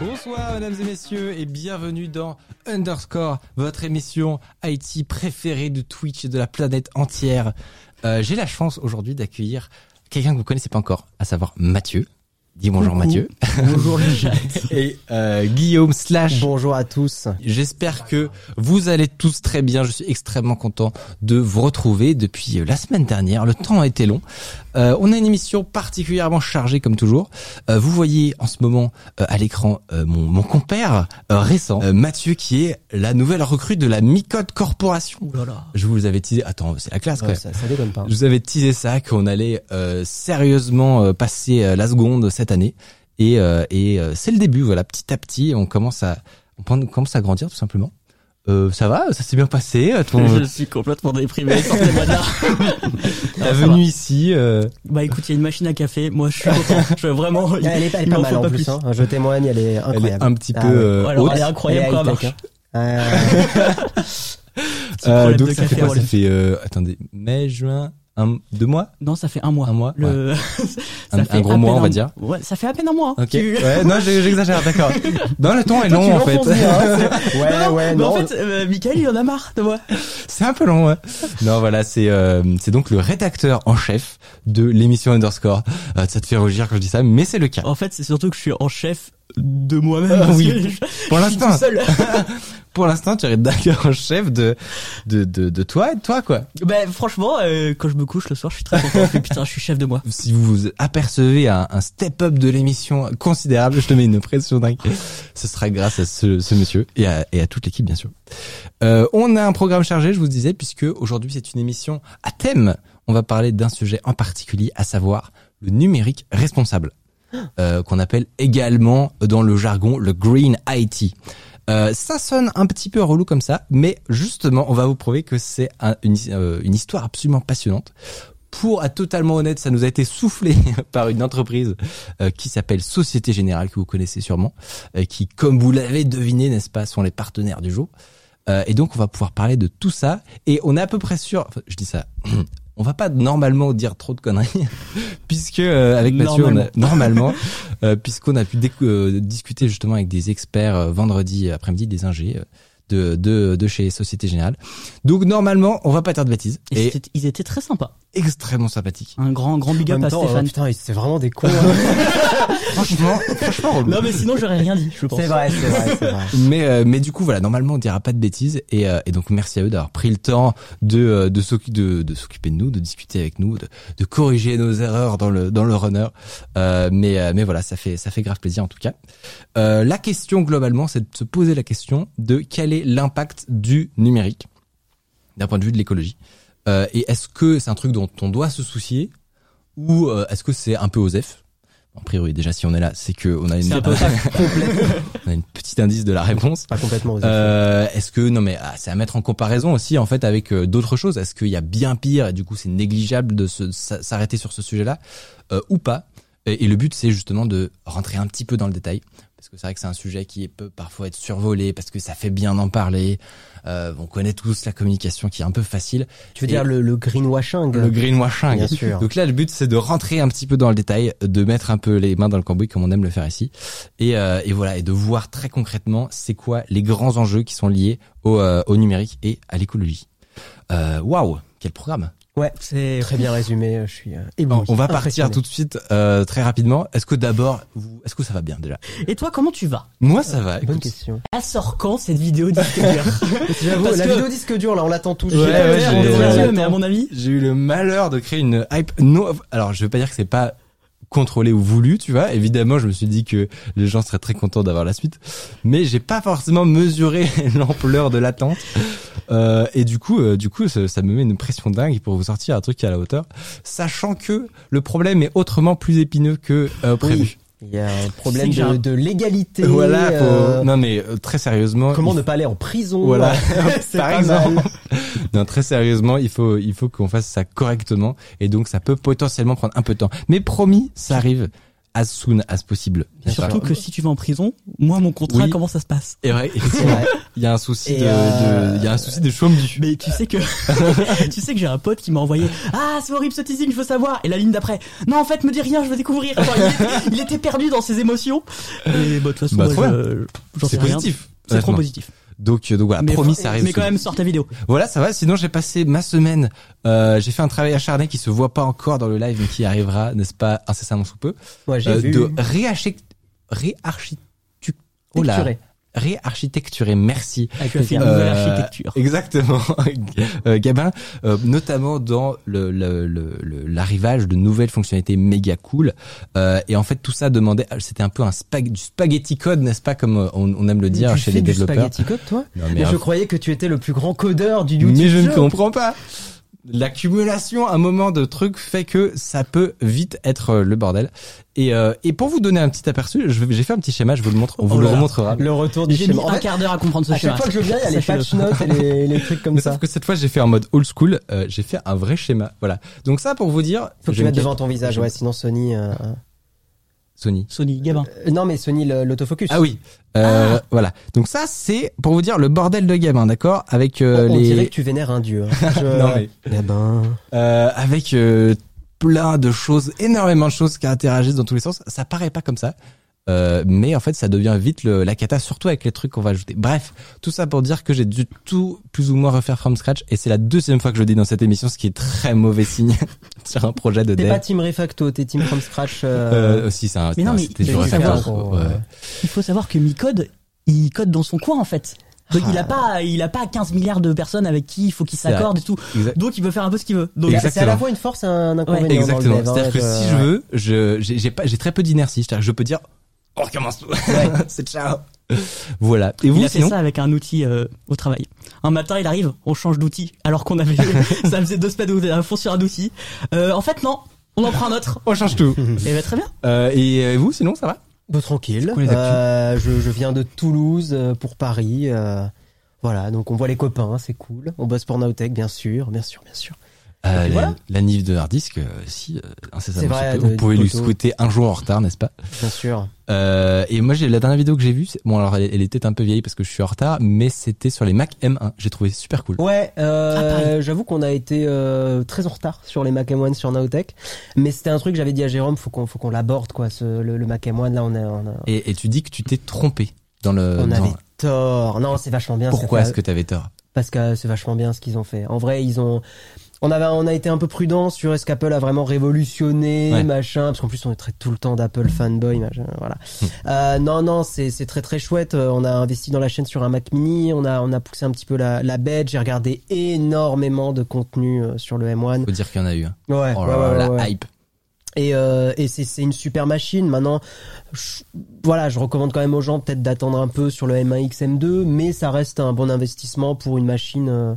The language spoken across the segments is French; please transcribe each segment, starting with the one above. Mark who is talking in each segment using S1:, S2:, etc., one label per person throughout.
S1: Bonsoir mesdames et messieurs et bienvenue dans Underscore, votre émission IT préférée de Twitch et de la planète entière. Euh, J'ai la chance aujourd'hui d'accueillir quelqu'un que vous connaissez pas encore, à savoir Mathieu. Dis bonjour
S2: Coucou.
S1: Mathieu.
S2: Bonjour les gens.
S1: Et euh, Guillaume Slash.
S2: Bonjour à tous.
S1: J'espère que vous allez tous très bien. Je suis extrêmement content de vous retrouver depuis euh, la semaine dernière. Le temps a été long. Euh, on a une émission particulièrement chargée comme toujours. Euh, vous voyez en ce moment euh, à l'écran euh, mon, mon compère euh, récent, euh, Mathieu, qui est la nouvelle recrue de la Micode Corporation. Je vous avais teasé. Attends, c'est la classe quand
S2: Ouais,
S1: même.
S2: ça, ça déconne pas.
S1: Je vous avais teasé ça, qu'on allait euh, sérieusement euh, passer euh, la seconde cette année. Et, euh, et euh, c'est le début, voilà, petit à petit, on commence à, on prend- commence à grandir tout simplement. Euh, ça va, ça s'est bien passé. euh, Ton,
S3: Je suis complètement déprimé, sortez-moi de là.
S1: ta
S3: Non, ça
S1: venue ici, euh,
S3: va. Bah écoute, il y a une machine à café, moi je suis content, je veux vraiment...
S2: Ah, Elle est, elle est
S3: il
S2: pas
S3: m'en
S2: mal
S3: faut
S2: en
S3: pas
S2: plus.
S3: plus.
S2: Hein. Je témoigne, elle est
S1: elle est
S2: incroyable.
S1: un petit
S2: Ah
S1: peu
S2: ouais.
S1: euh,
S3: Alors, elle est
S1: haute.
S3: incroyable
S2: Elle est
S3: quand même.
S2: high-tech, hein. Euh,
S3: Petit
S1: Euh,
S3: problème
S1: donc
S3: de
S1: ça fait
S3: café,
S1: quoi Ça
S3: Rolf.
S1: fait, euh, attendez, mai, juin, un, deux mois,
S3: Non, ça fait un mois.
S1: Un mois,
S3: Le... ça
S1: Un-
S3: fait
S1: un gros
S3: à
S1: mois,
S3: peine
S1: on va
S3: un-
S1: dire.
S3: Ouais, ça fait à peine un mois.
S1: Ok.
S3: Tu-
S1: Ouais, non, j'ai- j'exagère, d'accord. Non, le temps est
S2: toi, tu
S1: long en fait.
S2: l'enfonces bien, hein.
S1: Ah.
S2: Ouais, ouais,
S3: mais en
S2: non.
S3: fait, euh, Michael, il en a marre de moi.
S1: C'est un peu long, ouais. Non, voilà, c'est euh, c'est donc le rédacteur en chef de l'émission Underscore. Euh, ça te fait rougir quand je dis ça, mais c'est le cas.
S3: En fait, c'est surtout que je suis en chef de moi-même.
S1: Ah,
S3: parce
S1: oui.
S3: que je-
S1: Pour
S3: je suis tout
S1: l'instant,
S3: seul.
S1: pour l'instant, tu es rédacteur en chef de de de, de toi et de toi quoi.
S3: bah franchement, euh, quand je me couche le soir, je suis très content. Je fais, putain, je suis chef de moi.
S1: Si vous vous apercevez un, un step up de l'émission considérable, je te mets une pression dingue. Ce sera grâce à ce, ce monsieur et à, et à toute l'équipe bien sûr. Euh, on a un programme chargé, je vous le disais, puisque aujourd'hui c'est une émission à thème. On va parler d'un sujet en particulier, à savoir le numérique responsable, euh, qu'on appelle également dans le jargon le green IT. Euh, ça sonne un petit peu relou comme ça, mais justement, on va vous prouver que c'est un- une, euh, une histoire absolument passionnante. Pour être totalement honnête, ça nous a été soufflé par une entreprise euh, qui s'appelle Société Générale, que vous connaissez sûrement, euh, qui, comme vous l'avez deviné, n'est-ce pas, sont les partenaires du jour. Euh, et donc, on va pouvoir parler de tout ça. Et on est à peu près sûr, enfin, je dis ça, on va pas normalement dire trop de conneries, puisque euh, avec Mathieu, on a- normalement, euh, puisqu'on a pu décou- euh, discuter justement avec des experts euh, vendredi après-midi, des ingés euh, de, de, de chez Société Générale. Donc, normalement, on va pas dire de bêtises.
S3: Et,
S1: Et,
S3: c'était- ils étaient très sympas.
S1: extrêmement sympathique.
S3: Un grand, grand big
S2: En
S3: up
S2: même
S3: à
S2: temps, euh,
S3: Stéphane.
S2: putain, c'est vraiment des cons. hein.
S1: Franchement, franchement, relou.
S3: non, mais sinon, j'aurais rien dit, je pense.
S2: c'est vrai, c'est vrai, c'est vrai.
S1: Mais euh, mais du coup voilà normalement on dira pas de bêtises et, euh, et donc merci à eux d'avoir pris le temps de euh, de s'occu- de, de s'occuper de nous de discuter avec nous de, de corriger nos erreurs dans le dans le runner Euh, mais euh, mais voilà ça fait ça fait grave plaisir en tout cas Euh, la question globalement c'est de se poser la question de quel est l'impact du numérique d'un point de vue de l'écologie Euh, et est-ce que c'est un truc dont on doit se soucier ou euh, est-ce que c'est un peu osef a priori déjà si on est là c'est que on a une
S3: C'est un peu
S1: on a une petite indice de la réponse.
S2: Pas complètement osé.
S1: Euh, Est-ce que non mais ah, c'est à mettre en comparaison aussi en fait avec euh, d'autres choses. Est-ce qu'il y a bien pire et du coup c'est négligeable de se- de s'a- s'arrêter sur ce sujet-là euh, ou pas et, et le but c'est justement de rentrer un petit peu dans le détail parce que c'est vrai que c'est un sujet qui peut parfois être survolé parce que ça fait bien d'en parler. Euh, on connaît tous la communication qui est un peu facile.
S2: tu veux
S1: et-
S2: dire le, le greenwashing
S1: Le greenwashing.
S2: Bien sûr.
S1: Donc là, le but, c'est de rentrer un petit peu dans le détail, de mettre un peu les mains dans le cambouis, comme on aime le faire ici, et, euh, et voilà, et de voir très concrètement c'est quoi les grands enjeux qui sont liés au, euh, au numérique et à l'écologie. Euh, Waouh, quel programme
S2: Ouais,
S3: C'est
S2: très bien résumé. Je suis. euh,
S1: On
S2: ébloui,
S1: on va partir
S2: impressionné.
S1: tout de suite euh, très rapidement. Est-ce que d'abord, vous- est-ce que ça va bien déjà
S3: Et toi, comment tu vas
S1: Moi, ça va.
S2: Bonne
S1: écoute.
S2: question.
S3: À sort quand cette vidéo Discord
S2: J'avoue,
S3: Parce
S2: la
S3: que-
S2: vidéo disque dur, là, on l'attend tous.
S1: Ouais,
S2: J'ai pas
S1: ouais,
S2: l'air,
S1: j'ai-
S2: on dirait,
S1: ouais.
S2: on
S3: mais à
S2: l'attend.
S3: mon avis,
S1: J'ai eu le malheur de créer une hype. Non, alors je veux pas dire que c'est pas contrôlé ou voulu, tu vois. Évidemment, je me suis dit que les gens seraient très contents d'avoir la suite, mais j'ai pas forcément mesuré l'ampleur de l'attente. Euh, et du coup, euh, du coup, ça, ça me met une pression dingue pour vous sortir un truc qui est à la hauteur, sachant que le problème est autrement plus épineux que euh, prévu.
S2: Il y a un problème
S3: que j'ai
S2: de,
S3: un-
S2: de légalité.
S1: Voilà. faut-
S2: euh,
S1: Non, mais euh, très sérieusement.
S2: Comment
S1: il
S2: ne pas aller en prison hein.
S1: Voilà.
S2: c'est
S1: Par
S2: pas
S1: exemple.
S2: mal.
S1: Non, très sérieusement, il faut, il faut qu'on fasse ça correctement. Et donc, ça peut potentiellement prendre un peu de temps. Mais promis, ça arrive. as soon as possible.
S3: Et
S1: sûr.
S3: surtout que si tu vas en prison, moi mon contrat
S1: Oui.
S3: comment ça se passe
S1: Et ouais, effectivement, il y a un souci
S2: Et
S1: de,
S2: euh,
S1: de- il y a un souci de chaume du.
S3: Mais tu sais que tu sais que j'ai un pote qui m'a envoyé ah c'est horrible ce teasing je veux savoir et la ligne d'après non en fait me dis rien je veux découvrir Genre, il, était, il était perdu dans ses émotions et bah de toute façon
S1: Bah,
S3: moi,
S1: trop
S3: je- j'en sais
S1: C'est
S3: rien
S1: positif.
S3: c'est trop
S1: honnêtement.
S3: positif
S1: Donc, euh, donc voilà,
S3: mais,
S1: promis, ça arrive.
S3: mais quand
S1: soon.
S3: même sors ta vidéo
S1: Voilà, ça va. Sinon, j'ai passé ma semaine. euh, j'ai fait un travail acharné qui se voit pas encore dans le live, mais qui arrivera, n'est-ce pas, incessamment sous peu,
S2: Moi, j'ai
S1: euh,
S2: vu.
S1: de réarchi- réarchitectu- oh là,
S2: Lecturer.
S1: réarchitecturer. Merci.
S3: tu as fait une
S1: plaisir.
S3: nouvelle
S1: Euh,
S3: architecture
S1: Exactement, Euh, Gabin, euh, notamment dans le- le- le- le- l'arrivage de nouvelles fonctionnalités méga cool. Euh, et en fait, tout ça demandait, euh, c'était un peu un spag, du spaghetti code, n'est-ce pas, comme euh, on, on aime le dire
S2: tu
S1: chez
S2: fais
S1: les
S2: du
S1: développeurs.
S2: spaghetti code, toi
S1: Non,
S2: Mais
S1: mais,
S2: je
S1: euh,
S2: croyais que tu étais le plus grand codeur du YouTube.
S1: mais je ne
S2: show.
S1: comprends pas. L'accumulation, un moment de truc fait que ça peut vite être euh, le bordel. Et, euh, et pour vous donner un petit aperçu, je vais- j'ai fait un petit schéma, je vous le montre, on vous
S3: Oh
S1: le
S3: là là.
S1: remontrera.
S2: Le retour du
S3: j'ai mis
S2: schéma. En
S3: un
S2: fait,
S3: quart d'heure à comprendre ce
S2: à chaque
S3: schéma
S2: fois que je viens, il y a les
S3: Sachez-le.
S2: patch notes et les, les trucs comme
S1: Mais
S2: ça.
S1: Sauf que cette fois, j'ai fait en mode old school. euh, j'ai fait un vrai schéma. Voilà. Donc ça, pour vous dire,
S2: Faut que tu
S1: je
S2: mettes
S1: vais-
S2: devant ton visage, ouais, sinon Sony. euh,
S1: Sony.
S3: Sony Gabin
S2: euh, non, mais Sony le- l'autofocus.
S1: Ah oui. Euh, Voilà. Donc ça, c'est pour vous dire le bordel de gamin, d'accord, avec
S2: On,
S1: euh,
S2: on
S1: les,
S2: dirait que tu vénères un dieu. hein. Je-
S1: Non, mais-
S2: Eh ben,
S1: euh, avec euh, plein de choses, énormément de choses qui interagissent dans tous les sens. Ça paraît pas comme ça. Euh, mais en fait, ça devient vite le, la cata, surtout avec les trucs qu'on va ajouter. Bref, tout ça pour dire que j'ai dû tout plus ou moins refaire from scratch, et c'est la deuxième fois que je le dis dans cette émission, ce qui est très mauvais signe sur un projet de
S2: t'es
S1: dev.
S2: pas team refacto, t'es team from scratch. euh,
S1: Euh, si, c'est un,
S3: Mais non,
S1: non,
S3: mais
S1: c'était
S3: il
S1: du
S3: faut
S1: référent,
S3: savoir,
S1: quoi.
S2: euh,
S1: Ouais.
S3: il faut savoir que Micode il code dans son coin en fait Donc,
S2: Ah.
S3: il a pas il a pas 15 milliards de personnes avec qui il faut qu'il
S1: C'est vrai.
S3: s'accorde et tout
S1: Exact-
S3: donc il peut faire un peu ce qu'il veut donc
S2: c'est- C'est à
S1: exactement.
S2: la fois une force et un inconvénient. dans le
S1: Exactement.
S2: dev, hein,
S1: C'est-à-dire que
S2: je-
S1: si je veux, je, j'ai, j'ai pas, j'ai très peu d'inertie. C'est-à-dire que je peux dire, on recommence tout. c'est ciao. Voilà. Et
S3: il
S1: vous,
S3: a fait
S1: sinon?
S3: ça avec un outil euh, au travail. Un matin, il arrive, on change d'outil, alors qu'on avait, ça faisait deux semaines qu'on était à fond sur un outil. Euh, en fait, non, on en prend un autre.
S1: On change tout.
S3: Et bah, très bien.
S1: Euh, et euh, vous, sinon, ça va
S2: Bah, tranquille.
S1: quoi les actus
S2: Euh, je, je viens de Toulouse euh, pour Paris. euh, voilà, donc on voit les copains, hein, c'est cool. On bosse pour Naotech, bien sûr, bien sûr, bien sûr.
S1: Euh,
S2: Voilà.
S1: la, la NIF de Hardisk, euh, si, euh,
S2: C'est
S1: incessamment,
S2: vrai,
S1: sous peu.
S2: de-
S1: vous pouvez
S2: du
S1: lui
S2: poteau.
S1: souhaiter un jour en retard, n'est-ce pas
S2: Bien sûr.
S1: euh, Et moi, j'ai la dernière vidéo que j'ai vue, c'est- bon alors elle, elle était un peu vieille parce que je suis en retard, mais c'était sur les Mac M1. J'ai trouvé super cool.
S2: Ouais,
S3: Ah,
S2: euh,
S3: pareil.
S2: j'avoue qu'on a été euh, très en retard sur les Mac M1 sur Naotech, mais c'était un truc que j'avais dit à Jérôme, faut qu'on faut qu'on l'aborde quoi, ce, le, le Mac M1 là on a on a,
S1: Et, et tu dis que tu t'es trompé dans le.
S2: on
S1: dans-
S2: avait tort. Non, c'est vachement bien.
S1: Pourquoi
S2: c'est-
S1: est-ce que t'avais tort
S2: parce que c'est vachement bien ce qu'ils ont fait. En vrai, ils ont on avait on a été un peu prudent sur est-ce qu'Apple a vraiment révolutionné
S1: Ouais.
S2: machin parce qu'en plus on est très tout le temps d'Apple fanboy machin voilà.
S1: Hmm.
S2: Euh, non non, c'est c'est très très chouette. Euh, On a investi dans la chaîne sur un Mac mini, on a on a poussé un petit peu la la bête, j'ai regardé énormément de contenu euh, sur le M1.
S1: Faut dire qu'il y en a eu. un.
S2: Ouais,
S1: Oh là
S2: ouais, ouais,
S1: là,
S2: ouais,
S1: la
S2: ouais.
S1: hype.
S2: Et, euh, et c'est c'est une super machine. Maintenant, je- voilà, je recommande quand même aux gens peut-être d'attendre un peu sur le M1 X M2, mais ça reste un bon investissement pour une machine. euh,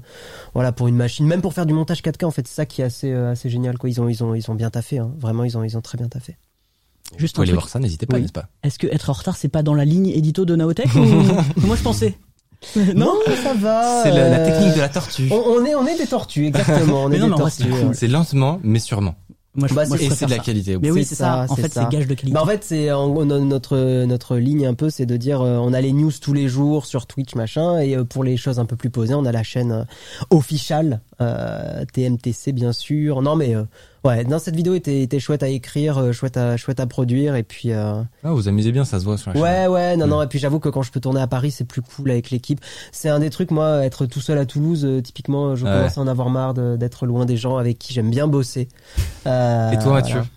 S2: voilà, pour une machine, même pour faire du montage 4K en fait, c'est ça qui est assez euh, assez génial quoi. Ils ont ils ont ils ont bien taffé. Hein. Vraiment, ils ont ils ont très bien taffé.
S3: Juste
S1: Vous
S3: un
S1: aller
S3: truc.
S1: voir ça, n'hésitez pas,
S2: Oui.
S1: n'est-ce pas
S3: Est-ce que être en retard, c'est pas dans la ligne édito de Naotech ou... Moi, je pensais. Non.
S2: ça va.
S1: C'est la, la
S2: euh,
S1: technique de la tortue.
S2: On, on est on est des tortues exactement. On
S3: Mais
S2: est
S3: non,
S2: des
S3: mais en vrai, c'est
S2: tortues.
S3: cool.
S2: ouais.
S1: C'est lentement, mais sûrement.
S3: Moi, je,
S2: Bah,
S3: moi, je
S1: Et
S3: préfère
S1: c'est de la
S3: ça.
S1: qualité.
S3: Mais oui, c'est
S2: C'est
S3: ça.
S2: ça,
S3: En
S2: c'est
S3: fait,
S2: ça.
S3: c'est gage de qualité.
S2: Bah en fait, c'est en gros, no- notre notre ligne un peu, c'est de dire euh, on a les news tous les jours sur Twitch machin, et euh, pour les choses un peu plus posées, on a la chaîne euh, officielle euh, TMTC bien sûr. Non mais euh, ouais, non cette vidéo était, était chouette à écrire, euh, chouette à chouette à produire, et puis euh,
S1: Ah, vous amusez bien, ça se voit sur la chaîne.
S2: ouais ouais non
S1: Mm.
S2: non, et puis j'avoue que quand je peux tourner à Paris, c'est plus cool avec l'équipe. C'est un des trucs moi, être tout seul à Toulouse, euh, typiquement, je
S1: Ouais.
S2: commence à en avoir marre de- d'être loin des gens avec qui j'aime bien bosser. Euh,
S1: Et toi, Mathieu
S2: voilà.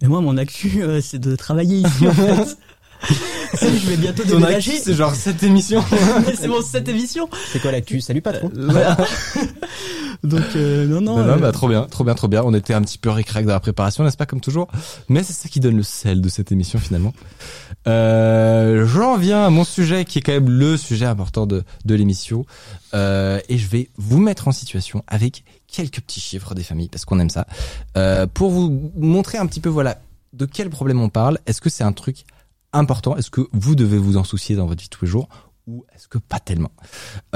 S3: Mais moi, mon actu, euh, c'est de travailler ici, en fait. C'est- je vais bientôt
S1: Ton actu,
S3: déménager.
S1: c'est genre cette émission.
S3: Mais c'est mon cette émission.
S2: c'est quoi l'actu Salut patron.
S3: Donc, euh, non, non.
S1: Non,
S3: euh,
S1: non, bah, trop bien, trop bien, trop bien. On était un petit peu récrac dans la préparation, n'est-ce pas, comme toujours. Mais c'est ça qui donne le sel de cette émission, finalement. Euh, j'en viens à mon sujet, qui est quand même le sujet important de, de l'émission. Euh, et je vais vous mettre en situation avec quelques petits chiffres des familles, parce qu'on aime ça. Euh, pour vous montrer un petit peu, voilà, de quel problème on parle. Est-ce que c'est un truc important? Est-ce que vous devez vous en soucier dans votre vie de tous les jours? Ou est-ce que pas tellement?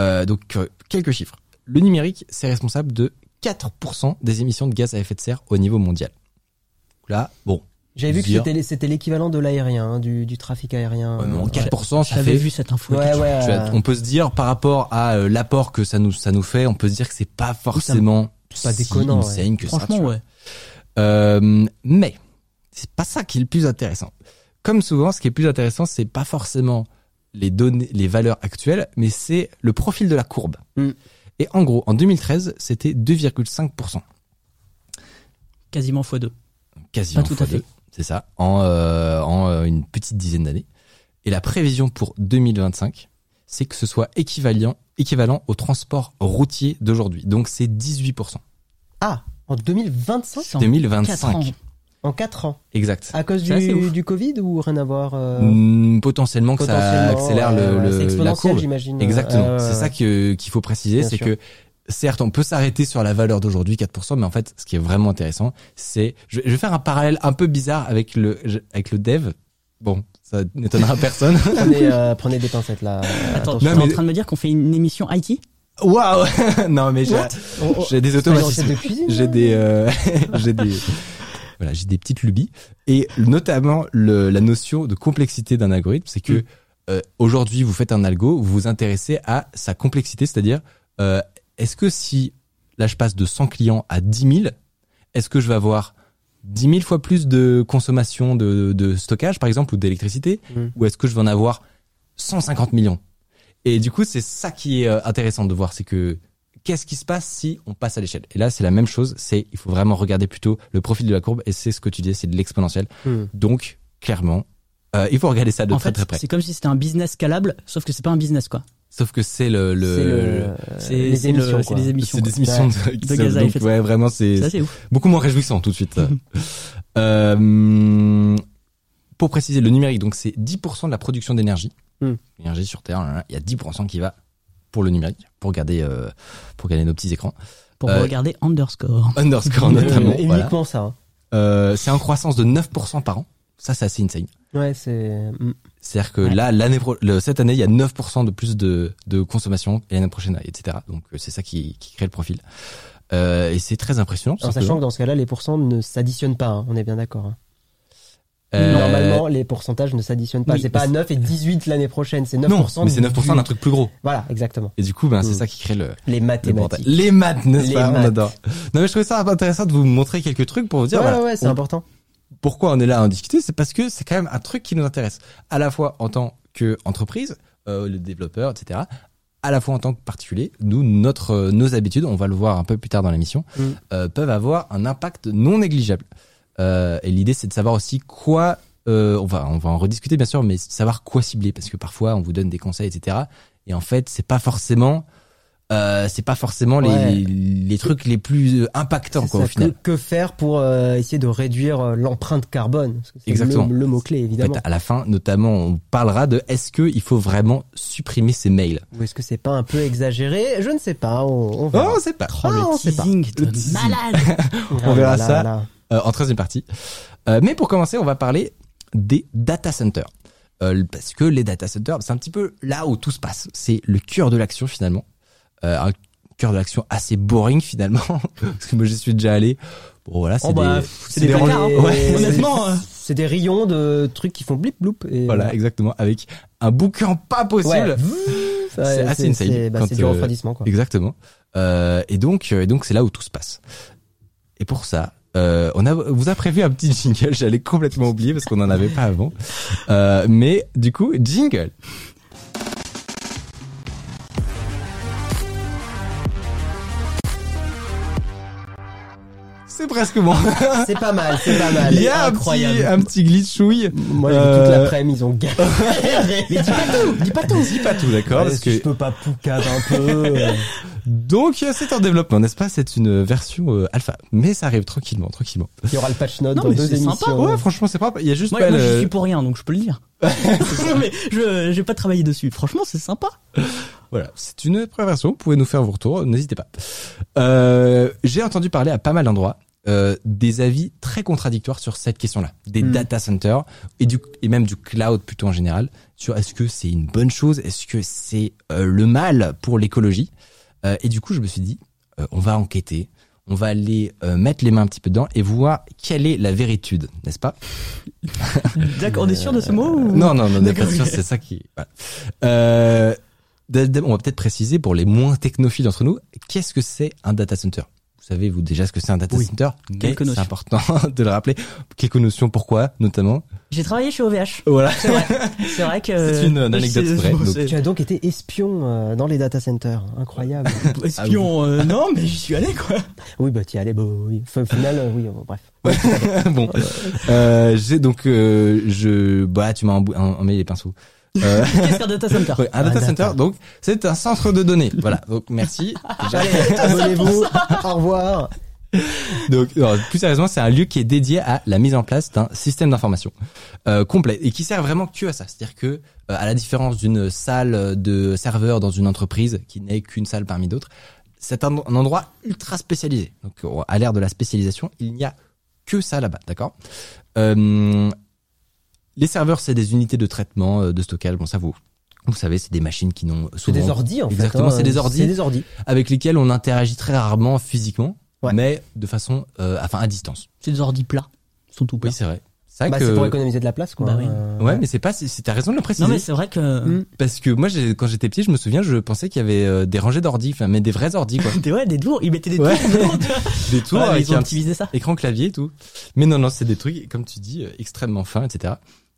S1: Euh, donc, euh, quelques chiffres. Le numérique, c'est responsable de 4% des émissions de gaz à effet de serre au niveau mondial. Là, bon,
S2: J'avais vu que
S1: Dire.
S2: c'était c'était l'équivalent de l'aérien, hein, du, du trafic aérien.
S1: Ouais, mais en
S2: Ouais.
S1: 4%, ça
S3: J'avais
S1: fait.
S3: vu cette info.
S2: Ouais, ouais.
S1: tu vois,
S2: euh,
S1: on peut se dire par rapport à euh, l'apport que ça nous ça nous fait, on peut se dire que c'est pas forcément
S2: pas
S1: si
S2: déconnant, ouais.
S1: insane que ça,
S3: Franchement,
S1: tu vois.
S3: ouais.
S1: Euh, mais c'est pas ça qui est le plus intéressant. Comme souvent, ce qui est plus intéressant, c'est pas forcément les données, les valeurs actuelles, mais c'est le profil de la courbe.
S2: Mm.
S1: Et en gros, en 2013, c'était 2,5%.
S3: Quasiment x2.
S1: Quasiment
S3: Pas tout
S1: fois
S3: à fait.
S1: deux, C'est ça. En, euh, en euh, une petite dizaine d'années. Et la prévision pour 2025, c'est que ce soit équivalent, équivalent au transport routier d'aujourd'hui. Donc c'est 18%.
S2: Ah, en 2025,
S1: 2025.
S3: ans.
S2: en 4 ans.
S1: Exact.
S2: À cause
S1: C'est assez
S2: du,
S1: ouf.
S2: du Covid ou rien à voir euh,
S1: Hmm, potentiellement que ça
S2: potentiellement,
S1: accélère
S2: ouais,
S1: le,
S2: ouais,
S1: le-
S2: c'est
S1: la
S2: exponentiel,
S1: courbe.
S2: j'imagine. Euh,
S1: Exactement.
S2: Ouais, ouais,
S1: c'est
S2: ouais.
S1: ça que- qu'il faut préciser,
S2: Bien
S1: c'est
S2: sûr.
S1: que certes, on peut s'arrêter sur la valeur d'aujourd'hui 4%, mais en fait, ce qui est vraiment intéressant, c'est je, vais- je vais faire un parallèle un peu bizarre avec le je- avec le dev. Bon, ça n'étonnera personne.
S2: Prenez, euh, prenez des pincettes là.
S3: Attends, tu
S1: Non,
S3: es en
S1: mais-
S3: train de me dire qu'on fait une émission IT
S1: Waouh Non, mais j'ai
S2: What Oh, oh,
S1: j'ai des
S2: c'est pas une recette
S1: automatismes.
S2: de cuisine, hein.
S1: J'ai
S2: là
S1: des euh, j'ai des voilà, j'ai des petites lubies et notamment le, la notion de complexité d'un algorithme, c'est que
S3: Mm.
S1: euh, aujourd'hui vous faites un algo, vous vous intéressez à sa complexité, c'est-à-dire euh, est-ce que si là je passe de 100 clients à 10 000, est-ce que je vais avoir 10 000 fois plus de consommation de, de stockage par exemple ou d'électricité
S2: Mm.
S1: ou est-ce que je vais en avoir 150 millions Et du coup c'est ça qui est euh, intéressant de voir, c'est que qu'est-ce qui se passe si on passe à l'échelle Et là, c'est la même chose. C'est il faut vraiment regarder plutôt le profil de la courbe et c'est ce que tu dis, c'est de l'exponentiel.
S2: Hmm.
S1: Donc clairement, euh, il faut regarder ça de
S3: En
S1: très
S3: fait,
S1: très près.
S3: c'est comme si c'était un business scalable, sauf que c'est pas un business quoi.
S1: Sauf que c'est le, le-
S2: C'est
S1: le-
S2: le-
S3: C'est
S2: les
S3: c'est le-
S2: émissions.
S3: c'est
S2: quoi.
S3: des
S1: c'est
S3: émissions.
S1: des
S3: quoi.
S1: émissions de,
S3: de gaz à
S1: donc,
S3: effet de
S1: ouais, vraiment, c'est
S3: C'est assez ouf.
S1: beaucoup moins réjouissant tout de suite. Euh, pour préciser, le numérique, donc c'est 10% de la production d'énergie.
S2: Hmm.
S1: L'énergie sur Terre, là, là, il y a 10% qui va pour le numérique, pour garder, euh, pour garder nos petits écrans.
S3: Pour
S1: Euh,
S3: regarder Underscore.
S1: Underscore notamment.
S2: Et
S1: voilà.
S2: Uniquement ça. hein.
S1: Euh, c'est en croissance de 9% par an. Ça, c'est assez insane.
S2: Ouais, c'est. hmm.
S1: C'est-à-dire que
S3: Ouais.
S1: là, l'année pro- le- cette année, il y a 9% de plus de, de consommation et l'année prochaine, etc. Donc, euh, c'est ça qui, qui crée le profil. Euh, et c'est très impressionnant. tout
S2: En
S1: simplement.
S2: sachant que dans ce cas-là, les pourcents ne s'additionnent pas. hein. On est bien d'accord. hein.
S1: Euh,
S2: Normalement, les pourcentages ne s'additionnent pas.
S1: oui,
S2: c'est pas
S1: mais
S2: 9 et 18 l'année prochaine. C'est 9%.
S1: non, mais c'est
S2: du-
S1: 9% d'un truc plus gros.
S2: Voilà, exactement.
S1: Et du coup, ben, c'est
S2: Mm.
S1: ça qui crée le,
S2: Les
S1: le bordel.
S2: mathématiques.
S1: Les maths, n'est-ce
S2: Les
S1: pas On
S2: maths.
S1: adore. Non, mais je trouvais ça intéressant de vous montrer quelques trucs pour vous dire
S2: ouais,
S1: voilà,
S2: ouais, ouais, c'est
S1: on-
S2: important.
S1: pourquoi on est là à en discuter, c'est parce que c'est quand même un truc qui nous intéresse, à la fois en tant qu'entreprise, euh, le développeur, etc., à la fois en tant que particulier, nous, notre, euh, nos habitudes, on va le voir un peu plus tard dans l'émission,
S2: Mm.
S1: euh, peuvent avoir un impact non négligeable. Euh, et l'idée, c'est de savoir aussi quoi, euh, on, va, on va en rediscuter bien sûr, mais savoir quoi cibler, parce que parfois, on vous donne des conseils, etc., et en fait, c'est pas forcément... Euh, c'est pas forcément les-
S2: Ouais.
S1: les, les trucs les plus euh, impactants
S2: C'est
S1: quoi au
S2: ça, que,
S1: final.
S2: que faire pour euh, essayer de réduire euh, l'empreinte carbone Parce que c'est
S1: Exactement.
S2: Le, le mot-clé,
S1: En
S2: évidemment.
S1: fait, à la fin, notamment, on parlera de est-ce que il faut vraiment supprimer ces mails
S2: Ou est-ce que c'est pas un peu exagéré Je ne sais pas. On, on verra.
S1: on sait pas.
S3: Oh,
S2: Ah, on
S3: le
S2: sait pas.
S3: teasing de
S1: Le teasing.
S3: malade.
S2: Ah
S1: on verra
S2: là là
S1: ça.
S2: là.
S1: Euh, en 13 partie. Euh, mais pour commencer, on va parler des data centers. Euh, parce que les data centers, c'est un petit peu là où tout se passe. C'est le cœur de l'action finalement. Euh, un cœur de l'action assez boring finalement. parce que moi, j'y suis déjà allé. Bon, voilà, c'est
S3: Oh, bah,
S1: des...
S3: c'est des
S1: rangs-
S3: placards, hein.
S1: Ouais.
S3: Honnêtement, euh,
S2: C'est des rayons de trucs qui font blip bloup. Et euh,
S1: Voilà, exactement. Avec un bouquin pas possible.
S2: Ouais. Ça,
S1: C'est assez insane
S2: C'est bah,
S1: quand,
S2: c'est du
S1: euh,
S2: refroidissement, quoi.
S1: Exactement. Euh, et donc, euh, et donc c'est là où tout se passe. Et pour ça, euh, on a, vous a prévu un petit jingle. J'allais complètement oublier parce qu'on n'en avait pas avant. Euh, mais du coup, jingle. C'est presque bon.
S2: C'est pas mal, c'est pas mal.
S1: Il y a un
S2: Incroyable.
S1: petit, un petit glitchouille.
S2: Moi, j'ai vu
S1: Euh,
S2: toute l'après-midi, ils ont galéré. Mais dis pas tout, dis pas tout.
S1: Dis pas tout, d'accord Parce que
S2: je peux pas poucave un peu. euh,
S1: donc euh, c'est en développement, n'est-ce pas C'est une version euh, alpha, mais ça arrive tranquillement, tranquillement.
S2: Il y aura le patch note
S3: Non,
S2: dans
S3: mais
S2: deux
S3: c'est
S2: émissions.
S3: sympa,
S1: Ouais, franchement, c'est pas. Il y a juste
S3: Moi,
S1: pas
S3: moi
S1: le-
S3: j'y suis pour rien, donc je peux le dire. non, mais je j'ai pas travaillé dessus. Franchement, c'est sympa.
S1: Voilà, c'est une première version. Vous pouvez nous faire vos retours, n'hésitez pas. Euh, J'ai entendu parler à pas mal d'endroits euh, des avis très contradictoires sur cette question-là, des
S2: Hmm.
S1: data centers et du et même du cloud plutôt en général. Sur est-ce que c'est une bonne chose, est-ce que c'est euh, le mal pour l'écologie. Euh, et du coup, je me suis dit, euh, on va enquêter, On va aller euh, mettre les mains un petit peu dedans et voir quelle est la véritude, n'est-ce pas
S3: D'accord, on est sûr de ce mot ou...
S1: Euh, Non, non, non, on n'est pas
S3: D'accord,
S1: sûr,
S3: ok.
S1: c'est ça qui... voilà. Euh, d'a- d'a- on va peut-être préciser pour les moins technophiles d'entre nous, qu'est-ce que c'est un data center Vous savez, vous, déjà, ce que c'est un data
S3: Oui.
S1: center mais
S3: Quelques
S1: C'est
S3: notions.
S1: important de le rappeler. Quelques notions, pourquoi, notamment
S3: J'ai travaillé chez OVH.
S1: Voilà.
S3: C'est vrai. C'est vrai que.
S1: C'est une anecdote
S3: c'est-
S1: vraie,
S3: bon,
S1: donc.
S3: c'est-
S2: Tu as donc été espion euh, dans les data centers, incroyable.
S1: Ah
S3: Espion, euh, non, mais j'y suis allé quoi.
S2: oui, bah t'y allais, bah oui. Enfin, au final, euh, oui, bon, bref.
S1: bon, euh, j'ai donc, euh, je, bah, tu m'as embou- en- emmêlé les pinceaux. Euh,
S3: Qu'est-ce qu'un data center
S1: ouais, un data center, donc, c'est un centre de données. Voilà. Donc, merci. Déjà.
S2: Allez, abonnez-vous, au revoir.
S1: Donc, non, plus sérieusement, c'est un lieu qui est dédié à la mise en place d'un système d'information euh, complet et qui sert vraiment que à ça. C'est-à-dire que, euh, à la différence d'une salle de serveur dans une entreprise qui n'est qu'une salle parmi d'autres, c'est un, un endroit ultra spécialisé. Donc, on- à l'ère de la spécialisation, il n'y a que ça là-bas, d'accord Euh, Les serveurs, c'est des unités de traitement, euh, de stockage. Bon, ça vous, vous savez, c'est des machines qui n'ont
S2: C'est
S1: souvent
S2: des ordis en fait.
S1: Exactement,
S2: hein.
S1: c'est des ordis.
S2: C'est des ordis.
S1: avec lesquels on interagit très rarement physiquement,
S2: Ouais.
S1: mais de façon, euh, enfin à distance.
S3: C'est des ordi plats. Ils sont tout plats.
S1: Oui, c'est vrai. C'est vrai
S2: Bah,
S1: Ah, que.
S2: c'est pour économiser de la place, quoi.
S3: Bah oui.
S2: Euh,
S1: Ouais, mais c'est pas. c'est- c'est- T'as raison de le préciser.
S3: non, mais c'est vrai que.
S1: Parce que moi, j'ai- quand j'étais petit, je me souviens, je pensais qu'il y avait euh, des rangées d'ordi, enfin, mais des vrais ordi, quoi.
S3: Des- Ouais, des tours. Ils mettaient des tours.
S1: Ouais.
S3: dedans, tu vois.
S1: des tours
S3: Ouais, mais
S1: avec
S3: ils ont
S1: un petit
S3: optimisé ça.
S1: écran clavier et tout. Mais non, non, c'est des trucs, comme tu dis, euh, extrêmement fins, etc.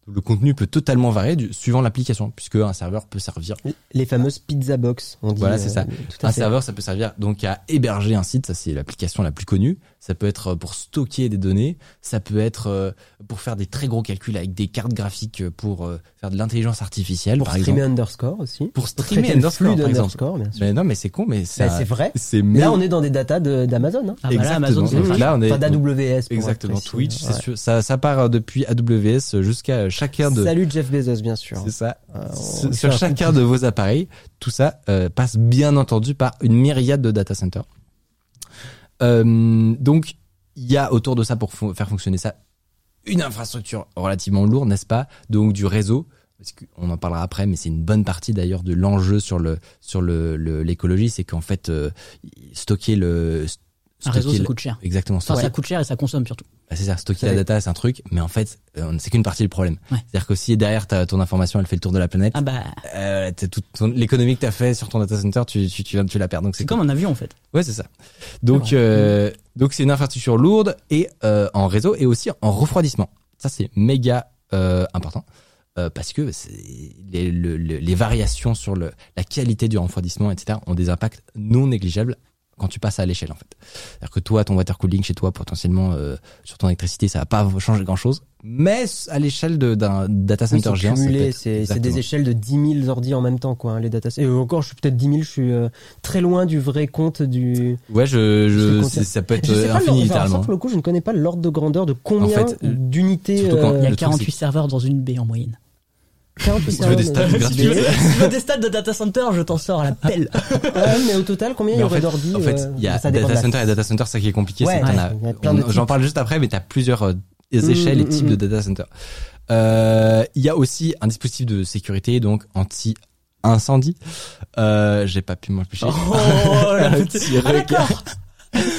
S1: Le contenu peut totalement varier du- suivant l'application, puisque un serveur peut servir.
S2: Les fameuses pizza box, on dit.
S1: Voilà, c'est
S2: euh,
S1: ça.
S2: Tout à
S1: Un
S2: fait.
S1: serveur, ça peut servir donc à héberger un site, ça c'est l'application la plus connue. Ça peut être euh, pour stocker des données, ça peut être euh, pour faire des très gros calculs avec des cartes graphiques euh, pour euh, faire de l'intelligence artificielle,
S2: Pour
S1: par
S2: streamer
S1: exemple.
S2: underscore aussi.
S1: Pour
S2: Pour
S1: streamer
S2: traiter le
S1: Underscore,
S2: flux
S1: par exemple.
S2: d'underscore, bien sûr.
S1: Mais non, mais c'est con, mais c'est
S2: Bah, c'est vrai.
S1: c'est
S2: Là, on est dans des datas de- d'Amazon. hein.
S3: Ah bah là, Amazon, c'est
S1: Exactement.
S3: vrai.
S1: Là, on est
S2: Enfin, d'AWS. pour
S1: exactement
S2: être précis.
S1: Twitch, c'est
S2: Ouais.
S1: sûr. Ça, ça part depuis AWS jusqu'à chacun de
S2: Salut Jeff Bezos, bien sûr.
S1: C'est ça.
S2: Euh, on-
S1: Sur-
S2: c'est
S1: sur
S2: un
S1: chacun de vos appareils, tout ça euh, passe bien entendu par une myriade de data centers. Euh, donc, il y a autour de ça pour fon- faire fonctionner ça une infrastructure relativement lourde, n'est-ce pas Donc du réseau. Parce qu'on en parlera après, mais c'est une bonne partie d'ailleurs de l'enjeu sur le sur le le- l'écologie, c'est qu'en fait euh, stocker le
S3: Un réseau,
S1: stocker
S3: ça
S1: la-
S3: coûte cher.
S1: exactement
S3: Enfin,
S1: stocker-
S3: ça coûte cher et ça consomme surtout.
S1: bah, c'est ça, stocker
S2: Ça
S1: la
S2: va-
S1: data c'est un truc, mais en fait euh, c'est qu'une partie du problème.
S3: Ouais.
S1: C'est-à-dire que si derrière ta- ton information elle fait le tour de la planète,
S3: Ah bah,
S1: euh, t'as tout ton- l'économie que t'as fait sur ton data center, tu, tu, tu viens de tu la perds. Donc
S3: c'est
S1: c'est
S3: comme un avion en fait.
S1: ouais c'est ça. Donc
S3: Ah ouais.
S1: euh, donc c'est une infrastructure lourde et euh, en réseau et aussi en refroidissement. Ça c'est méga euh, important euh, parce que c'est- les, le- le- les variations sur le la qualité du refroidissement etc ont des impacts non négligeables quand tu passes à l'échelle en fait. C'est-à-dire que toi ton water cooling chez toi potentiellement euh, sur ton électricité ça va pas changer grand chose, mais à l'échelle de- d'un data
S2: Oui,
S1: center
S2: c'est
S1: géant ça peut
S2: cumulé,
S1: être-
S2: c'est c'est
S1: Exactement.
S2: des échelles de 10 000 ordi en même temps, quoi, hein, les data. Et encore, je suis peut-être 10 000, je suis euh, très loin du vrai compte du.
S1: Ouais, je,
S2: Je
S1: je,
S2: te conseille.
S1: c'est- ça peut être
S2: Je sais
S1: euh,
S2: pas,
S1: infini
S2: l'ordre- enfin, alors ça,
S1: littéralement.
S2: pour le coup, je ne connais pas l'ordre de grandeur de combien
S1: En fait, euh,
S2: d'unités. euh,
S1: surtout quand-
S3: Il y a
S1: Le truc,
S3: 48
S1: c'est-
S3: serveurs dans une baie en moyenne.
S2: 48
S1: Si tu veux des stats
S2: serveurs,
S1: gratuits.
S3: Si tu veux- si tu veux des stats de data center, je t'en sors à la pelle.
S2: euh, mais au total, combien il y
S1: Mais en
S2: aurait
S1: fait,
S2: d'ordi
S1: en fait,
S2: euh,
S1: il y a
S2: ça dépend de
S1: data
S2: la-
S1: center et data center, ça qui est compliqué.
S2: Ouais,
S1: c'est que t'en
S2: ouais,
S1: as-
S2: il y a plein de
S1: on- J'en
S2: types.
S1: parle juste après, mais t'as plusieurs euh, des échelles et
S2: mm,
S1: types de
S2: mm.
S1: data center. Euh, Il y a aussi un dispositif de sécurité, donc anti incendie. Euh, j'ai pas pu m'empêcher.
S3: Oh la petite.
S1: Petit
S3: Ah,
S1: regard.
S3: d'accord.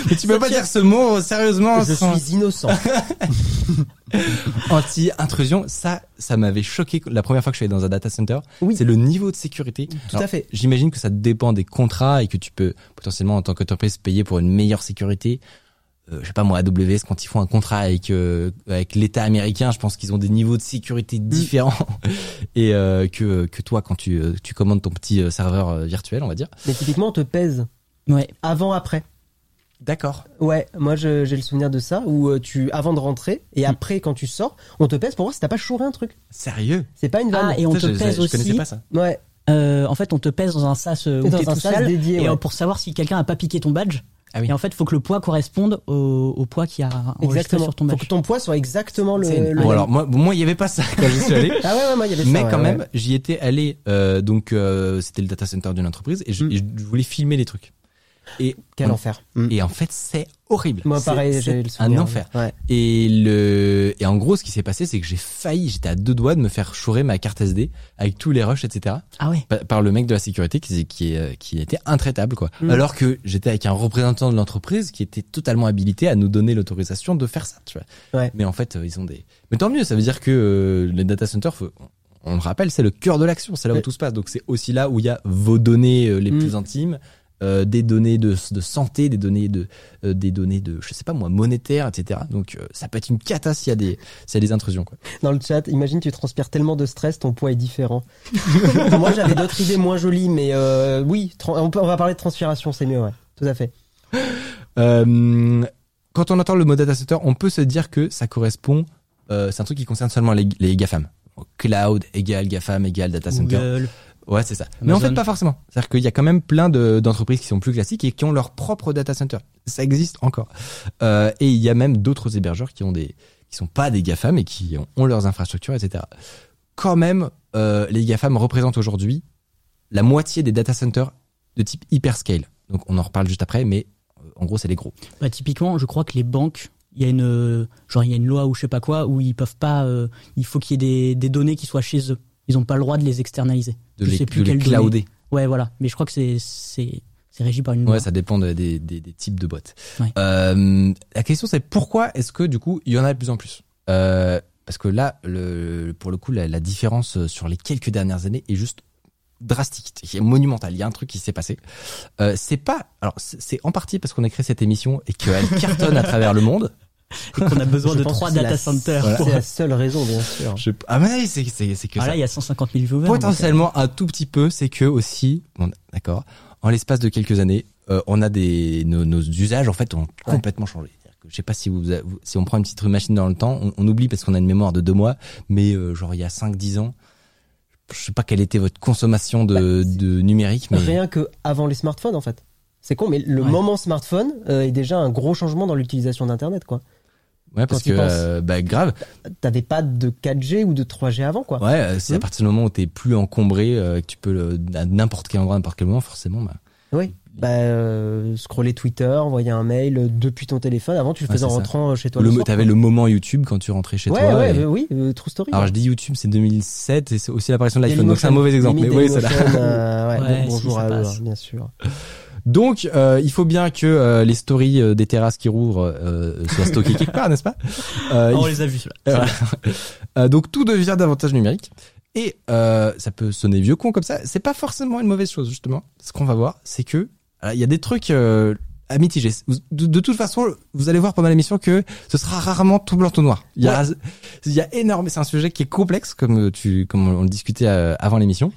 S1: Mais tu peux pas dire ce mot euh, sérieusement.
S2: Je
S1: sans-
S2: suis innocent.
S1: Anti-intrusion, ça, ça m'avait choqué la première fois que je suis allé dans un data center.
S2: Oui.
S1: C'est le niveau de sécurité.
S2: Tout à fait.
S1: J'imagine que ça dépend des contrats et que tu peux potentiellement en tant qu'entreprise payer pour une meilleure sécurité. Euh, je sais pas moi, AWS quand ils font un contrat avec euh, avec l'État américain, je pense qu'ils ont des niveaux de sécurité différents et euh, que que toi quand tu euh, tu commandes ton petit euh, serveur euh, virtuel, on va dire.
S2: Mais typiquement, on te pèse
S3: Ouais.
S2: avant, après.
S1: D'accord.
S2: Ouais, moi je- j'ai le souvenir de ça où euh, tu avant de rentrer et après quand tu sors, on te pèse pour voir si t'as pas chouré un truc.
S1: Sérieux
S2: C'est pas une vanne.
S3: Ah, et on
S1: Ça,
S3: te
S1: je-
S3: pèse
S1: je, je connaissais
S3: aussi.
S1: pas ça.
S2: Ouais,
S3: euh, en fait, on te pèse dans un sas euh, où
S2: Dans
S3: t'es
S2: un
S3: tout
S2: sas
S3: seul.
S2: dédié,
S3: et
S2: ouais.
S3: euh, pour savoir si quelqu'un a pas piqué ton badge.
S1: Ah oui.
S3: Et en fait, faut que le poids corresponde au, au poids qu'il y a enregistré
S2: exactement.
S3: sur ton
S2: Faut
S3: badge.
S2: que ton poids soit exactement
S1: C'est
S3: euh,
S1: une-
S2: le. le
S1: Bon alors moi moi il y avait pas ça quand je suis allé.
S2: Ah ouais, ouais, moi il y avait ça.
S1: Mais
S2: ouais,
S1: quand
S2: ouais.
S1: même, j'y étais allé. euh, donc euh, c'était le data center d'une entreprise et je,
S2: Mm.
S1: et je voulais filmer les trucs. Et,
S2: Quel
S1: on-
S2: enfer. Mm.
S1: et en fait, c'est horrible.
S2: Moi,
S1: C'est-
S2: pareil,
S1: c'est
S2: j'ai eu le
S1: un
S2: souvenir.
S1: enfer.
S2: Ouais.
S1: Et le et en gros, ce qui s'est passé, c'est que j'ai failli, j'étais à deux doigts de me faire chourer ma carte SD avec tous les rushs, etc.
S3: Ah ouais.
S1: pa- par le mec de la sécurité qui qui, euh, qui était intraitable quoi.
S3: Mm.
S1: Alors que j'étais avec un représentant de l'entreprise qui était totalement habilité à nous donner l'autorisation de faire ça, tu vois.
S2: Ouais.
S1: Mais en fait, euh, ils ont des Mais tant mieux, ça veut dire que euh, les data centers faut- on le rappelle, c'est le cœur de l'action, c'est là où
S2: Ouais.
S1: tout se passe. Donc c'est aussi là où il y a vos données euh, les
S2: Mm.
S1: plus intimes. euh, des données de, de santé, des données de, euh, des données de, je sais pas moi, monétaires, etc. Donc euh, ça peut être une cata s'il y a des, s'il y a des intrusions. Quoi.
S2: Dans le chat, imagine tu transpires tellement de stress, ton poids est différent. Moi, j'avais d'autres idées moins jolies, mais euh, oui, tran- on, peut- on va parler de transpiration, c'est mieux, ouais. Tout à fait.
S1: Euh, quand on entend le mot data center, on peut se dire que ça correspond, euh, c'est un truc qui concerne seulement les, les GAFAM. Cloud égale GAFAM égale data center.
S3: Google.
S1: Ouais, c'est ça. Mais en
S3: Amazon.
S1: fait, pas forcément. C'est-à-dire qu'il y a quand même plein de- d'entreprises qui sont plus classiques et qui ont leur propre data center. Ça existe encore. Euh, et il y a même d'autres hébergeurs qui ont des, qui sont pas des GAFAM et qui ont, ont leurs infrastructures, etc. Quand même, euh, les GAFAM représentent aujourd'hui la moitié des data centers de type hyperscale. Donc, on en reparle juste après, mais euh, en gros, c'est les gros.
S3: Bah, typiquement, je crois que les banques, il y a une euh, genre il y a une loi ou je sais pas quoi où ils peuvent pas. euh, il faut qu'il y ait des, des données qui soient chez eux. Ils ont pas le droit de les externaliser.
S1: de
S3: Je
S1: les,
S3: sais plus
S1: de les
S3: quelle donnée.
S1: clouder.
S3: Ouais, voilà. Mais je crois que c'est c'est c'est régi par une loi.
S1: Ouais, ça dépend de- des, des, des types de boîtes.
S3: Ouais.
S1: Euh, la question c'est pourquoi est-ce que du coup il y en a de plus en plus euh, Parce que là, le, pour le coup, la, la différence euh, sur les quelques dernières années est juste drastique, c'est monumental. Il y a un truc qui s'est passé. Euh, c'est pas, alors c'est c'est en partie parce qu'on a créé cette émission et qu'elle cartonne à travers le monde.
S3: On a besoin
S2: Je
S3: de
S2: pense
S3: trois
S2: que c'est
S3: data
S2: la-
S3: centers.
S1: Voilà.
S3: Pour...
S2: C'est la seule raison, bien sûr.
S1: Je, ah mais c'est c'est c'est que
S3: Ah,
S1: ça.
S3: là, il y a 150 000 viewers. euh,
S1: Potentiellement un tout petit peu, c'est que aussi, bon, d'accord, en l'espace de quelques années, euh, on a des nos, nos usages en fait ont complètement changé. C'est-à-dire que Je sais pas si vous, vous- si on prend une petite machine dans le temps, on, on oublie parce qu'on a une mémoire de deux mois, mais euh, genre il y a 5-10 ans, je sais pas quelle était votre consommation de, de numérique, mais
S2: Bah, Rien que avant les smartphones, en fait. C'est con, mais le
S3: Ouais.
S2: moment smartphone euh, est déjà un gros changement dans l'utilisation d'Internet, quoi.
S1: ouais parce
S2: quand tu
S1: que
S2: penses.
S1: euh, bah grave,
S2: T'avais pas de 4G ou de 3G avant, quoi.
S1: ouais, euh, c'est à
S2: Mhm.
S1: partir du moment où t'es plus encombré, euh, que tu peux le- à n'importe quel endroit, à n'importe quel moment, forcément, bah,
S2: Oui. Bah, euh, scroller Twitter, envoyer un mail euh, depuis ton téléphone. Avant, tu le
S1: Ouais,
S2: faisais en
S1: c'est ça.
S2: rentrant euh, chez toi.
S1: le,
S2: soir,
S1: t'avais
S2: quoi.
S1: le moment YouTube quand tu rentrais chez
S2: Ouais,
S1: toi.
S2: ouais,
S1: et-
S2: euh, oui, euh, true story.
S1: Alors
S2: ouais.
S1: je dis YouTube, c'est 2007 et c'est aussi l'apparition de l'iPhone, donc c'est
S2: Dailymotion,
S1: un mauvais exemple. Mais oui,
S2: limite
S1: c'est là.
S2: Dailymotion, euh, ouais,
S3: Ouais,
S2: bon-
S3: si,
S2: bonjour
S3: ça
S2: à eux,
S3: passe.
S2: hein, bien sûr.
S1: Donc euh, il faut bien que euh, les stories euh, des terrasses qui rouvrent euh, soient stockées quelque part, n'est-ce pas Euh,
S3: Ah,
S1: il
S3: on les a vus, ceux-là.
S1: Voilà. Euh, donc tout devient davantage numérique. Et euh, ça peut sonner vieux con comme ça. C'est pas forcément une mauvaise chose justement. Ce qu'on va voir, c'est que alors, il y a des trucs euh, à mitiger. Vous- De, de toute façon, vous allez voir pendant l'émission que ce sera rarement tout blanc tout noir. Il y a, il y a énorme. C'est un sujet qui est complexe, comme euh, tu, comme on le discutait euh, avant l'émission.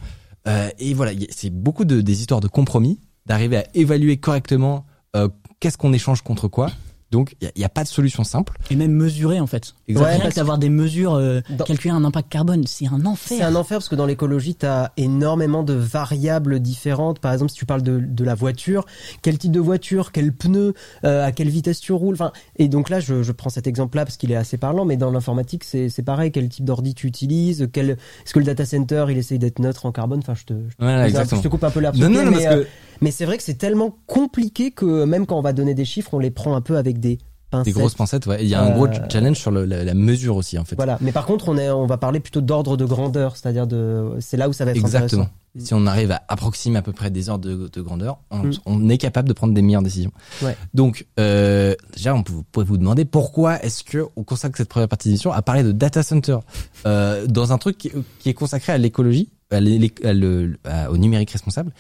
S1: Euh, et voilà, il y a- c'est beaucoup de des histoires de compromis, d'arriver à évaluer correctement euh, qu'est-ce qu'on échange contre quoi. Donc il y a- il y a pas de solution simple.
S3: Et même mesurer, en fait.
S1: Exactement.
S3: Rien
S2: parce
S3: que d'avoir des mesures, euh,
S2: Dans-
S3: calculer un impact carbone, c'est un
S2: C'est
S3: enfer.
S2: un enfer parce que dans l'écologie, t'as énormément de variables différentes. Par exemple, si tu parles de, de la voiture, quel type de voiture, quel pneu, euh, à quelle vitesse tu roules. Enfin, et donc là, je, je prends cet exemple-là parce qu'il est assez parlant, mais dans l'informatique, c'est c'est pareil. Quel type d'ordi tu utilises quel Est-ce que le data center, il essaye d'être neutre en carbone Enfin, je te, je te-
S1: Voilà,
S2: je te-
S1: Ah, exactement.
S2: je te coupe un peu la
S1: Non, non, non,
S2: mais,
S1: parce que
S2: euh, mais c'est vrai que c'est tellement compliqué que même quand on va donner des chiffres, on les prend un peu avec des pincettes.
S1: Des grosses pincettes, ouais. Il y a un gros
S2: Euh,
S1: challenge sur le- la, la mesure aussi, en fait.
S2: Voilà. Mais par contre, on, est, on va parler plutôt d'ordre de grandeur, c'est-à-dire de, c'est là où ça va être
S1: Exactement.
S2: intéressant. Mm.
S1: Si on arrive à approximer à peu près des ordres de, de grandeur, on,
S2: Mm.
S1: on est capable de prendre des meilleures décisions.
S2: Ouais.
S1: Donc, euh, déjà, on peut, vous pouvez vous demander pourquoi est-ce que on consacre cette première partie d'émission à parler de data center euh, dans un truc qui, qui est consacré à l'écologie, à l'é- à le- à- au numérique responsable.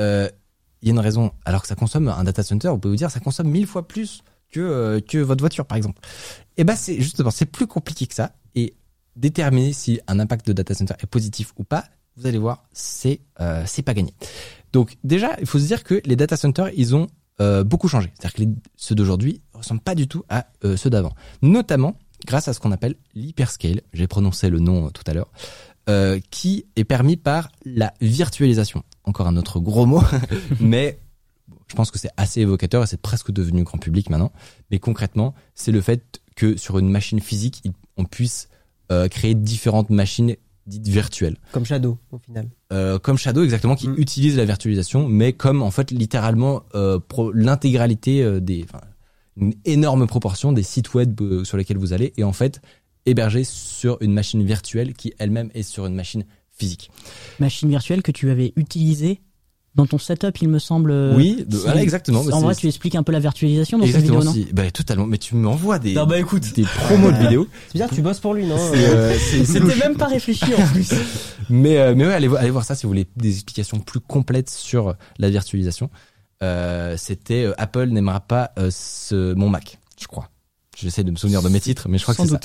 S1: Euh, Il y a une raison. Alors que ça consomme un data center, on peut vous dire ça consomme mille fois plus que euh, que votre voiture, par exemple. Et ben, c'est justement c'est plus compliqué que ça. Et déterminer si un impact de data center est positif ou pas, vous allez voir, c'est euh, c'est pas gagné. Donc déjà, il faut se dire que les data centers, ils ont euh, beaucoup changé. C'est-à-dire que les- ceux d'aujourd'hui ressemblent pas du tout à euh, ceux d'avant. Notamment grâce à ce qu'on appelle l'hyperscale, j'ai prononcé le nom euh, tout à l'heure, euh, qui est permis par la virtualisation. Encore un autre gros mot, mais bon, je pense que c'est assez évocateur et c'est presque devenu grand public maintenant. Mais concrètement, c'est le fait que sur une machine physique, il- on puisse euh, créer différentes machines dites virtuelles.
S2: Comme Shadow, au final.
S1: Euh, comme Shadow exactement, qui
S2: Mm.
S1: utilise la virtualisation, mais comme en fait littéralement euh, pro- l'intégralité euh, des, enfin, une énorme proportion des sites web euh, sur lesquels vous allez est en fait hébergé sur une machine virtuelle qui elle-même est sur une machine physique.
S3: Machine virtuelle que tu avais utilisée dans ton setup, il me semble.
S1: oui, de-
S3: si-
S1: voilà, exactement. bah,
S3: Euh, En
S1: c'est-
S3: vrai, tu expliques un peu la virtualisation dans cette
S1: exactement.
S3: vidéo, non
S1: si- bah, totalement. Mais tu m'envoies des,
S3: Non, bah écoute.
S1: des promos de vidéos.
S2: C'est bizarre, tu bosses pour lui, non
S1: C'est, euh, c'est- c'est-
S3: C'était même pas réfléchi en plus.
S1: Mais, euh, mais ouais, allez, vo- allez voir ça si vous voulez des explications plus complètes sur euh, la virtualisation. Euh, C'était euh, Apple n'aimera pas euh, ce, mon Mac, je crois. J'essaie de me souvenir de mes titres, mais je crois
S3: Sans
S1: que c'est ça.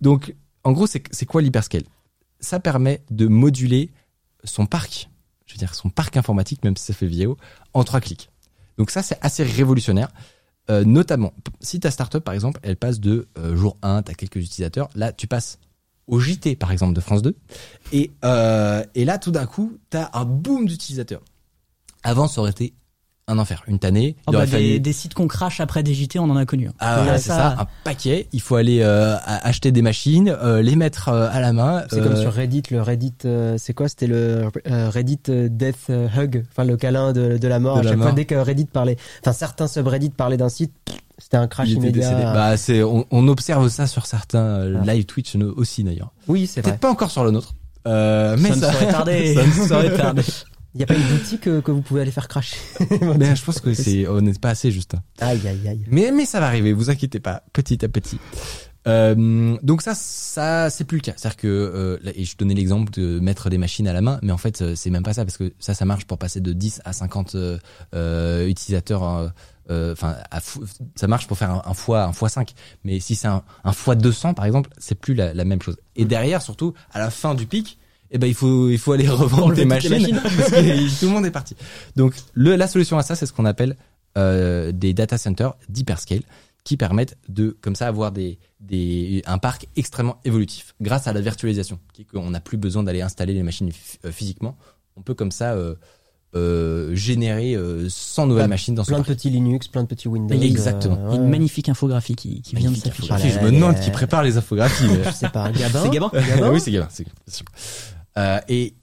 S3: doute.
S1: Donc, en gros, c'est c'est quoi l'hyperscale Ça permet de moduler son parc, je veux dire son parc informatique, même si ça fait vidéo, en trois clics. Donc ça, c'est assez révolutionnaire. Euh, notamment, p- si ta startup, par exemple, elle passe de euh, jour 1, tu as quelques utilisateurs, là, tu passes au JT, par exemple, de France 2, et, euh, et là, tout d'un coup, tu as un boom d'utilisateurs. Avant, ça aurait été un enfer, une tannée.
S3: Ah
S1: il aurait
S3: bah,
S1: fallu-
S3: des, des sites qu'on crache après des JT, on en a connu. hein.
S1: ah ouais,
S3: Ouais,
S1: c'est ça, un paquet. Il faut aller euh, a- acheter des machines, euh, les mettre euh, à la main.
S2: C'est comme
S1: euh,
S2: sur Reddit, le Reddit, euh, c'est quoi C'était le euh, Reddit euh, Death euh, Hug, enfin le câlin de, de la mort.
S1: De
S2: à
S1: la
S2: chaque
S1: mort.
S2: fois, dès que Reddit parlait, enfin certains subreddits parlaient d'un site, pff, c'était un crash
S1: il était
S2: immédiat.
S1: décédé. Bah, c'est, on, on observe ça sur certains euh,
S2: Ah.
S1: live Twitch nous aussi d'ailleurs.
S2: oui, c'est vrai.
S1: Peut-être pas encore sur le nôtre. Euh, mais
S3: Ça ne
S1: ça,
S3: saurait tarder.
S1: ça ne saurait tarder.
S2: Il n'y a pas une boutique euh, que vous pouvez aller faire cracher.
S1: mais je pense que c'est, on n'est pas assez juste. hein.
S2: aïe, aïe, aïe.
S1: Mais, mais ça va arriver, vous inquiétez pas, petit à petit. Euh, donc ça, ça c'est plus le cas. C'est-à-dire que, euh, là, et je donnais l'exemple de mettre des machines à la main, mais en fait euh, c'est même pas ça, parce que ça, ça marche pour passer de 10 à 50 euh, euh, utilisateurs, euh, euh, enfin à fou- ça marche pour faire un, un fois un fois 5. Mais si c'est un, un fois 200 par exemple, c'est plus la, la même chose. Et derrière surtout, à la fin du pic, eh ben il faut il faut aller revendre
S3: Enlever
S1: des
S3: toutes les
S1: machines, parce que tout le monde est parti. Donc le, la solution à ça, c'est ce qu'on appelle euh, des data centers d'hyperscale qui permettent de, comme ça, avoir des, des, un parc extrêmement évolutif grâce à la virtualisation, qui est qu'on n'a plus besoin d'aller installer les machines phy- euh, physiquement. On peut comme ça euh, euh, générer euh, 100 nouvelles
S2: Plein-
S1: machines dans ce
S2: Plein de
S1: parc.
S2: petits Linux, plein de petits Windows.
S1: Exactement.
S2: euh,
S3: Il y a
S2: ouais.
S3: une magnifique infographie qui, qui vient de
S1: Magnifique
S3: s'afficher.
S1: infographie.
S2: Ah là
S1: Je me
S2: là
S1: demande
S2: là
S1: qui
S2: là. Ah bah hein
S1: prépare les infographies. mais-
S2: Je sais pas, Gabin.
S3: C'est Gabin
S2: Gabin
S1: oui, c'est Gabin. c'est Gabin, c'est sûr. Euh, et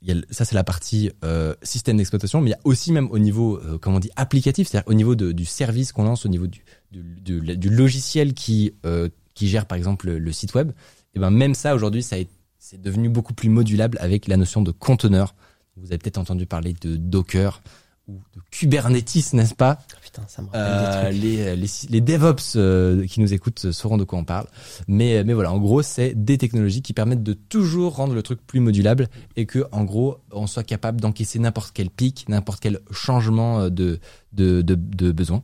S1: il y a le- ça, c'est la partie euh, système d'exploitation, mais il y a aussi même au niveau, euh, comment on dit, applicatif, c'est-à-dire au niveau de- du service qu'on lance, au niveau du, du, du- du logiciel qui, euh, qui gère, par exemple, le, le site web. Et ben même ça, aujourd'hui, ça est- c'est devenu beaucoup plus modulable avec la notion de conteneur. Vous avez peut-être entendu parler de Docker ou de Kubernetes, n'est-ce pas
S2: Putain, ça me rappelle
S1: euh,
S2: des trucs.
S1: les, les, les DevOps euh, qui nous écoutent sauront de quoi on parle. Mais, mais voilà, en gros, c'est des technologies qui permettent de toujours rendre le truc plus modulable et que, en gros, on soit capable d'encaisser n'importe quel pic, n'importe quel changement euh, de, de, de, de besoin.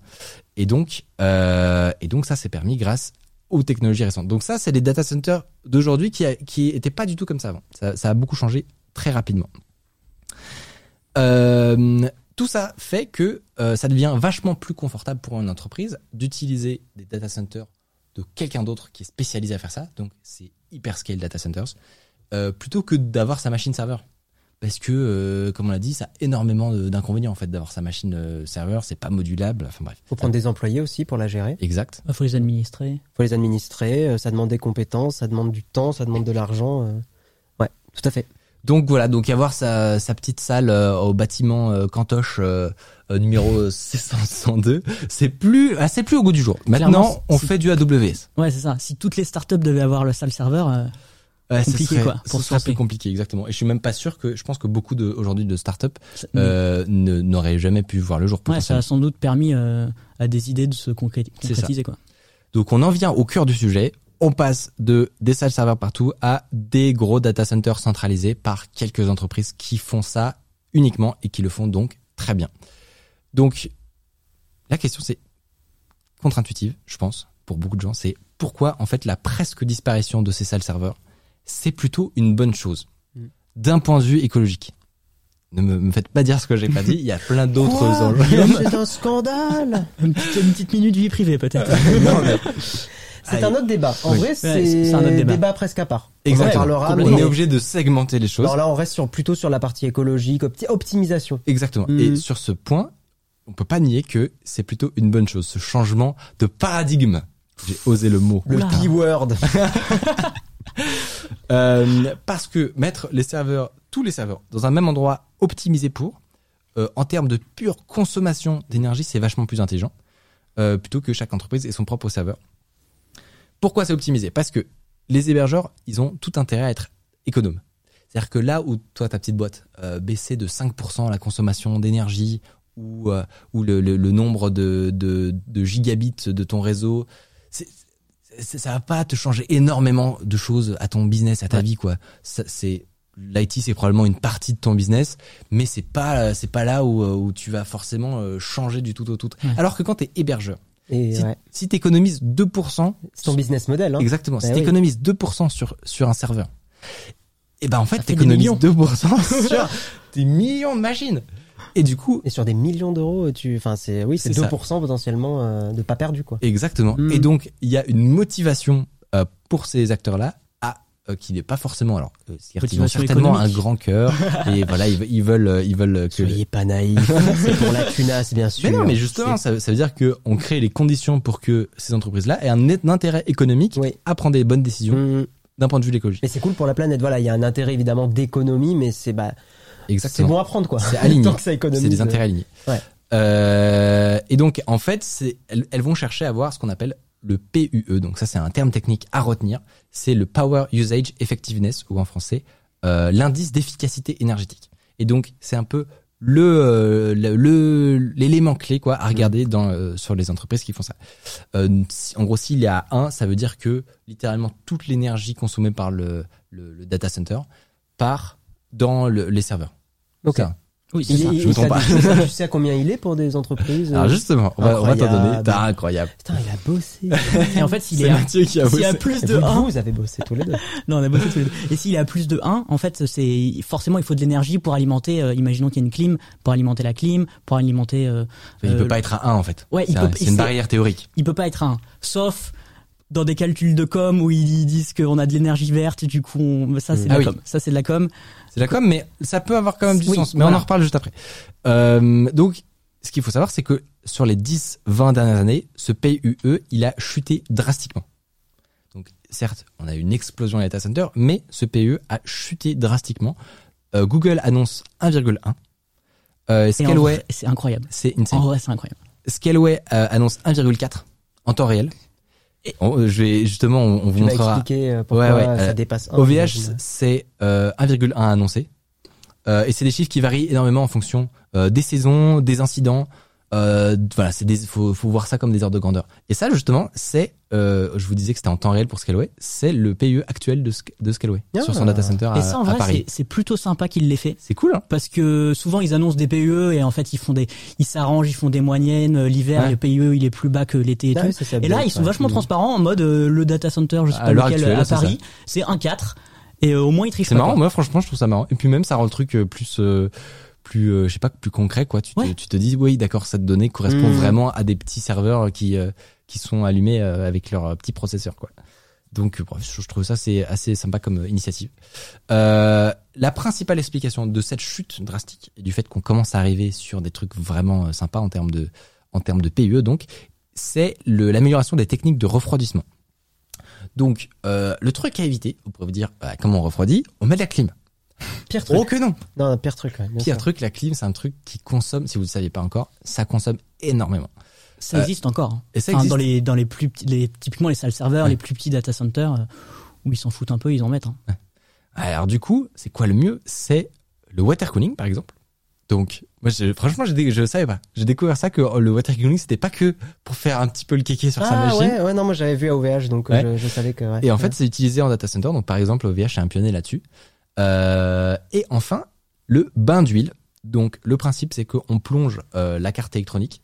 S1: Et donc, euh, et donc ça, c'est permis grâce aux technologies récentes. Donc ça, c'est les data centers d'aujourd'hui qui a- qui n'étaient pas du tout comme ça avant. Ça, ça a beaucoup changé très rapidement. Euh, tout ça fait que euh, ça devient vachement plus confortable pour une entreprise d'utiliser des data centers de quelqu'un d'autre qui est spécialisé à faire ça, donc c'est Hyperscale Data Centers, euh, plutôt que d'avoir sa machine serveur. Parce que, euh, comme on l'a dit, ça a énormément de- d'inconvénients en fait d'avoir sa machine euh, serveur, c'est pas modulable, enfin bref.
S2: Faut prendre des employés aussi pour la gérer.
S1: Exact.
S3: Il Ah, faut les administrer.
S2: Faut les administrer. euh, Ça demande des compétences, ça demande du temps, ça demande de l'argent. euh. Ouais, tout à fait.
S1: Donc voilà, donc avoir sa, sa petite salle euh, au bâtiment euh, Cantoche euh, euh, numéro 602, c'est plus, ah, c'est plus au goût du jour. Maintenant,
S3: Clairement,
S1: on
S3: c'est-
S1: fait du AWS.
S3: Ouais, c'est ça. Si toutes les startups devaient avoir le sale serveur, euh,
S1: Ouais, ce
S3: Compliqué,
S1: serait-
S3: quoi,
S1: ce
S3: pour se
S1: serait
S3: lancer.
S1: plus compliqué, exactement. Et je suis même pas sûr que, je pense que beaucoup de, aujourd'hui de startups
S3: ça-
S1: euh, ne- n'auraient jamais pu voir le jour.
S3: Mm. ouais, ça
S1: potentiellement.
S3: a sans doute permis euh, à des idées de se concré-
S1: C'est ça.
S3: concrétiser. Quoi.
S1: Donc on en vient au cœur du sujet. On passe de des salles serveurs partout à des gros data centers centralisés par quelques entreprises qui font ça uniquement et qui le font donc très bien. Donc la question c'est contre-intuitive, je pense, pour beaucoup de gens, c'est pourquoi en fait la presque disparition de ces salles serveurs, c'est plutôt une bonne chose
S2: Mm.
S1: d'un point de vue écologique. Ne me, me faites pas dire ce que j'ai pas dit, il y a plein d'autres
S2: Quoi
S1: enjeux.
S2: C'est un scandale.
S3: Une petite, une petite minute vie privée peut-être.
S1: Non, mais-
S2: C'est
S1: Aïe.
S2: un autre débat. En
S1: Oui.
S2: vrai,
S3: c'est-
S2: c'est
S3: c'est un autre
S2: un
S3: débat.
S2: débat presque à part. On en
S1: Exactement.
S2: parlera.
S1: on
S2: mais-
S1: est obligé de segmenter les choses.
S2: Alors là, on reste sur, plutôt sur la partie écologique, opti- optimisation.
S1: Exactement.
S3: Mm.
S1: Et sur ce point, on peut pas nier que c'est plutôt une bonne chose, ce changement de paradigme. J'ai osé le mot.
S2: Le
S3: Oula.
S2: P-word.
S1: Euh, parce que mettre les serveurs, tous les serveurs, dans un même endroit optimisé pour, euh, en termes de pure consommation d'énergie, c'est vachement plus intelligent euh, plutôt que chaque entreprise ait son propre serveur. Pourquoi c'est optimisé Parce que les hébergeurs, ils ont tout intérêt à être économes. C'est-à-dire que là où toi, ta petite boîte, euh, baissait de 5% la consommation d'énergie ou, euh, ou le, le- le nombre de, de- de gigabits de ton réseau, c'est- c'est- ça va pas te changer énormément de choses à ton business, à ta vie. quoi. Ça, C'est L'IT, c'est probablement une partie de ton business, mais c'est pas c'est pas là où, euh, où tu vas forcément euh, changer du tout au tout.
S3: Ouais.
S1: Alors que quand tu es hébergeur,
S2: Et
S1: si,
S2: ouais,
S1: si tu économises 2%,
S2: c'est ton business model. Hein.
S1: Exactement. si
S2: Bah oui.
S1: t'économises 2% sur, sur un serveur, et ben en fait,
S3: fait des
S1: t'économises
S3: millions.
S1: 2% sur des millions de machines. Et du coup,
S2: Et sur des millions d'euros, tu, enfin, c'est, oui, c'est
S1: C'est ça.
S2: 2% potentiellement euh, de pas perdu, quoi.
S1: exactement.
S3: Hmm.
S2: Mm.
S1: Et donc, il y a une motivation euh, pour ces acteurs-là à euh, qui n'est pas forcément alors euh, c'est-à-dire qu'ils ont
S3: Motivation
S1: certainement un
S3: économique.
S1: grand cœur et voilà ils, ve- ils veulent euh, ils veulent que
S2: Soyez pas naïf. c'est pour la tunasse, bien sûr.
S1: mais non mais justement ça, ça veut dire que on crée les conditions pour que ces entreprises là aient un, net- un intérêt économique
S2: Oui.
S1: à prendre des bonnes
S3: Hmm.
S1: décisions
S2: Mm.
S1: d'un point de vue de l'écologie
S2: Mais c'est cool pour la planète. Voilà, il y a un intérêt évidemment d'économie, mais c'est bah, c'est
S1: exactement
S2: bon à prendre quoi.
S1: C'est aligné.
S2: Tant que ça économise.
S1: C'est des intérêts alignés.
S2: Ouais.
S1: Euh, et donc, en fait, c'est- elles, elles vont chercher à avoir ce qu'on appelle le PUE. Donc ça, c'est un terme technique à retenir. C'est le Power Usage Effectiveness, ou en français, euh, l'indice d'efficacité énergétique. Et donc, c'est un peu le euh, le- le- l'élément clé quoi à
S2: Mm.
S1: regarder dans euh, sur les entreprises qui font ça. Euh, si- en gros, s'il y a un, ça veut dire que littéralement toute l'énergie consommée par le, le, le data center part dans le- les serveurs.
S2: Ok.
S1: Ça,
S3: Oui,
S1: c'est ça,
S2: Il-
S1: je
S2: il-
S1: me
S2: ça
S1: trompe pas.
S2: dit- ça, tu sais à combien il est pour des entreprises euh,
S1: Alors Ah, justement, on va, on va t'en
S2: Incroyable.
S1: donner. T'as incroyable.
S2: Putain, il a bossé.
S3: Et en fait, s'il
S1: C'est
S3: est à,
S1: Mathieu qui a
S3: s'il y a
S1: bossé.
S3: plus
S2: Et
S3: de
S2: vous,
S3: 1,
S2: vous avez bossé tous les deux.
S3: non, on a bossé tous les deux. Et s'il est à plus de 1, en fait, c'est forcément il faut de l'énergie pour alimenter. euh, imaginons qu'il y a une clim, pour alimenter la clim, pour alimenter. euh,
S1: Il
S3: euh,
S1: peut pas être à 1 en fait.
S3: Ouais, il
S1: C'est
S3: peut
S1: un-
S3: pas-
S1: c'est
S3: il
S1: une
S3: sait-
S1: barrière théorique.
S3: il peut pas être à 1. Sauf dans des calculs de com où ils disent qu'on a de l'énergie verte, du coup, on- bah, ça c'est de
S1: Ah
S3: la
S1: oui.
S3: com. Ça c'est de la com.
S1: C'est la com, mais ça peut avoir quand même du
S3: Oui,
S1: sens. Mais
S3: voilà.
S1: on en reparle juste après. Euh, donc, ce qu'il faut savoir, c'est que sur les 10-20 dernières années, ce PUE, il a chuté drastiquement. Donc, certes, on a eu une explosion des data centers, mais ce PUE a chuté drastiquement. Euh, Google annonce 1,1. Euh,
S3: Et en
S1: Scaleway,
S3: vrai, C'est incroyable.
S1: c'est insane.
S3: En vrai, c'est incroyable.
S1: Scaleway euh, annonce 1,4 en temps réel.
S3: Et-
S1: On- euh, je vais justement, on, on vous
S2: Tu m'as
S1: montrera.
S2: expliqué euh, pourquoi
S1: Ouais, ouais,
S2: ça
S1: euh,
S2: dépasse
S3: Ah,
S2: un,
S1: OVH,
S2: j'imagine.
S1: c'est euh, 1,1 annoncé. Euh, et c'est des chiffres qui varient énormément en fonction euh, des saisons, des incidents. Euh, voilà, c'est des, faut, faut voir ça comme des ordres de grandeur. Et ça, justement, c'est, euh, je vous disais que c'était en temps réel pour Scaleway, c'est le PE actuel de, Sc- de Scaleway
S2: Ah.
S1: sur son data center à,
S3: Et ça en
S1: à
S3: vrai, c'est-
S1: Paris.
S3: c'est plutôt sympa qu'il l'ait fait.
S1: C'est cool, hein
S3: parce que souvent ils annoncent des PE et en fait ils font des ils s'arrangent ils font des moyennes euh, l'hiver
S1: Ouais.
S3: le PE il est plus bas que l'été et
S2: Ah
S3: tout
S2: ouais, ça, ça
S3: et là
S2: bloque,
S3: ils sont
S2: ouais.
S3: vachement transparents en mode euh, le data center je sais
S1: À
S3: pas
S1: l'heure
S3: lequel euh,
S1: actuelle,
S3: à
S1: c'est ça.
S3: Paris c'est un 4 et euh, au moins ils trichent
S1: C'est
S3: pas,
S1: marrant,
S3: quoi.
S1: moi franchement je trouve ça marrant. Et puis même ça rend le truc euh, plus, euh, plus, euh, je sais pas, plus concret quoi. Tu te,
S3: Ouais.
S1: tu te dis oui d'accord cette donnée correspond
S2: Mm.
S1: vraiment à des petits serveurs qui euh, qui sont allumés euh, avec leur euh, petit processeur quoi. Donc euh, bref, je je trouve ça c'est assez sympa comme euh, initiative. Euh, la principale explication de cette chute drastique et du fait qu'on commence à arriver sur des trucs vraiment euh, sympas en termes de en termes de PUE donc, c'est le- l'amélioration des techniques de refroidissement. Donc, euh, le truc à éviter, vous pourrez vous dire, bah, comment on refroidit On met de la clim.
S2: Pire truc.
S1: Oh que non
S2: Non, un pire truc. ouais, bien
S1: Pire
S2: sûr.
S1: truc, la clim, c'est un truc qui consomme, si vous ne le saviez pas encore, ça consomme énormément.
S3: ça
S1: Euh,
S3: existe encore hein.
S1: Et ça
S3: Enfin,
S1: existe.
S3: dans les dans les plus petits les typiquement les salles serveurs
S1: Ouais.
S3: les plus petits data centers euh, où ils s'en foutent un peu ils en mettent hein.
S1: Alors du coup, c'est quoi le mieux C'est le water cooling, par exemple. Donc, moi, j'ai- franchement, j'ai dé- je ne savais pas. J'ai découvert ça que oh, le water cooling, c'était pas que pour faire un petit peu le kéké sur sa
S2: Ah
S1: machine.
S2: ouais, ouais, non, moi j'avais vu à OVH, donc euh, je, je savais que. ouais,
S1: Et en
S2: ouais.
S1: fait, c'est utilisé en data center. Donc, par exemple, OVH est un pionnier là-dessus. Euh, et enfin, le bain d'huile. Donc, le principe, c'est qu'on plonge euh, la carte électronique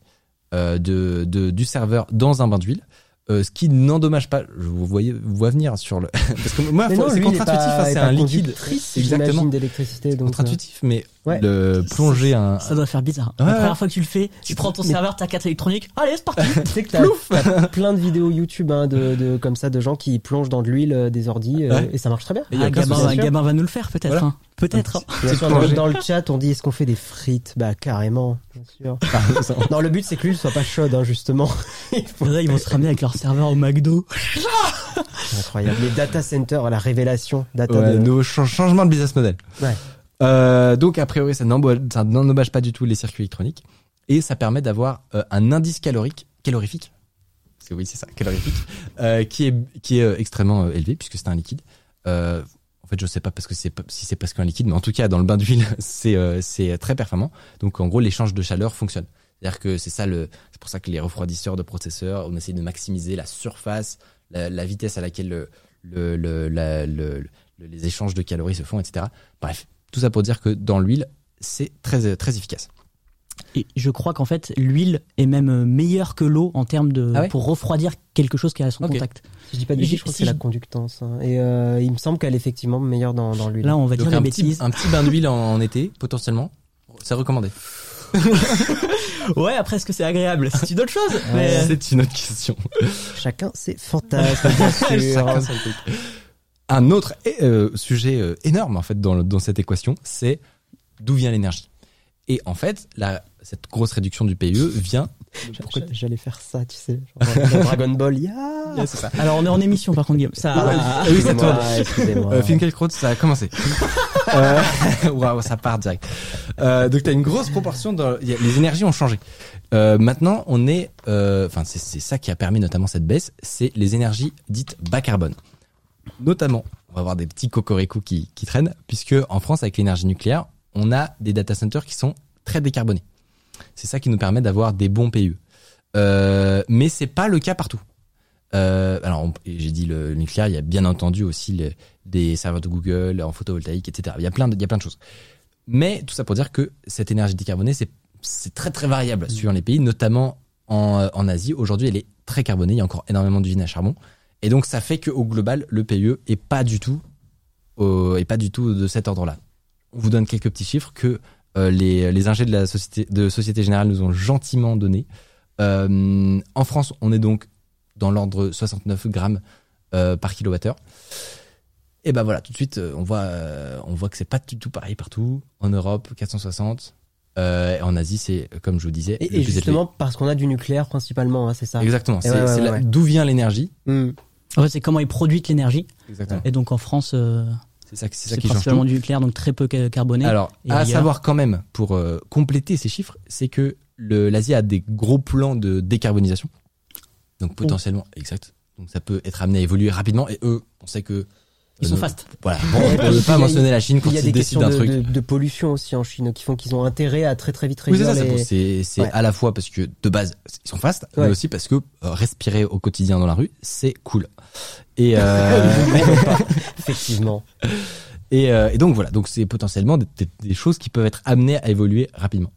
S1: euh, de, de- du serveur dans un bain d'huile. euh, ce qui n'endommage pas, je vous voyez, vous vois venir sur le, parce que moi,
S2: Mais
S1: faut-
S2: non,
S1: c'est
S2: lui, il est pas-
S1: contre-intuitif, hein,
S2: il est
S1: c'est
S2: pas
S1: un liquide,
S2: conductrice,
S1: exactement,
S2: j'imagine, d'électricité. donc, euh,
S1: contre-intuitif, mais
S2: Ouais.
S1: le plonger un,
S3: ça doit faire bizarre
S1: Ouais,
S3: la
S1: ouais.
S3: première fois que tu le fais tu prends ton
S2: Mais-
S3: serveur ta carte électronique allez c'est parti
S2: Tu sais que t'as- t'as plein de vidéos YouTube hein, de, de comme ça de gens qui plongent dans de l'huile euh, des ordi euh,
S1: Ouais.
S2: et ça marche très bien.
S1: Et il y a
S3: Ah,
S1: aucun
S3: Gabin,
S1: souci.
S3: va- Gabin va nous le faire peut-être
S1: Voilà.
S3: hein. peut-être hein.
S2: Bien
S1: C'est
S2: sûr,
S1: plongé.
S2: dans le chat, on dit est-ce qu'on fait des frites Bah carrément, bien sûr.
S1: Ah,
S2: Non, le but c'est que l'huile soit pas chaude, hein, justement.
S3: Faudrait, ils vont se ramener avec leur serveur au McDo
S2: Incroyable. Les data centers, la révélation. Data
S1: Ouais,
S2: de-
S1: nouveau cha- changement de business model.
S2: Ouais.
S1: Euh, donc a priori ça n'embo- ça n'endommage pas du tout les circuits électroniques et ça permet d'avoir euh, un indice calorique calorifique parce que oui c'est ça calorifique euh, qui est qui est euh, extrêmement euh, élevé puisque c'est un liquide Euh, en fait je sais pas parce que c'est pas- si c'est parce qu'un liquide mais en tout cas dans le bain d'huile c'est euh, c'est très performant donc en gros l'échange de chaleur fonctionne c'est-à-dire que c'est ça le c'est pour ça que les refroidisseurs de processeurs on essaie de maximiser la surface la, la vitesse à laquelle le, le, le- la- le- le- les échanges de calories se font etc bref tout ça pour dire que dans l'huile, c'est très, euh, très efficace.
S3: Et je crois qu'en fait, l'huile est même euh, meilleure que l'eau en termes de
S1: Ah ouais
S3: pour refroidir quelque chose qui est à son
S1: Ok.
S3: contact.
S2: Si je dis pas de
S3: J'ai-
S2: bêtises, je crois que
S3: si
S2: c'est
S3: je-
S2: la conductance. hein. Et euh, il me semble qu'elle est effectivement meilleure dans, dans l'huile.
S3: Là, on va dire
S1: un
S3: des
S1: petit,
S3: bêtises.
S1: un petit bain d'huile en, en été, potentiellement, c'est recommandé.
S3: Ouais, après, est-ce que c'est agréable C'est une autre chose.
S2: Ouais.
S3: mais-
S1: C'est une autre question.
S2: Chacun ses fantasmes, bien sûr.
S1: Chacun son truc. Un autre euh, sujet euh, énorme en fait dans, le- dans cette équation, c'est d'où vient l'énergie. Et en fait, la, cette grosse réduction du PIE vient.
S2: Pourquoi j'allais faire ça, tu sais genre, dans Dragon Ball, ya
S3: Ah. Alors, on est en émission, par contre, Guillaume. Ça,
S1: Ah, oui, c'est
S2: Excusez-moi,
S1: toi.
S2: excusez-moi.
S1: Euh, Finkielkraut, ça a commencé. Euh, Waouh, ça part direct. Euh, donc t'as une grosse proportion. Dans, y a- les énergies ont changé. Euh, maintenant, on est, euh, enfin c'est c'est ça qui a permis notamment cette baisse, c'est les énergies dites bas carbone. Notamment, on va avoir des petits cocoricots qui, qui traînent, puisque en France avec l'énergie nucléaire, on a des data centers qui sont très décarbonés. C'est ça qui nous permet d'avoir des bons PU. Euh, mais c'est pas le cas partout. Euh, alors, on- et j'ai dit le nucléaire, il y a bien entendu aussi le- des serveurs de Google en photovoltaïque, etc. Il y a plein de, il y a plein de choses. Mais tout ça pour dire que cette énergie décarbonée, c'est, c'est très très variable suivant les pays, notamment en, euh, en Asie. Aujourd'hui, elle est très carbonée. Il y a encore énormément d'usines à charbon. Et donc, ça fait qu'au global, le PE est pas du tout, euh, est pas du tout de cet ordre-là. On vous donne quelques petits chiffres que euh, les, les ingés de la société, de Société Générale nous ont gentiment donné. Euh, en France, on est donc dans l'ordre 69 grammes euh, par kilowattheure. Et ben voilà, tout de suite, euh, on voit, euh, on voit que c'est pas du tout pareil partout. En Europe, 460. Euh, et en Asie, c'est euh, comme je vous disais. le
S2: Et, et
S1: plus élevé.
S2: justement, parce qu'on a du nucléaire principalement, hein, c'est ça.
S1: Exactement. C'est
S2: ouais,
S1: c'est
S2: ouais,
S1: la-
S2: ouais.
S1: d'où vient l'énergie.
S2: Hmm.
S3: en fait, c'est comment est produite l'énergie.
S1: Exactement.
S3: Et donc, en France, euh,
S1: C'est ça, c'est ça
S3: c'est
S1: qui change tout.
S3: principalement du nucléaire, donc très peu ca- carboné.
S1: Alors,
S3: Et
S1: à
S3: ailleurs.
S1: savoir quand même, pour euh, compléter ces chiffres, c'est que le- l'Asie a des gros plans de décarbonisation.
S2: Oh.
S1: Donc potentiellement, exact. Donc ça peut être amené à évoluer rapidement. Et eux, on sait que...
S3: Ils
S1: euh,
S3: sont
S1: nos-
S3: fast.
S1: Voilà, bon,
S2: Et
S1: on
S2: puis,
S1: peut
S2: il y
S1: pas
S2: a-
S1: mentionner la Chine quand
S2: Il y a
S1: ils
S2: des
S1: décident
S2: questions
S1: d'un
S2: de,
S1: truc.
S2: de- de pollution aussi en Chine qui font qu'ils ont intérêt à très très vite
S1: Oui, c'est
S2: réduire
S1: ça, c'est
S2: les...
S1: pour- c'est c'est
S2: Ouais.
S1: à la fois parce que de base, ils sont fastes,
S2: Ouais.
S1: mais aussi parce que euh, respirer au quotidien dans la rue, c'est cool. Et, euh,
S2: effectivement.
S1: Et, euh, et donc voilà, donc c'est potentiellement des, des- des choses qui peuvent être amenées à évoluer rapidement.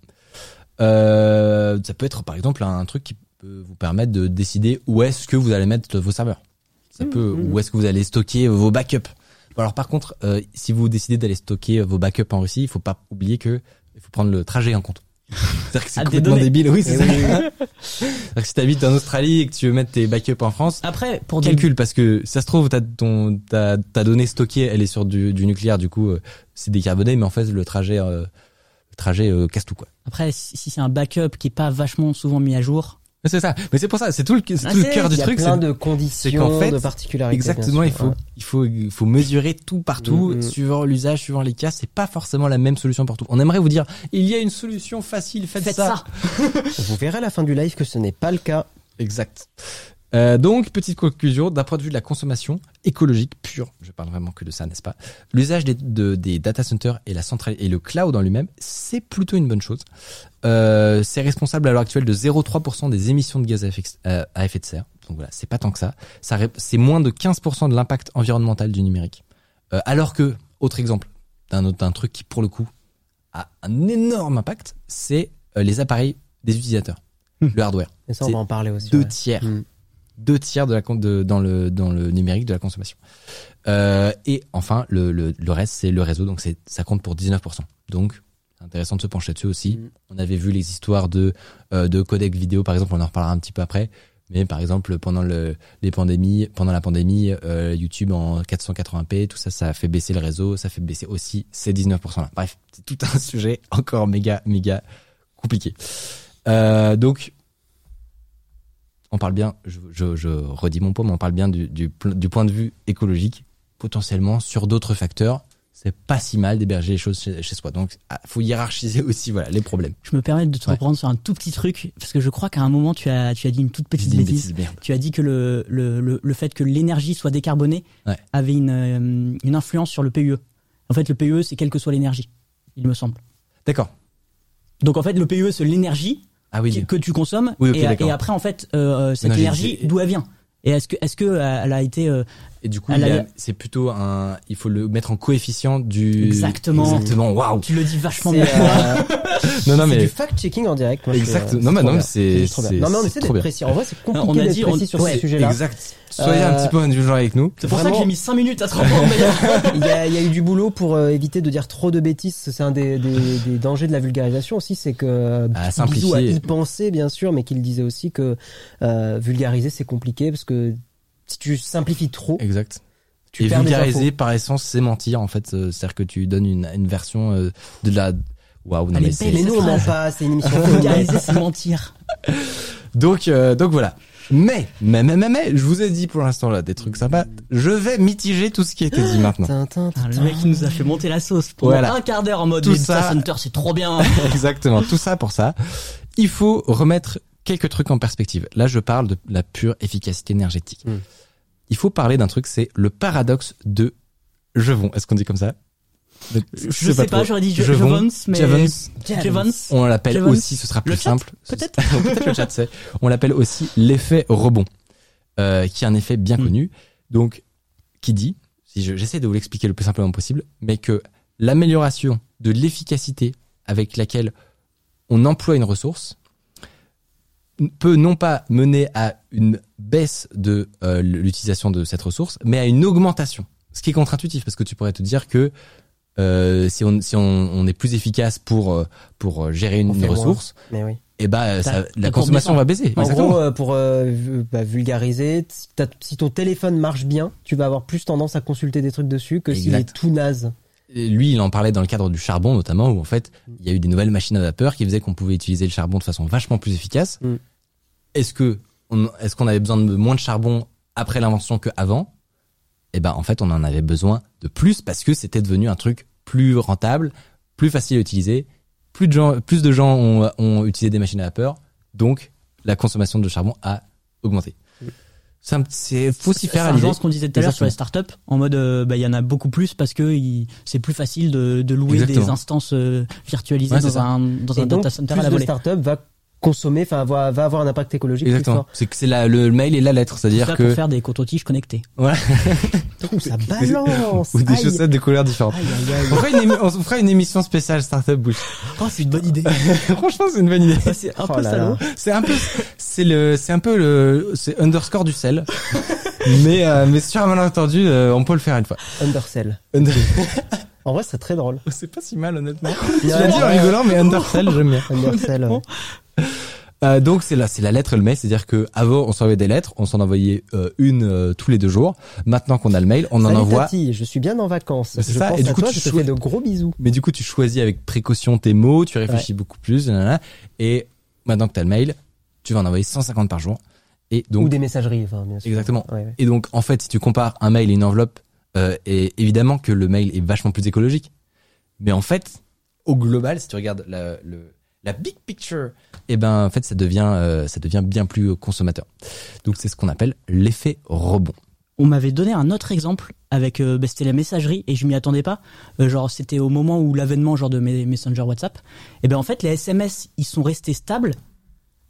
S1: Euh, ça peut être par exemple un truc qui peut vous permettre de décider où est-ce que vous allez mettre vos serveurs.
S3: Mmh,
S1: Ça peut où est-ce que vous allez stocker vos backups. Bon, alors par contre, euh, si vous décidez d'aller stocker vos backups en Russie, il faut pas oublier que il faut prendre le trajet en compte. C'est-à-dire que c'est
S3: Ah, des
S1: complètement
S3: données.
S1: débile, oui. C'est
S2: Eh
S1: ça.
S2: oui,
S1: C'est-à-dire que si t'habites en Australie et que tu veux mettre tes backups en France,
S3: Après, pour des-
S1: calcul parce que ça se trouve t'as ton ta ta donnée stockée elle est sur du, du nucléaire du coup euh, c'est décarboné mais en fait le trajet euh, le trajet euh, casse tout quoi
S3: Après, si si c'est un backup qui est pas vachement souvent mis à jour,
S1: Mais c'est ça mais c'est pour ça c'est tout le c'est
S3: Ah,
S1: tout le
S3: c'est-
S1: cœur du
S2: Il y a
S1: truc
S2: plein
S1: c'est-
S2: de conditions,
S1: fait,
S2: de particularités. bien
S1: exactement il
S2: sûr,
S1: faut
S2: hein.
S1: il faut il faut mesurer tout partout
S2: Mm, mm.
S1: suivant l'usage suivant les cas c'est pas forcément la même solution partout on aimerait vous dire il y a une solution facile faites,
S3: faites
S1: ça.
S3: ça.
S2: Vous verrez à la fin du live que ce n'est pas le cas.
S1: Exact. Euh, donc, petite conclusion, d'un point de vue de la consommation écologique pure, je parle vraiment que de ça, n'est-ce pas L'usage des, de- des data centers et, la centrale, et le cloud en lui-même, c'est plutôt une bonne chose. Euh, c'est responsable à l'heure actuelle de 0,3% des émissions de gaz à effet, euh, à effet de serre. Donc voilà, c'est pas tant que ça. ça ré- c'est moins de 15% de l'impact environnemental du numérique. Euh, alors que, autre exemple d'un autre- d'un truc qui, pour le coup, a un énorme impact, c'est euh, les appareils des utilisateurs,
S3: Hmm.
S1: le hardware
S2: Et ça, on
S1: C'est
S2: va en parler aussi.
S1: deux
S2: ouais.
S1: tiers,
S2: Mm.
S1: deux tiers de la con- de, dans le dans le numérique de la consommation. Euh, et enfin le, le, le reste c'est le réseau donc c'est ça compte pour 19%. Donc c'est intéressant de se pencher dessus aussi.
S2: Mm.
S1: On avait vu les histoires de euh, de codec vidéo par exemple, on en reparlera un petit peu après. Mais par exemple pendant le, les pandémies, pendant la pandémie, euh, YouTube en 480p, tout ça, ça a fait baisser le réseau, ça fait baisser aussi ces 19% là. Bref, c'est tout un sujet encore méga méga compliqué. Euh, donc on parle bien, je, je, je redis mon pomme, on parle bien du, du, pl- du point de vue écologique, potentiellement sur d'autres facteurs. C'est pas si mal d'héberger les choses chez, chez soi. Donc, ah, faut hiérarchiser aussi, voilà, les problèmes.
S3: Je me permets de te
S1: Ouais.
S3: reprendre sur un tout petit truc, parce que je crois qu'à un moment, tu as, tu as dit une toute petite
S1: Dis une
S3: bêtise.
S1: bêtise, merde.
S3: Tu as dit que le, le, le, le fait que l'énergie soit décarbonée
S1: Ouais.
S3: avait une, euh, une influence sur le PUE. En fait, le PUE, c'est quelle que soit l'énergie, il me semble.
S1: D'accord.
S3: Donc en fait, le PUE, c'est l'énergie
S1: Ah oui.
S3: qui- que tu consommes
S1: Oui, ok,
S3: et,
S1: d'accord.
S3: et après en fait euh, euh, cette
S1: L'énergie,
S3: énergie
S1: c'est-
S3: d'où elle vient et est-ce que est-ce que euh, elle a été euh,
S1: Et du coup,
S3: Elle
S1: il y a-
S3: a-
S1: c'est plutôt un. Il faut le mettre en coefficient du.
S3: Exactement.
S1: Exactement. Waouh.
S3: tu le dis vachement
S2: C'est,
S3: bien
S2: euh,
S1: Non, non,
S2: c'est du
S1: mais.
S2: fact-checking en direct. moi, je- euh,
S1: Exact.
S2: c'est
S1: Non, mais
S2: trop
S1: non, mais
S2: bien.
S1: c'est.
S2: C'est trop bien.
S1: c'est-
S2: Non, mais on
S1: c'est
S2: essaie
S1: trop
S2: d'être
S1: bien.
S2: précis. En vrai, c'est
S3: On a
S2: compliqué
S3: dit-
S2: d'être
S3: on-
S2: précis sur
S3: ouais,
S2: ce sujet-là.
S1: Exact. Soyez un
S2: Euh,
S1: petit peu indulgents avec nous.
S3: c'est pour ça
S2: Vraiment.
S3: que j'ai mis 5 minutes à te reprendre d'ailleurs.
S2: Il y, a, il y a eu du boulot pour euh, éviter de dire trop de bêtises. C'est un des, des- des dangers de la vulgarisation aussi, c'est que
S1: À
S2: Bisou à
S1: Ah, simplifier.
S2: y penser bien sûr, mais qu'il disait aussi que euh, vulgariser c'est compliqué parce que si tu simplifies trop,
S1: Exact.
S2: tu
S1: et
S2: perds des infos.
S1: vulgariser, par essence, c'est mentir, en fait. Euh, C'est-à-dire que tu donnes une, une version euh, de la. Waouh, non,
S3: Elle
S1: mais
S3: est
S1: c'est.
S3: belle.
S2: Mais nous on ment pas, c'est une émission.
S3: vulgariser c'est mentir
S1: Donc, euh, donc voilà. Mais, mais, mais, mais, mais, je vous ai dit pour l'instant là des trucs sympas. Je vais mitiger tout ce qui a été dit maintenant.
S2: Tintin,
S3: Putain, le mec qui nous a fait monter la sauce pendant
S1: Voilà.
S3: un quart d'heure en mode
S1: Tout
S3: mais
S1: ça-
S3: ça Hunter c'est trop bien
S1: Exactement, tout ça pour ça. Il faut remettre quelques trucs en perspective. Là, je parle de la pure efficacité énergétique.
S2: Mm.
S1: Il faut parler d'un truc, c'est le paradoxe de Jevons. Est-ce qu'on dit comme ça je,
S3: je, sais pas,
S1: trop.
S3: j'aurais dit Je-
S1: Jevons,
S3: Jevons mais
S1: Jevons.
S3: Jevons.
S1: On l'appelle
S3: Jevons.
S1: aussi, ce sera plus
S3: Le chat,
S1: simple.
S3: peut-être
S1: Peut-être le chat sait. On l'appelle aussi l'effet rebond, euh, qui est un effet bien
S3: Mm.
S1: connu. Donc, qui dit, si je- j'essaie de vous l'expliquer le plus simplement possible, mais que l'amélioration de l'efficacité avec laquelle on emploie une ressource n- peut non pas mener à une baisse de euh, l'utilisation de cette ressource, mais à une augmentation. Ce qui est contre-intuitif, parce que tu pourrais te dire que euh, si, on, si on, on est plus efficace pour, euh, pour euh, gérer une,
S2: On fait
S1: une
S2: moins.
S1: ressource,
S2: Mais oui.
S1: eh ben, euh,
S3: T'as-
S1: ça-
S3: t'as
S1: la
S3: pour
S1: consommation
S3: descendre.
S1: va baisser.
S2: En
S1: Exactement.
S2: gros, euh, pour euh, vu- bah, vulgariser, t- si t'as- si ton téléphone marche bien, tu vas avoir plus tendance à consulter des trucs dessus que s'il
S1: Exact.
S2: est tout naze.
S1: Et lui, il en parlait dans le cadre du charbon notamment, où en fait, il y a eu des nouvelles machines à vapeur qui faisaient qu'on pouvait utiliser le charbon de façon vachement plus efficace.
S2: Mm.
S1: Est-ce que on- est-ce qu'on avait besoin de moins de charbon après l'invention qu'avant Eh ben, en fait, on en avait besoin de plus parce que c'était devenu un truc plus rentable, plus facile à utiliser. Plus de gens, plus de gens ont, ont utilisé des machines à vapeur, donc la consommation de charbon a augmenté. Ça me- C'est faut s'y faire à
S3: Mm. C'est un
S1: l'idée.
S3: genre ce qu'on disait tout à l'heure sur les startups, en mode euh, bah, il y en a beaucoup plus parce que il- c'est plus facile de, de louer
S1: Exactement.
S3: des instances euh, virtualisées
S1: Ouais, c'est
S3: dans,
S1: ça.
S3: un, dans
S2: Et
S3: un
S2: donc,
S3: data
S2: plus
S3: center à la
S2: de
S3: volée.
S2: start-up va consommer, enfin va, va avoir un impact écologique
S1: Exactement. C'est que c'est la- le mail et la lettre,
S3: Tout
S1: c'est-à-dire
S3: ça
S1: que
S3: pour faire des coton-tiges connectés.
S2: plus fort. Ouh, ça balance.
S1: ou des
S2: Aïe.
S1: chaussettes de couleurs différentes.
S2: Aïe, aïe, aïe.
S1: On fera, une émi- on fera une émission spéciale Startup Bush.
S3: Oh, c'est une bonne idée.
S1: Franchement, c'est une bonne idée. Hein
S3: c'est un
S2: Oh
S3: peu
S2: là
S3: salaud.
S2: là.
S1: C'est un peu, c'est le, c'est un peu le, c'est underscore du sel. mais, euh, mais sur un malentendu, euh, on peut le faire une fois.
S2: Undersell.
S1: Under- Oh,
S2: En vrai, c'est très drôle.
S1: c'est pas si mal, honnêtement.
S2: Il
S1: Tu l'as dit en rigolant, mais undersell, j'aime bien.
S2: Undersell. ouais.
S1: Euh, donc c'est la, c'est la lettre et le mail, c'est-à-dire que avant on s'envoyait des lettres, on s'en envoyait euh, une euh, tous les deux jours. Maintenant qu'on a le mail, on
S2: Salut
S1: en envoie.
S2: Tati, je suis bien en vacances.
S1: Mais c'est
S2: Je
S1: ça,
S2: pense
S1: et du
S2: à
S1: coup,
S2: toi,
S1: tu
S2: je te
S1: chou-
S2: fais de gros bisous.
S1: Mais du coup, tu choisis avec précaution tes mots, tu réfléchis beaucoup plus, nanana. et maintenant que t'as le mail, tu vas en envoyer 150 par jour. Et
S2: Ou
S1: donc,
S2: des messageries, enfin, bien sûr.
S1: Exactement.
S2: Ouais, ouais.
S1: et donc, en fait, si tu compares un mail et une enveloppe, euh, et évidemment que le mail est vachement plus écologique. Mais en fait, au global, si tu regardes la, le, la big picture, eh ben, en fait, ça devient, euh, ça devient bien plus consommateur. Donc, c'est ce qu'on appelle l'effet rebond.
S3: On m'avait donné un autre exemple avec euh, bah, c'était la messagerie et je m'y attendais pas. Euh, genre c'était au moment où l'avènement genre de mes- Messenger WhatsApp. Et ben en fait les SMS ils sont restés stables,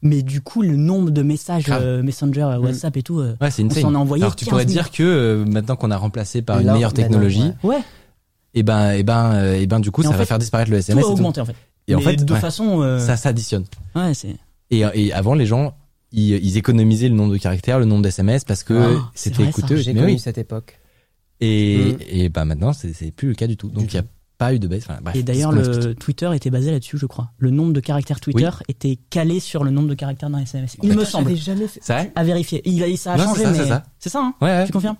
S3: mais du coup le nombre de messages
S1: Grave.
S3: euh, Messenger euh, WhatsApp et tout. euh,
S1: Ouais, c'est
S3: On
S1: une
S3: s'en a envoyé
S1: Alors, tu
S3: 15
S1: pourrais
S3: 000.
S1: dire que euh, maintenant qu'on a remplacé par une
S2: Là,
S1: meilleure
S2: maintenant,
S1: technologie,
S2: ouais.
S3: ouais,
S1: et ben et ben euh, et ben du coup
S3: Et
S1: ça
S3: en
S1: va
S3: fait,
S1: faire disparaître le
S3: tout
S1: SMS
S3: a
S1: et, tout.
S3: augmenté en fait.
S1: Et en
S3: Mais
S1: fait
S3: de
S1: ouais,
S3: façon euh,
S1: ça s'additionne
S3: ouais c'est
S1: et, et avant les gens ils, ils économisaient le nombre de caractères le nombre d'SMS parce que
S3: Ah, c'est
S1: c'était
S3: vrai, ça.
S1: coûteux
S2: J'ai
S1: mais
S2: connu
S1: oui.
S2: cette époque.
S1: et
S2: Mm.
S1: et ben maintenant c'est c'est plus le cas du tout donc il y a pas eu de baisse Enfin, bref,
S3: Et d'ailleurs,
S1: c'est ce qu'on explique.
S3: le Twitter était basé là-dessus, je crois. Le nombre de caractères Twitter était calé sur le nombre de caractères d'un SMS. Il me semble.
S2: J'avais jamais fait.
S1: c'est vrai
S3: À vérifier. Il a, ça a
S1: Non, c'est
S3: changé,
S1: ça,
S3: mais
S1: c'est ça.
S3: c'est ça. hein
S1: ouais, ouais.
S3: Tu confirmes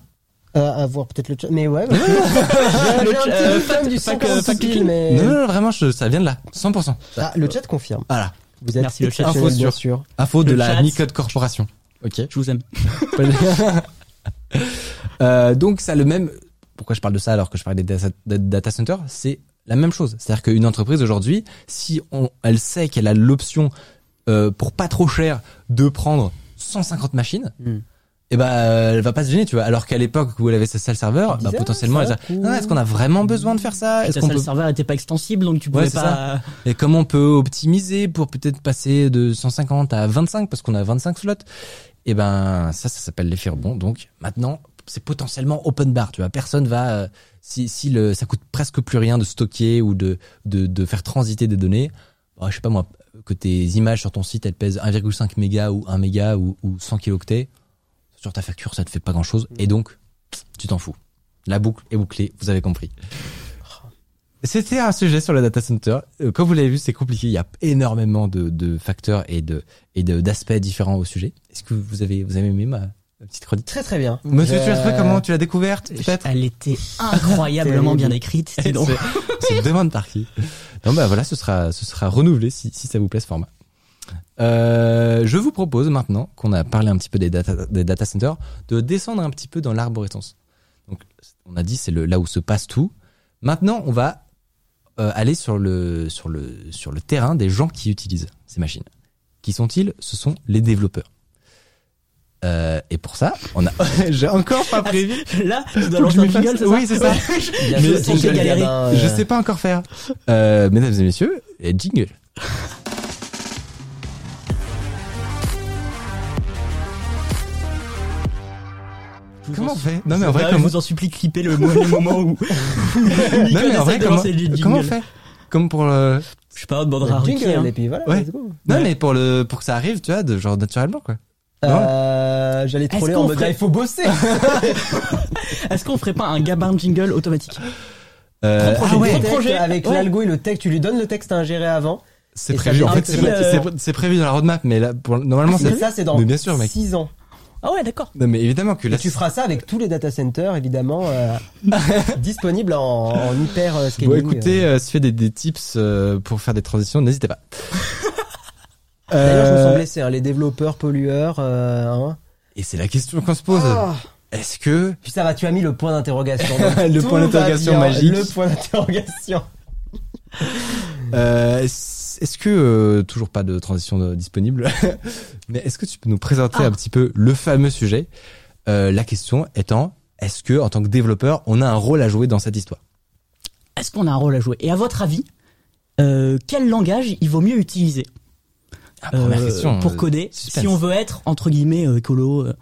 S2: Euh, à voir peut-être le chat. Mais ouais, bah, j'ai j'ai un petit
S1: euh,
S2: peu fan du
S3: fact- fact-
S2: 56 000, mais.
S1: non, non, non, vraiment je- ça vient de là 100%
S2: Ah, le chat confirme.
S1: voilà
S2: Vous êtes
S3: Merci, le chat.
S2: exceptionnels,
S1: Info
S2: bien
S1: sur-
S2: sûr.
S1: info de
S3: Le
S1: la
S3: chat.
S1: Nicode Corporation Ok.
S3: Je vous aime.
S1: Euh, donc ça a le même. Pourquoi je parle de ça alors que je parlais des data, des data centers C'est la même chose. C'est-à-dire qu'une entreprise aujourd'hui, si on, elle sait qu'elle a l'option euh, pour pas trop cher de prendre 150 machines,
S2: Hmm.
S1: et ben euh, elle va pas se gêner, tu vois. Alors qu'à l'époque où elle avait sa salle serveur, bah,
S2: disait,
S1: potentiellement, elle
S2: ça
S1: disait,
S2: coûte.
S1: Ah, est-ce qu'on a vraiment besoin de faire ça Est-ce
S3: Ta
S1: qu'on
S3: salle
S1: peut...
S3: serveur était pas extensible, donc tu pouvais
S1: Ouais, c'est
S3: pas. Euh,
S1: Et comment on peut optimiser pour peut-être passer de 150 à 25 parce qu'on a 25 slots Et ben ça, ça s'appelle l'effet rebond. Donc maintenant, c'est potentiellement open bar. Tu vois, personne va euh, si si le, ça coûte presque plus rien de stocker ou de de, de faire transiter des données. Bah, je sais pas moi que tes images sur ton site elles pèsent 1,5 méga ou 1 méga ou, ou 100 kilooctets sur ta facture ça te fait pas grand chose et donc tu t'en fous. La boucle est bouclée, vous avez compris. C'était un sujet sur le data center. Euh, Comme vous l'avez vu, c'est compliqué. Il y a énormément de, de facteurs et de et de- d'aspects différents au sujet. Est-ce que vous avez vous avez aimé ma, ma petite chronique
S2: Très très bien.
S1: Monsieur
S2: Euh,
S1: Turspé, comment tu l'as découverte peut-être
S3: Elle était incroyablement bien écrite. dis donc.
S1: C'est une demande par qui Non bah voilà, ce sera ce sera renouvelé si si ça vous plaît ce format. Euh, je vous propose maintenant qu'on a parlé un petit peu des data, des data centers, de descendre un petit peu dans l'arborescence. Donc on a dit c'est le là où se passe tout. Maintenant on va euh, aller sur le sur le sur le terrain des gens qui utilisent ces machines. Qui sont-ils Ce sont les développeurs. Euh, et pour ça, on a j'ai encore pas prévu.
S3: Là, tu dois
S1: Faut que
S3: lancer
S1: je
S3: un
S1: me fasse-
S3: jingle, c'est
S1: oui,
S3: ça
S1: c'est ça.
S2: Bien
S1: Mais
S2: joué,
S1: c'est
S2: ton
S1: une
S2: jeu,
S3: galérie.
S2: Gabin, euh,
S1: Je sais pas encore faire. Euh, mesdames et messieurs, et jingle.
S3: Je vous
S1: Comment
S3: en-
S1: on fait Non mais en vrai,
S3: Ah,
S1: comment
S3: Je vous en supplie, clippez le, mo- le moment où.
S1: Non mais en vrai, comment, comment on
S3: fait
S1: fait Comme pour le.
S3: Je sais pas, on demandera à
S2: le
S3: Ricky.
S2: jingle,
S3: hein.
S2: et puis voilà,
S1: Ouais.
S2: let's go.
S1: Non
S3: Ouais.
S1: mais pour le pour que ça arrive, tu vois, de genre naturellement quoi. Non.
S2: Euh, J'allais
S3: Est-ce
S2: troller
S3: qu'on
S2: en mode
S3: ferait-
S2: ah, il faut bosser.
S3: Est-ce qu'on ferait pas un gabin jingle automatique
S1: Euh,
S3: Prends
S1: ah
S3: projet,
S2: Le
S1: ouais,
S2: texte
S3: projet.
S2: Avec
S3: Ouais.
S2: l'algo et le texte, tu lui donnes le texte à ingérer avant.
S1: ah, c'est
S2: Et ça
S1: prévu.
S2: fait
S1: En
S2: un
S1: fait,
S2: petit,
S1: c'est pré-
S3: euh,
S1: c'est pré- c'est prévu dans la roadmap, mais là, pour, normalement,
S2: Et
S1: Ah c'est.
S2: ça, c'est dans
S1: Mais bien sûr, mec.
S2: 6 ans.
S3: Ah ouais, d'accord.
S1: Non mais évidemment que là.
S2: Et tu feras ça avec tous les data centers, évidemment, euh, disponibles en, en hyper euh, scaling.
S1: Bon, écoutez, euh, si vous faites des, des tips euh, pour faire des transitions, n'hésitez pas.
S2: D'ailleurs, je me sens
S1: Euh,
S2: blessé, hein, les développeurs pollueurs. euh, hein.
S1: et c'est la question qu'on se pose.
S2: Ah.
S1: Est-ce que
S2: Puis ça va, tu as mis le point d'interrogation. Donc
S1: Le
S2: tout
S1: point
S2: va
S1: d'interrogation
S2: bien,
S1: magique.
S2: Le point d'interrogation.
S1: Euh, est-ce est-ce que euh, toujours pas de transition euh, disponible Mais est-ce que tu peux nous présenter
S3: Ah.
S1: un petit peu le fameux sujet Euh, La question étant est-ce que en tant que développeur, on a un rôle à jouer dans cette histoire
S3: Est-ce qu'on a un rôle à jouer Et à votre avis, euh, quel langage il vaut mieux utiliser
S1: Ah, Première
S3: euh,
S1: question.
S3: pour
S1: euh,
S3: coder
S1: suspense.
S3: si on veut être entre guillemets euh, écolo, euh,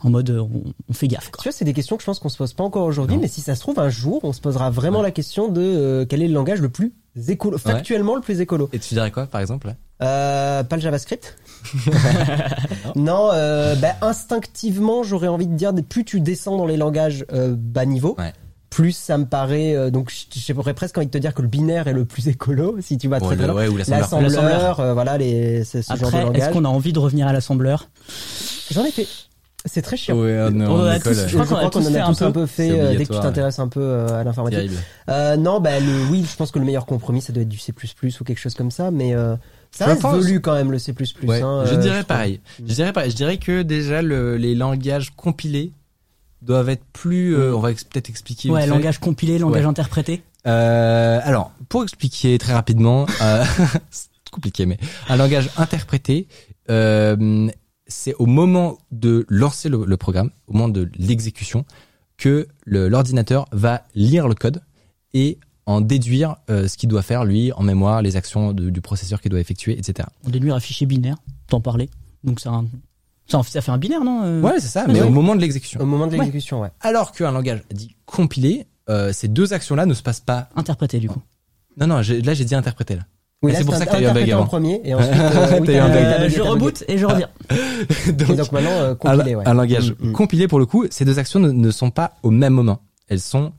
S3: en mode euh, on, on fait gaffe. Quoi.
S2: Tu vois, c'est des questions que je pense qu'on se pose pas encore aujourd'hui,
S1: Non.
S2: mais si ça se trouve, un jour, on se posera vraiment la question de euh, quel est le langage le plus écolo, factuellement le plus écolo.
S1: Et tu dirais quoi, par exemple
S2: Euh, pas le JavaScript. non, euh, bah, instinctivement, j'aurais envie de dire, des- plus tu descends dans les langages euh, bas niveau,
S1: Ouais.
S2: plus ça me paraît. euh, donc, j- j'aurais presque envie de te dire que le binaire est le plus écolo, si tu vas
S1: Pour
S2: très
S1: le-
S2: très loin.
S1: ouais, ou l'assembleur.
S2: L'assembleur, euh, voilà, les, ce, ce genre de
S3: Après, est-ce
S2: langage.
S3: qu'on a envie de revenir à l'assembleur
S2: J'en ai fait. C'est très chiant.
S1: Ouais, ah, non,
S3: On en a
S1: Nicole,
S3: tous-
S1: euh,
S3: je crois qu'on a tous fait un
S2: tous un
S3: peu.
S2: peu fait
S1: C'est
S2: euh, dès que tu
S1: obligatoire,
S2: t'intéresses un peu euh, à l'informatique.
S1: terrible.
S2: Euh, non, bah le, oui, je pense que le meilleur compromis, ça doit être du C++ ou quelque chose comme ça, mais euh, ça
S1: Je
S2: reste
S1: pense-
S2: velu quand même le C++.
S1: Ouais,
S2: hein,
S1: je
S2: euh,
S1: dirais
S2: trouve.
S1: pareil. Je dirais pareil. Je dirais que déjà le- les langages compilés doivent être plus. euh, on va ex- peut-être expliquer.
S3: Mm. Ouais,
S1: vite fait.
S3: langage compilé, langage
S1: Ouais.
S3: interprété.
S1: Euh, alors, pour expliquer très rapidement, euh, c'est compliqué, mais un langage interprété, euh, c'est au moment de lancer le, le programme, au moment de l'exécution, que le- l'ordinateur va lire le code et en déduire euh, ce qu'il doit faire, lui, en mémoire, les actions de- du processeur qu'il doit effectuer, etc.
S3: On dénure un fichier binaire, t'en parlais. Donc ça, ça, ça fait un binaire, non euh
S1: Ouais, c'est ça, mais
S3: Ouais.
S1: au moment de l'exécution.
S2: Au moment de l'exécution, ouais.
S1: Alors qu'un langage dit compilé, euh, ces deux actions-là ne se passent pas.
S3: Interprété du coup.
S1: Non, non, j'ai- là j'ai dit interprété là.
S2: Oui,
S1: Et
S2: là,
S1: c'est pour
S2: un-
S1: ça que t'as eu un
S2: interprété
S1: bug
S2: en
S1: avant.
S2: premier, et ensuite, euh, oui,
S1: T'as eu un
S2: t'as-
S1: bug.
S2: t'as
S3: Euh,
S2: bugué,
S3: je
S2: t'as
S3: reboot et je reviens.
S2: bugué. Et donc maintenant, euh, compilé,
S1: un,
S2: ouais.
S1: Ah bah, un langage
S2: Mm, mm.
S1: compilé pour le coup, ces deux actions ne, ne sont pas au même moment. Elles sont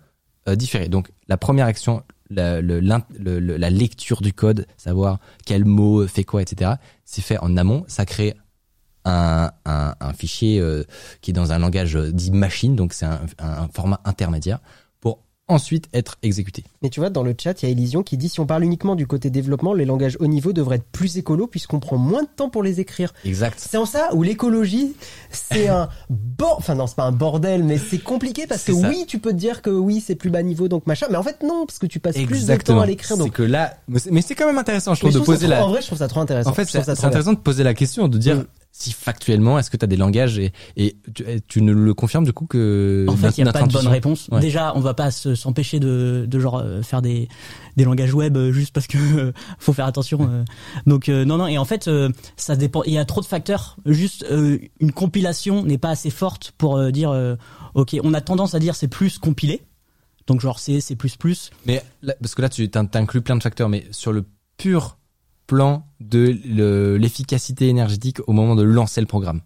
S1: euh, différées. Donc la première action, la, le- l'in- le- le- la lecture du code, savoir quel mot fait quoi, etc., c'est fait en amont. Ça crée un, un- un fichier euh, qui est dans un langage euh, dit machine, donc c'est un, un format intermédiaire. Pour ensuite être exécuté.
S2: Mais tu vois, dans le chat, il y a Elysion qui dit si on parle uniquement du côté développement, les langages haut niveau devraient être plus écolos puisqu'on prend moins de temps pour les écrire.
S1: Exact.
S2: C'est en ça où l'écologie, c'est un bord. Enfin, non, c'est pas un bordel, mais c'est compliqué parce que
S1: C'est ça.
S2: oui, tu peux te dire que oui, c'est plus bas niveau donc machin, mais en fait, non, parce que tu passes plus de temps
S1: Exactement.
S2: à l'écrire
S1: C'est
S2: donc.
S1: que là, mais c'est quand même intéressant, je
S2: Mais
S1: trouve, de
S2: trouve
S1: poser
S2: ça trop-
S1: la.
S2: En vrai, je trouve ça trop intéressant.
S1: En fait,
S2: Je trouve
S1: c'est
S2: ça
S1: c'est
S2: trop bien.
S1: intéressant de poser la question, de dire
S2: Mm.
S1: si factuellement, est-ce que tu as des langages et, et tu, et tu ne le confirmes du coup que
S3: En fait,
S1: notre-
S3: il n'y a
S1: notre
S3: pas de bonne
S1: intuition-
S3: réponse.
S1: Ouais.
S3: Déjà, on va pas se- s'empêcher de, de genre euh, faire des, des langages web euh, juste parce que euh, faut faire attention. euh. Donc euh, non, non. Et en fait, euh, ça dépend. Il y a trop de facteurs. Juste euh, une compilation n'est pas assez forte pour euh, dire. euh, ok, on a tendance à dire c'est plus compilé. Donc genre C, C++.
S1: Mais là- parce que là, tu t'in- t'inclus plein de facteurs, mais sur le pur plan de le- l'efficacité énergétique au moment de lancer le programme.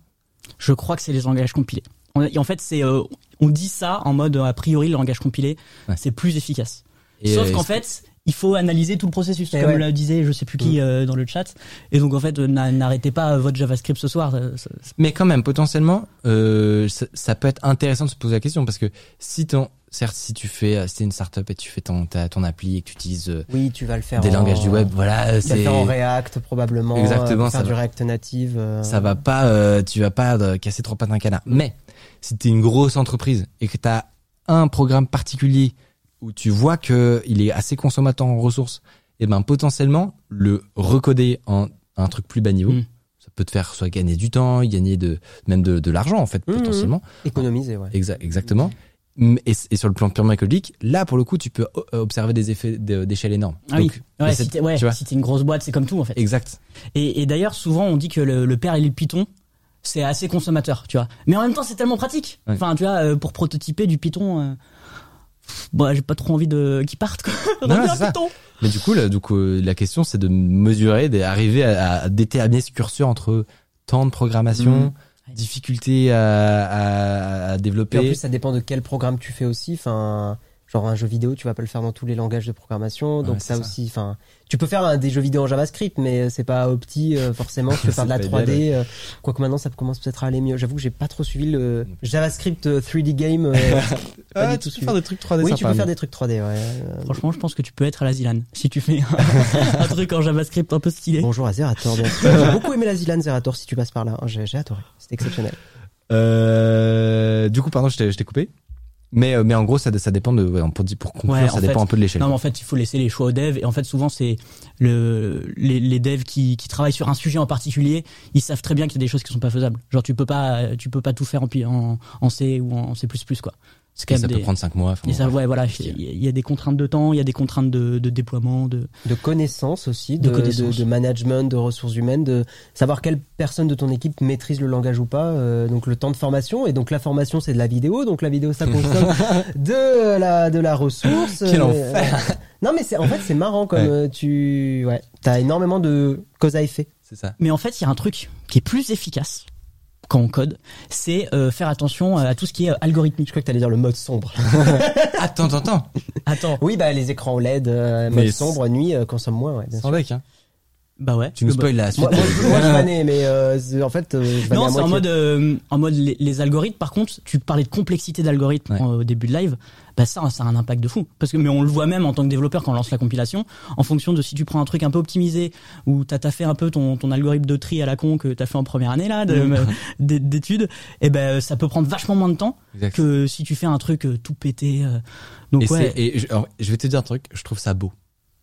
S3: Je crois que c'est les langages compilés. On a- et en fait, c'est euh, on dit ça en mode euh, a priori le langage compilé
S1: Ouais.
S3: c'est plus efficace.
S1: Et,
S3: Sauf
S1: euh,
S3: qu'en fait, il faut analyser tout le processus,
S2: Eh
S3: comme
S2: ouais.
S3: le disait je sais plus
S1: Mm.
S3: qui euh, dans le chat. Et donc en fait, euh, n'a- n'arrêtez pas votre JavaScript ce soir. euh, ça- ça-
S1: Mais quand même, potentiellement, euh, ça, ça peut être intéressant de se poser la question parce que si ton, certes, si tu fais, euh, si t'es une startup et tu fais ton, ta- ton appli et que tu utilises euh,
S2: Oui, tu vas le faire.
S1: des
S2: en-
S1: langages du web, voilà,
S2: Tu vas le
S1: c'est,
S2: faire en React probablement.
S1: Exactement,
S2: euh, Faire
S1: ça
S2: du
S1: va.
S2: React native. euh,
S1: ça va pas, euh, tu vas pas euh, casser trois pattes à un canard. Mais si t'es une grosse entreprise et que t'as un programme particulier où tu vois que il est assez consommateur en ressources, et ben potentiellement le recoder en un truc plus bas niveau,
S3: Mm.
S1: ça peut te faire soit gagner du temps, gagner de même de, de l'argent en fait
S2: Mm, mm.
S1: potentiellement.
S2: Économiser, ouais.
S1: Exa- exactement. Mm, Et, et sur le plan purement écologique, là pour le coup, tu peux o- observer des effets de- d'échelle énormes.
S3: Ah
S1: Donc,
S3: oui,
S1: mais
S3: ouais,
S1: c'est-
S3: si t'es ouais,
S1: tu vois.
S3: si t'es une grosse boîte, c'est comme tout en fait.
S1: Exact.
S3: Et, et d'ailleurs, souvent, on dit que le, le père et le Python, c'est assez consommateur, tu vois. Mais en même temps, c'est tellement pratique.
S1: Ouais.
S3: Enfin, tu vois, euh, pour prototyper du Python, euh, bah, j'ai pas trop envie de qu'ils partent. Quoi.
S1: Non,
S3: Revenez
S1: c'est
S3: à
S1: ça.
S3: Python.
S1: Mais du coup, là, du coup, euh, la question, c'est de mesurer, d'arriver à, à déterminer ce curseur entre temps de programmation, difficulté à, à- à
S2: Puis
S1: développer.
S2: en plus, ça dépend de quel programme tu fais aussi. Enfin, genre un jeu vidéo, tu vas pas le faire dans tous les langages de programmation.
S1: Ouais,
S2: Donc
S1: c'est
S2: ça,
S1: ça.
S2: aussi, enfin, tu peux faire un- des jeux vidéo en JavaScript, mais c'est pas opti euh, forcément. Tu peux faire de la
S1: C'est pas
S2: 3D. euh, Quoique maintenant, ça commence peut-être à aller mieux. J'avoue que j'ai pas trop suivi le JavaScript euh, 3D game. euh, j'ai pas du tout suivi.
S1: des trucs 3D.
S2: Oui, tu peux faire des trucs 3D. Ouais. Euh,
S3: Franchement, je pense que tu peux être à la Zilan si tu fais un, un truc en JavaScript un peu stylé.
S2: Bonjour à Zerator, bien sûr. J'ai beaucoup aimé la Zilan Zerator si tu passes par là. J'ai j'ai adoré. C'était exceptionnel.
S1: Euh, du coup, pardon, je t'ai je t'ai coupé. Mais, euh, mais en gros, ça, ça dépend de. ouais, pour, dire- pour conclure,
S3: Ouais, en
S1: ça dépend
S3: fait-
S1: un peu de l'échelle.
S3: Non, mais en fait, il faut laisser les choix aux devs. Et en fait, souvent, c'est le, les, les devs qui, qui travaillent sur un sujet en particulier, ils savent très bien qu'il y a des choses qui sont pas faisables. Genre, tu peux pas, tu peux pas tout faire en, pi- en, en C ou en C++, quoi. C'est quand
S1: Et
S3: même
S1: ça
S3: des...
S1: peut prendre 5 mois. enfin,
S3: et ça,
S1: bon.
S3: ouais, voilà,
S1: compliqué.
S3: il y a- il y a des contraintes de temps, il y a des contraintes de, de déploiement, de...
S2: de connaissances aussi,
S3: De
S2: de,
S3: connaissances.
S2: de- de management, de ressources humaines, de savoir quelle personne de ton équipe maîtrise le langage ou pas, euh, donc le temps de formation, et donc la formation c'est de la vidéo, donc la vidéo ça consomme de la, de la ressource.
S1: Quel
S2: euh, non mais c'est en fait c'est marrant comme
S1: Ouais.
S2: euh, tu... Ouais, t'as énormément de cause à effet.
S1: C'est ça.
S3: Mais en fait, il y a un truc qui est plus efficace quand on code, c'est euh, faire attention à tout ce qui est euh, algorithmique.
S2: Je crois que t'allais dire le mode sombre.
S1: Attends, attends, attends.
S3: Attends,
S2: oui bah les écrans LED, euh,
S1: Mais
S2: mode sombre, nuit, euh, consomment moins. Ouais, bien sûr.
S1: Sans deck, hein.
S3: bah ouais.
S1: Tu nous
S3: Le-
S1: spoil la suite.
S2: Moi, moi, je- moi, je vannais, mais euh, c'est- en fait euh,
S1: Bah,
S2: je vannais à
S3: Non, c'est en
S2: moitié.
S3: mode, euh, en mode les, les algorithmes. Par contre, tu parlais de complexité d'algorithme
S1: Ouais.
S3: euh, au début de live. Bah ça, ça a un impact de fou. Parce que, mais on le voit même en tant que développeur quand on lance la compilation. En fonction de si tu prends un truc un peu optimisé ou t'as t'as fait un peu ton, ton algorithme de tri à la con que t'as fait en première année là de-
S1: Mm.
S3: euh, d'é- d'études, et ben ça peut prendre vachement moins de temps
S1: Exact.
S3: que si tu fais un truc euh, tout pété. euh. Donc
S1: Et,
S3: ouais,
S1: c'est- et je, alors, je vais te dire un truc, je trouve ça beau.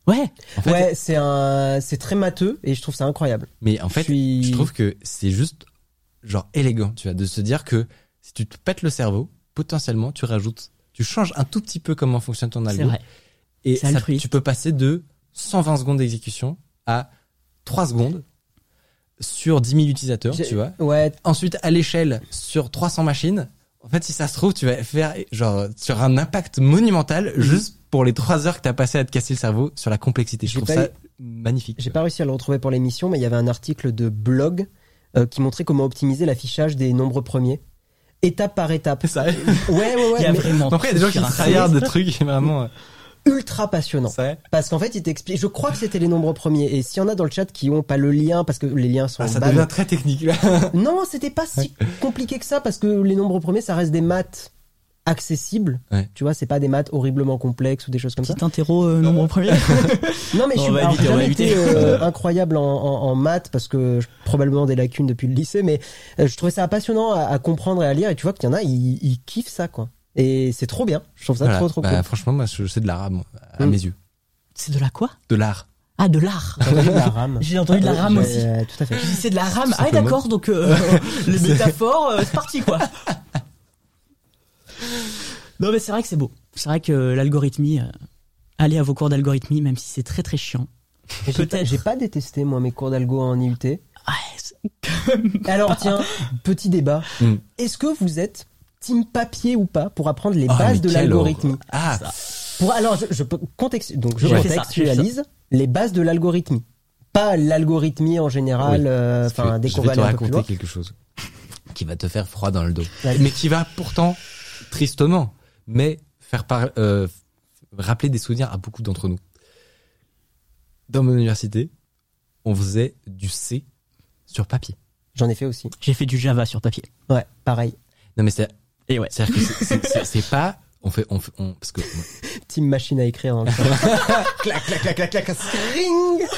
S3: ouais,
S1: En fait,
S2: Ouais, c'est un, c'est très matheux et je trouve ça incroyable.
S1: Mais en fait,
S2: je, suis-
S1: je trouve que c'est juste genre élégant, tu vois, de se dire que si tu te pètes le cerveau, potentiellement tu rajoutes, tu changes un tout petit peu comment fonctionne ton
S3: c'est
S1: algo
S3: vrai.
S1: et
S3: C'est
S1: ça-
S3: altruiste.
S1: tu peux passer de 120 secondes d'exécution à 3 secondes sur 10 000 utilisateurs,
S2: J'ai-
S1: tu vois.
S2: Ouais,
S1: Ensuite, à l'échelle sur 300 machines, en fait, si ça se trouve, tu vas faire genre sur un impact monumental
S2: Mhm.
S1: juste pour les 3 heures que t'as passé à te casser le cerveau sur la complexité. Je
S2: J'ai
S1: trouve
S2: pas
S1: ça
S2: eu-
S1: magnifique.
S2: j'ai pas réussi à le retrouver pour l'émission, mais il y avait un article de blog euh, qui montrait comment optimiser l'affichage des nombres premiers, étape par étape.
S1: Ça arrive.
S2: Ouais, ouais,
S3: Il y
S2: ouais,
S3: a
S2: mais
S3: vraiment.
S1: Après, il y a des gens
S3: sur
S1: qui
S3: un
S1: tryhardent des trucs, vraiment. euh,
S2: ultra passionnant.
S1: ça-
S2: Parce qu'en fait, il t'explique. Je crois que c'était les nombres premiers. Et s'il y en a dans le chat qui ont pas le lien, parce que les liens sont.
S1: Ah, ça
S2: ban.
S1: devient très technique. là.
S2: Non, c'était pas si compliqué que ça, parce que les nombres premiers, ça reste des maths accessible.
S1: Ouais.
S2: Tu vois, c'est pas des maths horriblement complexes ou des choses comme ça.
S3: Petit interro euh, nombre premier.
S2: Non, mais je
S4: On
S2: suis
S4: va
S2: alors,
S4: éviter,
S2: j'ai
S4: on va
S2: jamais été,
S4: éviter.
S2: euh, incroyable en, en- en maths parce que je- probablement des lacunes depuis le lycée, mais euh, je trouvais ça passionnant à, à comprendre et à lire. Et tu vois qu'il y en a, ils, ils kiffent ça, quoi. Et c'est trop bien. Je trouve ça
S1: Voilà.
S2: trop trop
S1: Bah,
S2: cool.
S1: Franchement, moi, je- c'est de l'arabe, moi, à
S2: Mm.
S1: mes yeux.
S3: C'est de la quoi
S1: De l'art.
S3: Ah, de l'art. Ah,
S2: la rame.
S3: J'ai entendu de la rame
S2: Ouais,
S3: aussi.
S2: euh, Tout à fait.
S3: Je dis, C'est de la rame. Ah,
S1: simplement.
S3: d'accord, donc euh, les
S1: C'est-
S3: métaphores, euh, c'est parti quoi. non, mais c'est vrai que c'est beau. C'est vrai que euh, l'algorithmie, euh, allez à vos cours d'algorithmie, même si c'est très très chiant.
S2: J'ai
S3: Peut-être.
S2: pas- J'ai pas détesté moi mes cours d'algo en IUT.
S3: Ah, c'est-
S2: Alors tiens, petit débat.
S1: Mm.
S2: Est-ce que vous êtes team papier ou pas pour apprendre les
S1: Ah,
S2: bases
S1: mais
S2: de
S1: quelle
S2: l'algorithmie
S1: horreur. Ah,
S2: Pour alors je, je peux contextu- donc je
S3: J'ai fait ça,
S2: contextualise les bases de l'algorithmie, pas l'algorithmie en général.
S1: Oui.
S2: euh,
S1: parce
S2: Enfin
S1: que
S2: dès
S1: je
S2: qu'on
S1: vais
S2: va
S1: te
S2: aller un peu plus
S1: raconter
S2: loin.
S1: quelque chose qui va te faire froid dans le dos,
S2: Vas-y.
S1: mais qui va pourtant, tristement, mais faire par, euh, rappeler des souvenirs à beaucoup d'entre nous. Dans mon université, on faisait du C sur papier.
S2: J'en ai fait aussi.
S3: J'ai fait du Java sur papier.
S2: Ouais, pareil.
S1: Non mais c'est
S3: Et ouais.
S1: c'est-à-dire que c'est- c'est- c'est- c'est pas on fait on, fait- on- parce que
S2: Team machine à écrire. Dans le clac clac clac clac clac. Ring.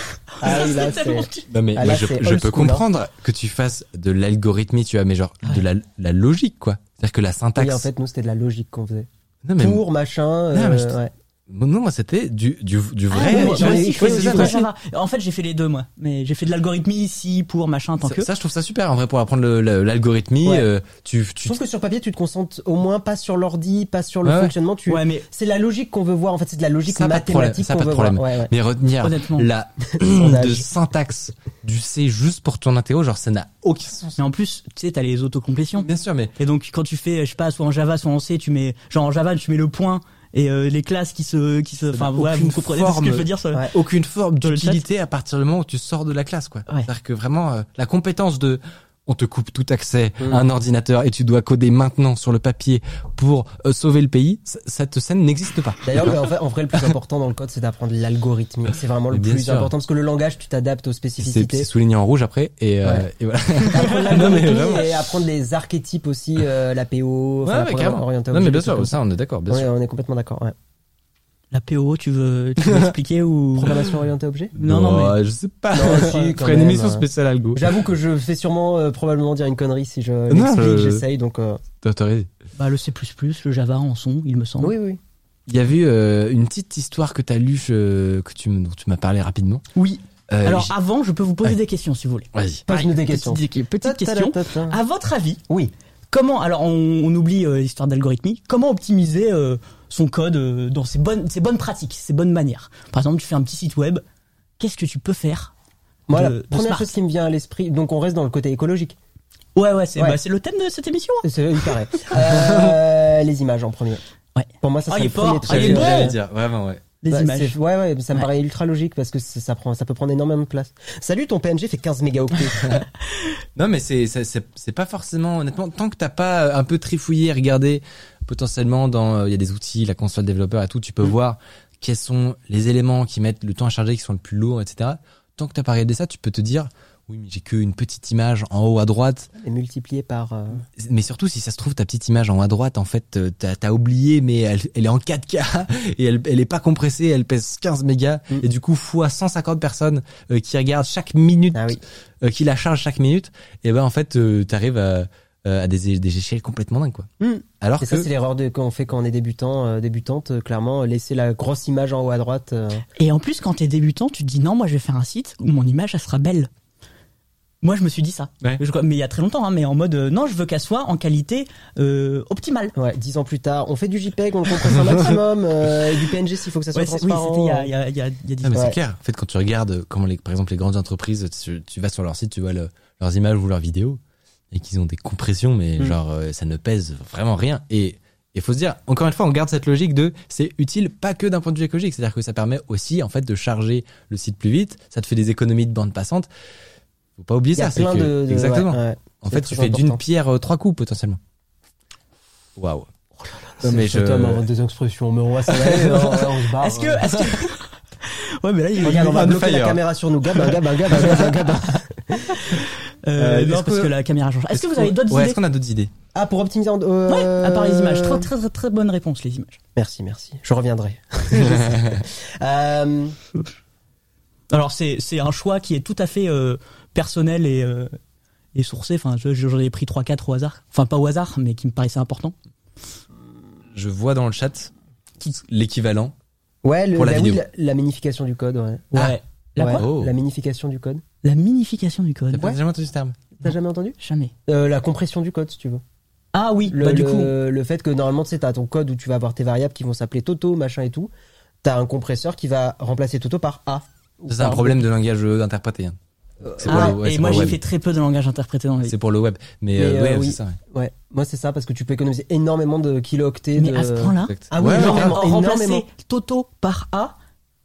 S2: Ah oui là c'est.
S1: non mais,
S2: Ah,
S1: mais
S2: là,
S1: je,
S2: c'est
S1: je
S2: old
S1: peux
S2: school,
S1: comprendre que tu fasses de l'algorithmie, tu as mais genre de la, la logique quoi. C'est-à-dire que la syntaxe.
S2: Oui, en fait nous c'était de la logique qu'on faisait.
S1: non mais
S2: Pour machin. euh,
S1: mais je te-
S2: ouais.
S1: non moi c'était du du du vrai.
S2: ouais,
S3: moi
S2: j'en ai-
S3: Ah, aussi, je
S2: ouais,
S3: fais du
S2: c'est
S3: vrai
S2: ça.
S3: Java. En fait, j'ai fait les deux, moi. Mais j'ai fait de l'algorithmie ici, pour, machin, tant
S1: ça,
S3: que.
S1: ça, je trouve ça super en vrai pour apprendre le- le- l'algorithmie.
S2: Ouais.
S1: euh, tu, tu
S2: Je trouve que sur papier, tu te concentres au moins pas sur l'ordi, pas sur le
S1: Ouais, ouais.
S2: fonctionnement. Tu...
S3: Ouais, mais
S2: C'est la logique qu'on veut voir. En fait, c'est de la logique
S1: Ça, pas de problème.
S2: mathématique
S1: Ça,
S2: qu'on
S1: pas de
S2: veut
S1: problème.
S2: voir. Ouais, ouais.
S1: mais retenir
S3: Honnêtement.
S1: la de
S2: Sondage.
S1: syntaxe du C juste pour ton interro, genre ça n'a aucun sens.
S3: mais en plus, tu sais, t'as les autocomplétions.
S1: Bien sûr, mais
S3: Et donc, quand tu fais, je sais pas, soit en Java, soit en C, tu mets, genre en Java, tu mets le point et euh, les classes qui se, qui se, enfin,
S1: n'a
S3: voilà,
S1: aucune
S3: vous comprenez tout ce
S1: forme.
S3: que je veux dire. ça-
S2: Ouais.
S1: aucune forme
S3: Dans le chat.
S1: d'utilité à partir du moment où tu sors de la classe, quoi.
S3: Ouais.
S1: C'est-à-dire que vraiment euh, la compétence de on te coupe tout accès
S2: Mm.
S1: à un ordinateur et tu dois coder maintenant sur le papier pour euh, sauver le pays, c- cette scène n'existe pas.
S2: D'ailleurs, le- en, fait, en vrai, le plus important dans le code, c'est d'apprendre l'algorithme. C'est vraiment le
S1: Bien
S2: plus
S1: sûr.
S2: important parce que le langage, tu t'adaptes aux
S1: C'est
S2: spécificités.
S1: c'est souligné en rouge après et, euh,
S2: Ouais.
S1: et voilà.
S2: Apprendre
S1: Non, mais
S2: l'algorithme
S1: vraiment.
S2: et apprendre les archétypes aussi, euh, la PO, enfin,
S1: Ouais,
S2: la
S1: ouais,
S2: programme-
S1: carrément.
S2: orientée
S1: Non mais
S2: objet,
S1: bien
S2: tout ça.
S1: sûr, ça on est d'accord, bien
S2: Ouais,
S1: sûr.
S2: on est complètement d'accord. ouais.
S3: La PO, tu veux, tu veux expliquer ou?
S2: Programmation orientée objet.
S3: Non, non, mais.
S1: Oh, je sais pas.
S2: Non, si, quand
S1: ferait une
S2: même,
S1: émission
S2: hein.
S1: spéciale algo.
S2: J'avoue que je fais sûrement euh, probablement dire une connerie si je l'explique,
S1: je-
S2: j'essaye donc. euh,
S1: T'as- t'as raison.
S3: Bah, le C, le Java en son, il me semble.
S2: Oui, oui.
S1: Il y avait euh, une petite histoire que t'as lue, je- que tu, me- dont tu m'as parlé rapidement.
S3: Oui.
S1: Euh,
S3: Alors,
S1: j'ai-
S3: avant, je peux vous poser
S1: Ouais.
S3: des questions si vous voulez.
S1: vas-y.
S2: Pose-nous des
S3: Petite-
S2: questions.
S3: Petite, petite question.
S2: Ta-ta-ta-ta.
S3: À votre avis,
S2: Ah, Oui.
S3: comment, alors on, on oublie euh, l'histoire d'algorithmie, comment optimiser euh, son code euh, dans ses bonnes, ses bonnes pratiques, ses bonnes manières Par exemple, tu fais un petit site web, qu'est-ce que tu peux faire
S2: Moi, la
S3: de- de
S2: première
S3: smart
S2: chose qui me vient à l'esprit, donc on reste dans le côté écologique.
S3: Ouais, ouais, c'est
S2: Ouais.
S3: bah, c'est le thème de cette émission. hein.
S2: C'est il paraît. Euh, les images en premier.
S3: Ouais.
S2: Pour moi, ça
S3: Ah,
S2: serait
S3: il est
S2: le premier
S3: fort,
S2: truc.
S3: ah, il est
S2: que
S3: bon.
S2: j'avais.
S1: dire, vraiment, ouais.
S3: Les
S2: Bah,
S3: images.
S2: c'est- Ouais, ouais, ça me
S3: Ouais.
S2: paraît ultra logique parce que c'est- ça prend, ça peut prendre énormément de place. Salut, ton PNG fait 15 mégaoctets.
S1: Non, mais c'est, c'est, c'est- c'est pas forcément, honnêtement, tant que t'as pas euh, un peu trifouillé, regardé potentiellement dans, euh, il y a des outils, la console développeur et tout, tu peux voir quels sont les éléments qui mettent le temps à charger, qui sont le plus lourds, etc. Tant que t'as pas regardé ça, tu peux te dire, oui, mais j'ai qu'une petite image en haut à droite,
S2: et multiplié par. euh,
S1: mais surtout si ça se trouve ta petite image en haut à droite en fait euh, t'as t'as oublié mais elle, elle est en 4K et elle, elle est pas compressée elle pèse 15 mégas
S2: Mm.
S1: et du coup fois 150 personnes euh, qui regardent chaque minute
S2: Ah oui.
S1: euh, qui la chargent chaque minute et ben en fait euh, t'arrives à, euh, à des, des échelles complètement dingues quoi
S2: Mm.
S1: alors
S2: Et
S1: que
S2: ça, c'est l'erreur de- qu'on fait quand on est débutant, euh, débutante. euh, clairement, euh, laisser la grosse image en haut à droite. euh,
S3: Et en plus, quand t'es débutant, tu te dis non, moi je vais faire un site où mon image, elle sera belle. Moi, je me suis dit ça.
S1: Ouais.
S3: Je- mais il y a très longtemps, hein, mais en mode euh, non, je veux qu'elle soit en qualité euh, optimale.
S2: ouais, 10 ans plus tard, on fait du JPEG, on le compresse un maximum, euh, et du PNG s'il faut que ça soit
S3: Ouais, c'est- oui,
S2: transparent.
S3: c'était il y a, il y a, il y a, il y a dix
S1: Ah, mais
S2: Ouais.
S1: c'est clair en fait quand tu regardes euh, comment les par exemple les grandes entreprises tu, tu vas sur leur site tu vois le- leurs images ou leurs vidéos et qu'ils ont des compressions mais
S2: Mm.
S1: genre euh, ça ne pèse vraiment rien et Et faut se dire, encore une fois, on garde cette logique de c'est utile pas que d'un point de vue écologique, c'est-à-dire que ça permet aussi en fait de charger le site plus vite, ça te fait des économies de bande passante. Faut pas oublier
S2: Il y a
S1: ça, c'est
S2: plein
S1: que
S2: de, de-
S1: exactement.
S2: ouais, ouais.
S1: en
S2: c'est
S1: fait,
S2: très
S1: tu fais d'une
S2: important.
S1: pierre euh, trois coups potentiellement. Waouh. Non, mais je-
S2: C'est toi, mais des expressions, mais on va s'en aller, on, on se barre.
S3: Est-ce que, est-ce que... ouais, mais là, il
S2: Regarde, on va
S1: On
S2: bloquer
S1: fire.
S2: la caméra sur nous. Gabin, gabin, gabin, gabin, gabin.
S3: Euh,
S1: Euh,
S3: non,
S1: est-ce
S3: parce
S1: que-
S3: que la caméra change. Est-ce que vous avez d'autres
S1: Ouais,
S3: idées
S1: est-ce qu'on a d'autres idées
S2: Ah, pour optimiser en. euh,
S3: Ouais, à part les images. Très, très, très, très bonne réponse, les images.
S2: Merci, merci. Je reviendrai. Euh,
S3: Alors, c'est c'est un choix qui est tout à fait euh, personnel et, euh, et sourcé. Enfin, je- j'en ai pris 3-4 au hasard. Enfin, pas au hasard, mais qui me paraissait important.
S1: Je vois dans le chat l'équivalent.
S2: ouais, le-
S1: Pour la
S2: bah oui,
S1: vidéo.
S2: la, la minification du code, ouais.
S3: Ouais. la
S2: Ouais,
S3: quoi
S1: Oh.
S2: La minification du code.
S3: La minification du code.
S1: T'as jamais entendu ce terme
S2: T'as jamais entendu
S3: Jamais.
S2: Euh, La compression du code, si tu veux.
S3: Ah oui,
S2: Le,
S3: bah, du
S2: le-
S3: coup.
S2: le fait que normalement, tu sais, t'as ton code où tu vas avoir tes variables qui vont s'appeler Toto, machin et tout. T'as un compresseur qui va remplacer Toto par A. Ou
S1: C'est
S2: par
S1: un
S2: B.
S1: problème de langage euh, interprété. hein. C'est pour,
S3: Ah,
S1: le- ouais,
S3: et
S1: c'est
S3: moi,
S1: pour le web.
S3: j'ai fait très peu de langage interprété dans la vie.
S1: C'est pour le web. Mais,
S2: Mais,
S1: euh,
S2: euh,
S1: ouais,
S2: oui.
S1: c'est ça. ouais.
S2: Ouais, moi c'est ça parce que tu peux économiser énormément de kilooctets.
S3: Mais
S2: de...
S3: à ce point-là,
S1: Exact.
S2: Ah oui,
S1: Ouais,
S2: genre,
S1: ouais,
S2: énormément,
S3: en remplacer
S2: énormément.
S3: Toto par A.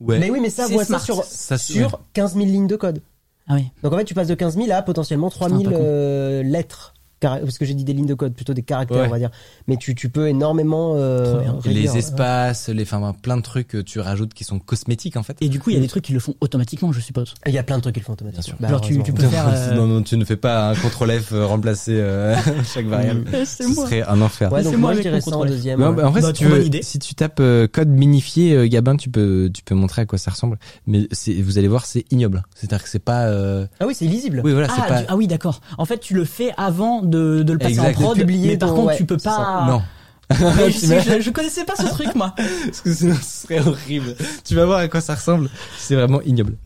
S1: ouais.
S2: Mais oui, mais ça,
S3: C'est
S2: voit ça
S3: smart.
S2: sur,
S1: Ça, c'est-
S2: sur 15 000 lignes de code.
S3: Ah oui.
S2: Donc en fait, tu passes de 15 000 à potentiellement 3
S3: Putain,
S2: 000
S3: pas con.
S2: euh, lettres. Cara- Parce que j'ai dit des lignes de code, plutôt des caractères,
S1: Ouais.
S2: on va dire. Mais tu, tu peux énormément. euh,
S3: Trop bien.
S1: Et
S2: réduire.
S1: les espaces, les, enfin, plein de trucs que tu rajoutes qui sont cosmétiques en fait.
S3: Et du coup, il y a des trucs qui le font automatiquement, je suppose.
S2: Il y a plein de trucs qu'ils font automatiquement.
S1: Bien sûr.
S3: Genre, tu- tu peux
S2: Bah, heureusement.
S3: faire, euh,
S1: Non, non, tu ne fais pas un contrôle F euh, remplacer euh, chaque variable.
S3: C'est
S1: Ce serait un enfer.
S2: Ouais,
S3: Mais
S2: donc
S3: c'est moi
S2: moi,
S3: avec
S2: je dirais
S3: mon
S2: ça en
S3: contrôle.
S2: deuxième.
S1: Mais en-
S2: ouais.
S1: en vrai,
S3: Bah,
S1: si, tu
S3: trop
S1: veux-
S3: bonne idée.
S1: si tu tapes euh, code minifié, euh, Gabin, tu peux, tu peux montrer à quoi ça ressemble. Mais c'est, vous allez voir, c'est ignoble. C'est-à-dire que c'est pas. euh,
S2: Ah oui, c'est illisible.
S1: Oui, voilà,
S3: Ah,
S1: c'est pas.
S3: du- ah oui, d'accord. En fait, tu le fais avant de, de le passer
S1: Exact.
S3: en prod,
S2: De publier
S3: mais par
S2: ton-
S3: contre,
S2: ouais,
S3: tu peux
S2: c'est ça.
S3: pas.
S1: Non,
S3: Mais je, sais, je- je connaissais pas ce truc, moi.
S1: parce que sinon ce serait horrible. tu vas voir à quoi ça ressemble. C'est vraiment ignoble.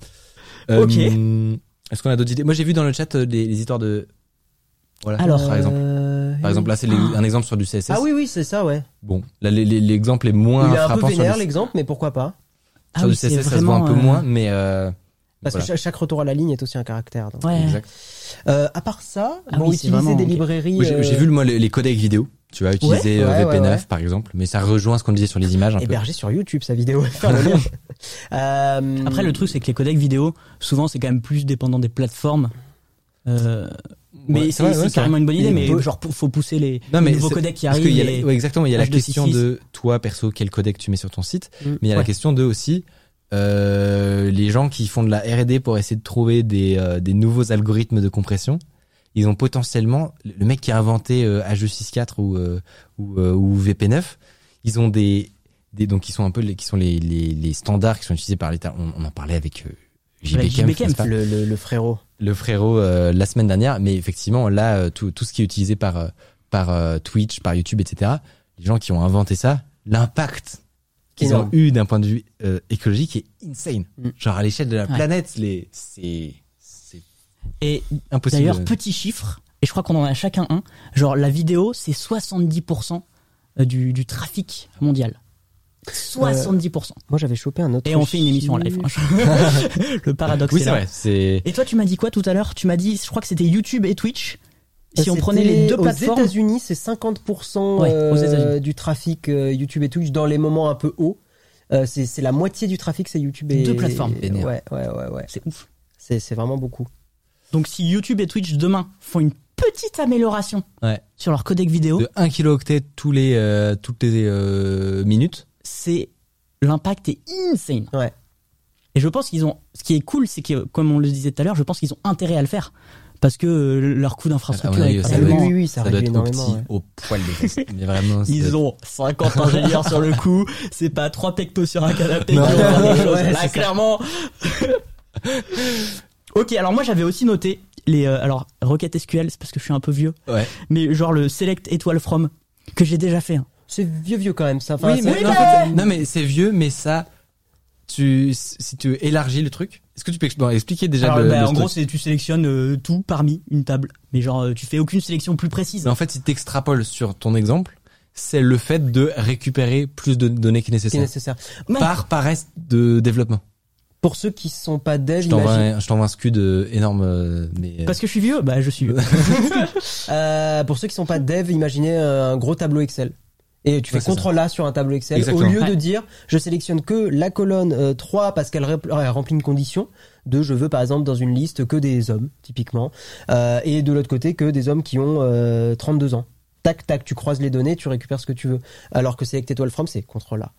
S1: Euh,
S3: Ok.
S1: Est-ce qu'on a d'autres idées Moi, j'ai vu dans le chat euh, des, les histoires de. Voilà.
S3: Alors.
S1: par exemple.
S2: Euh,
S1: Par exemple, là, c'est les- un exemple sur du CSS.
S2: Ah oui, oui, c'est ça, ouais.
S1: Bon, là, les- les- l'exemple est moins
S2: Il est un peu
S1: frappant sur
S2: vénère,
S1: du,
S2: l'exemple, mais pourquoi pas
S3: Ah
S1: sur
S3: oui,
S1: du
S3: c'est
S1: CSS, ça se voit
S3: vraiment,
S1: un peu
S3: euh,
S1: moins, mais. euh,
S2: Parce
S1: voilà.
S2: que cha- chaque retour à la ligne est aussi un caractère. donc.
S3: Ouais.
S1: Exact.
S2: Euh, à part ça,
S3: Ah
S2: bon,
S3: oui, c'est
S2: utiliser
S3: vraiment-
S2: des
S3: ok.
S2: librairies.
S1: Oui, J'ai j'ai
S2: euh,
S1: vu moi, les, les codecs vidéo. Tu vas utiliser euh,
S2: Ouais, ouais,
S1: VP9
S2: ouais. Eh ben,
S1: par exemple, mais ça rejoint ce qu'on disait sur les images un peu.
S2: héberger sur YouTube sa vidéo. Faire le lien. Euh,
S3: Après, le truc, c'est que les codecs vidéo, souvent, c'est quand même plus dépendant des plateformes. Euh, mais
S1: Ouais,
S3: c'est
S1: ouais,
S3: c'est
S1: ouais, c'est
S3: carrément une bonne idée,
S2: Il
S3: mais
S2: peut-
S3: genre, pou- faut pousser les,
S1: Non,
S3: les
S1: mais
S3: nouveaux
S1: c'est-
S3: codecs qui
S1: Parce qu'il
S3: arrive.
S1: y a, ouais, exactement, il y a la
S3: H266.
S1: question de toi perso quel codec tu mets sur ton site,
S2: Mm.
S1: mais il y a la
S3: Ouais.
S1: question de aussi euh, les gens qui font de la R&D pour essayer de trouver des, euh, des nouveaux algorithmes de compression. Ils ont potentiellement le mec qui a inventé euh, H264 ou euh, ou, euh, ou VP9, ils ont des des donc qui sont un peu les, qui sont les, les, les standards qui sont utilisés par l'État. On, on en parlait avec euh,
S3: Avec
S1: JBKM,
S3: JBKM,
S1: n'est-ce pas
S2: Euh, le, le, le frérot.
S1: le frérot euh, la semaine dernière, mais effectivement là euh, tout, tout ce qui est utilisé par euh, par euh, Twitch, par YouTube, etc. Les gens qui ont inventé ça, l'impact qu'ils ont
S2: Énorme.
S1: eu d'un point de vue euh, écologique est insane.
S2: Mm.
S1: Genre à l'échelle de la
S3: Ouais.
S1: planète, les c'est c'est
S3: Et
S1: impossible.
S3: D'ailleurs, petit chiffre, et je crois qu'on en a chacun un. Genre, la vidéo, c'est 70% euh, du, du trafic mondial. 70%.
S2: Moi, j'avais chopé un autre.
S3: Et on fait une émission en live. hein. le paradoxe
S1: oui
S3: est
S1: c'est
S3: là.
S1: vrai, c'est
S3: Et toi, tu m'as dit quoi tout à l'heure Tu m'as dit, je crois que c'était YouTube et Twitch. Si on
S2: C'était
S3: prenait les deux
S2: Aux
S3: plateformes,
S2: États-Unis, c'est 50%
S3: Ouais,
S2: euh,
S3: aux États-Unis.
S2: du trafic euh, YouTube et Twitch dans les moments un peu hauts. Euh, c'est c'est la moitié du trafic, c'est YouTube et
S3: Deux plateformes.
S2: et- Ouais, ouais, ouais, ouais.
S3: c'est ouf.
S2: C'est c'est vraiment beaucoup.
S3: Donc, si YouTube et Twitch demain font une petite amélioration
S1: Ouais.
S3: sur leur codec vidéo,
S1: de 1 kilooctet tous les euh, toutes les euh, minutes.
S3: c'est l'impact est insane.
S2: Ouais.
S3: Et je pense qu'ils ont. Ce qui est cool, c'est que, comme on le disait tout à l'heure, je pense qu'ils ont intérêt à le faire parce que euh, leur coût d'infrastructure
S1: Ah, à mon
S3: est
S1: avis,
S2: Ah
S1: doit être-
S2: oui,
S3: tellement-
S2: oui, oui, ça,
S1: Ça, doit
S2: réduit
S1: être au
S2: énormément.
S1: petit,
S2: ouais.
S1: au poil des fesses. Mais vraiment, ça doit
S3: Ils
S1: être-
S3: ont 50 ingénieurs sur le coup, c'est pas trois pectos sur un canapé qui
S1: Non.
S3: vont faire des choses.
S2: Ouais,
S3: Là,
S2: c'est ça.
S3: clairement. ok, alors moi j'avais aussi noté les. euh, alors, Rocket SQL, c'est parce que je suis un peu vieux,
S1: Ouais.
S3: mais genre le select étoile from que j'ai déjà fait. hein.
S2: C'est vieux, vieux quand même, ça. Enfin,
S1: Oui,
S2: c'est-
S1: mais, non, en fait, non, mais c'est vieux, mais ça, tu, si tu élargis le truc, est-ce que tu peux expl- bon, expliquer déjà
S3: Alors,
S1: le,
S3: bah,
S1: le
S3: en gros,
S1: stock
S3: c'est tu sélectionnes euh, tout parmi une table, mais genre euh, tu fais aucune sélection plus précise.
S1: Mais en fait, si t'extrapoles sur ton exemple, c'est le fait de récupérer plus de données que
S2: c'est
S1: nécessaire.
S2: nécessaire.
S3: Ouais.
S1: Par paresse de développement.
S2: Pour ceux qui sont pas dev,
S1: Je t'envoie
S2: imagine-
S1: un, je t'envoie un scud euh, énorme, euh, mais. euh,
S3: Parce que je suis vieux, bah je suis vieux.
S2: Euh, pour ceux qui sont pas dev, imaginez euh, un gros tableau Excel. Et tu fais
S1: Ouais, c'est
S2: CTRL A sur un tableau Excel.
S1: Exactement.
S2: Au lieu de
S3: Ouais.
S2: dire, je sélectionne que la colonne euh, 3 parce qu'elle rempl- elle remplit une condition. De, je veux par exemple dans une liste que des hommes, typiquement. Euh, et de l'autre côté, que des hommes qui ont euh, 32 ans. Tac, tac, tu croises les données, tu récupères ce que tu veux. Alors que Select Étoile From, c'est CTRL A.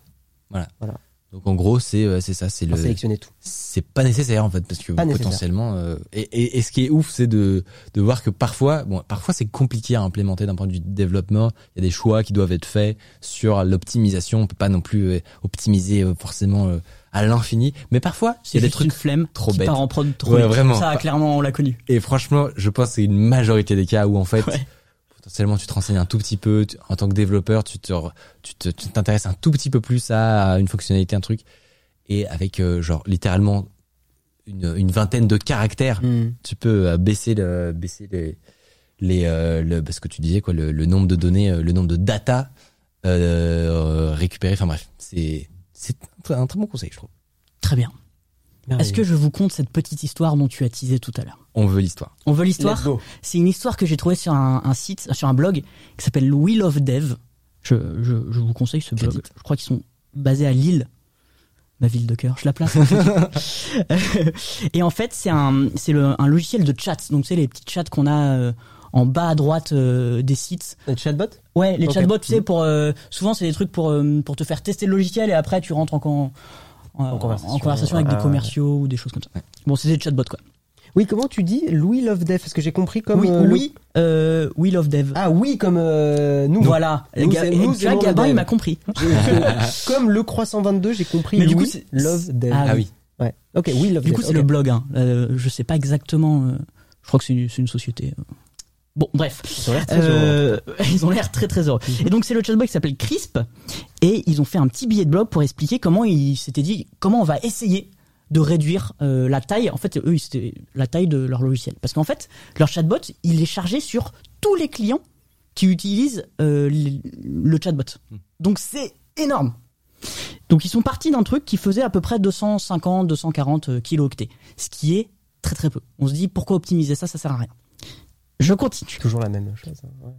S1: Donc en gros, c'est euh, c'est ça,
S3: Ah,
S1: c'est le
S2: pour sélectionner tout.
S1: c'est pas nécessaire en fait parce que
S2: Pas nécessaire.
S1: potentiellement euh, et, et, et ce qui est ouf c'est de de voir que parfois bon parfois c'est compliqué à implémenter d'un point de vue développement il y a des choix qui doivent être faits sur l'optimisation on peut pas non plus euh, optimiser euh, forcément euh, à l'infini mais parfois il y
S3: C'est
S1: a des
S3: juste une
S1: trucs
S3: flemme
S1: trop
S3: qui
S1: bêtes.
S3: part en prod trop
S1: Ouais,
S3: vite.
S1: vraiment.
S3: Ça, clairement, on l'a connu.
S1: et franchement je pense que c'est une majorité des cas où en fait
S3: Ouais.
S1: potentiellement tu te renseignes un tout petit peu tu- en tant que développeur tu te re- tu te- tu t'intéresses un tout petit peu plus à une fonctionnalité un truc et avec euh, genre littéralement une, une vingtaine de caractères
S3: Hmm.
S1: tu peux euh, baisser le baisser les les euh, le parce que tu disais quoi le, le nombre de données euh, le nombre de data euh, récupérées enfin bref c'est c'est un très- un très bon conseil je trouve
S3: Très bien. Est-ce que je vous conte cette petite histoire dont tu as teasé tout à l'heure
S1: on veut l'histoire
S3: On veut
S2: Let's
S3: l'histoire
S2: go.
S3: C'est une histoire que j'ai trouvée sur un, un site, sur un blog qui s'appelle le Wheel of Dev. Je, je, je vous conseille ce blog.
S1: Crédit.
S3: Je crois qu'ils sont basés à Lille, ma ville de cœur. Je la place. Et en fait, c'est un, c'est le- un logiciel de chat. Donc, c'est les petits chats qu'on a euh, en bas à droite euh, des sites.
S2: Un chatbot
S3: Ouais, les
S2: Ok.
S3: chatbots, tu sais, pour euh, souvent c'est des trucs pour euh, pour te faire tester le logiciel et après tu rentres en con- en, en conversation,
S2: conversation.
S3: avec
S2: Ah,
S3: des
S2: ouais.
S3: commerciaux ou des choses comme ça. Bon, c'est des chatbots quoi.
S2: Oui, comment tu dis Louis Love Death Parce que j'ai compris comme.
S3: oui,
S2: euh, le-
S3: oui, euh, we love dev.
S2: Ah oui, comme euh, nous.
S3: Voilà,
S2: Nous,
S3: Ga-
S2: c'est- nous,
S3: tu
S2: c'est
S3: vois,
S2: Love
S3: Gabin
S2: Dev.
S3: il m'a compris.
S2: Je- comme le croissant 22, j'ai compris.
S3: Mais du
S2: Louis
S3: coup, c'est-
S2: Love Dev.
S3: Ah oui.
S2: Ouais. Ok, oui, Love
S3: Du
S2: Death,
S3: coup, c'est
S2: ok.
S3: le blog. Hein. Euh, je sais pas exactement. euh, je crois que c'est une, c'est une société. euh. Bon, bref.
S2: Ils ont l'air très heureux. Mhm.
S3: Euh, ils ont l'air très très heureux. Et donc c'est le chatbot qui s'appelle Crisp et ils ont fait un petit billet de blog pour expliquer comment ils s'étaient dit comment on va essayer de réduire euh, la taille. En fait, eux, c'était la taille de leur logiciel parce qu'en fait, leur chatbot, il est chargé sur tous les clients qui utilisent euh, le le chatbot.
S2: Mhm.
S3: Donc c'est énorme. Donc ils sont partis d'un truc qui faisait à peu près 250, 240 euh, kilooctets, ce qui est très très peu. On se dit pourquoi optimiser ça, ça sert à rien. Je continue
S2: Toujours la même chose. hein, ouais.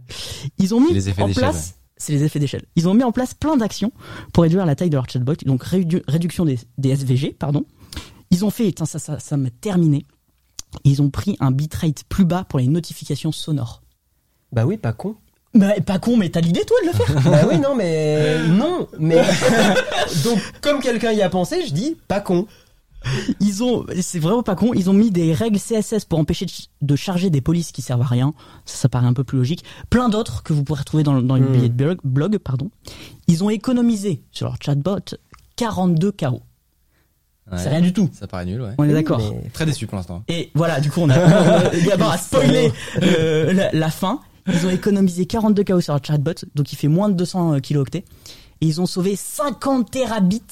S3: ils ont mis
S1: C'est les effets
S3: en
S1: d'échelle,
S3: place c'est les effets d'échelle. Ils ont mis en place plein d'actions pour réduire la taille de leur chatbot, donc rédu- réduction des, des SVG, pardon. Ils ont fait, tiens, ça, ça, ça m'a terminé. Ils ont pris un bitrate plus bas pour les notifications sonores.
S2: Bah oui, pas con.
S3: Mais pas con, mais t'as l'idée toi de le faire
S2: bah oui, non, mais
S3: Euh,
S2: non, mais donc comme quelqu'un y a pensé, je dis pas con.
S3: Ils ont, c'est vraiment pas con. Ils ont mis des règles CSS pour empêcher de ch- de charger des polices qui servent à rien. Ça, ça paraît un peu plus logique. Plein d'autres que vous pourrez retrouver dans, le- dans les
S2: Hmm.
S3: billets de blog, blog, pardon. Ils ont économisé sur leur chatbot 42 KO.
S1: Ouais.
S3: C'est rien du tout.
S1: ça paraît nul ouais
S3: On est d'accord.
S2: Mais-
S1: très déçu pour l'instant
S3: Et voilà, du coup, on a, Gabin a spoilé euh, la, la fin. Ils ont économisé 42 KO sur leur chatbot, donc il fait moins de 200 kilooctets. Et ils ont sauvé 50 terabits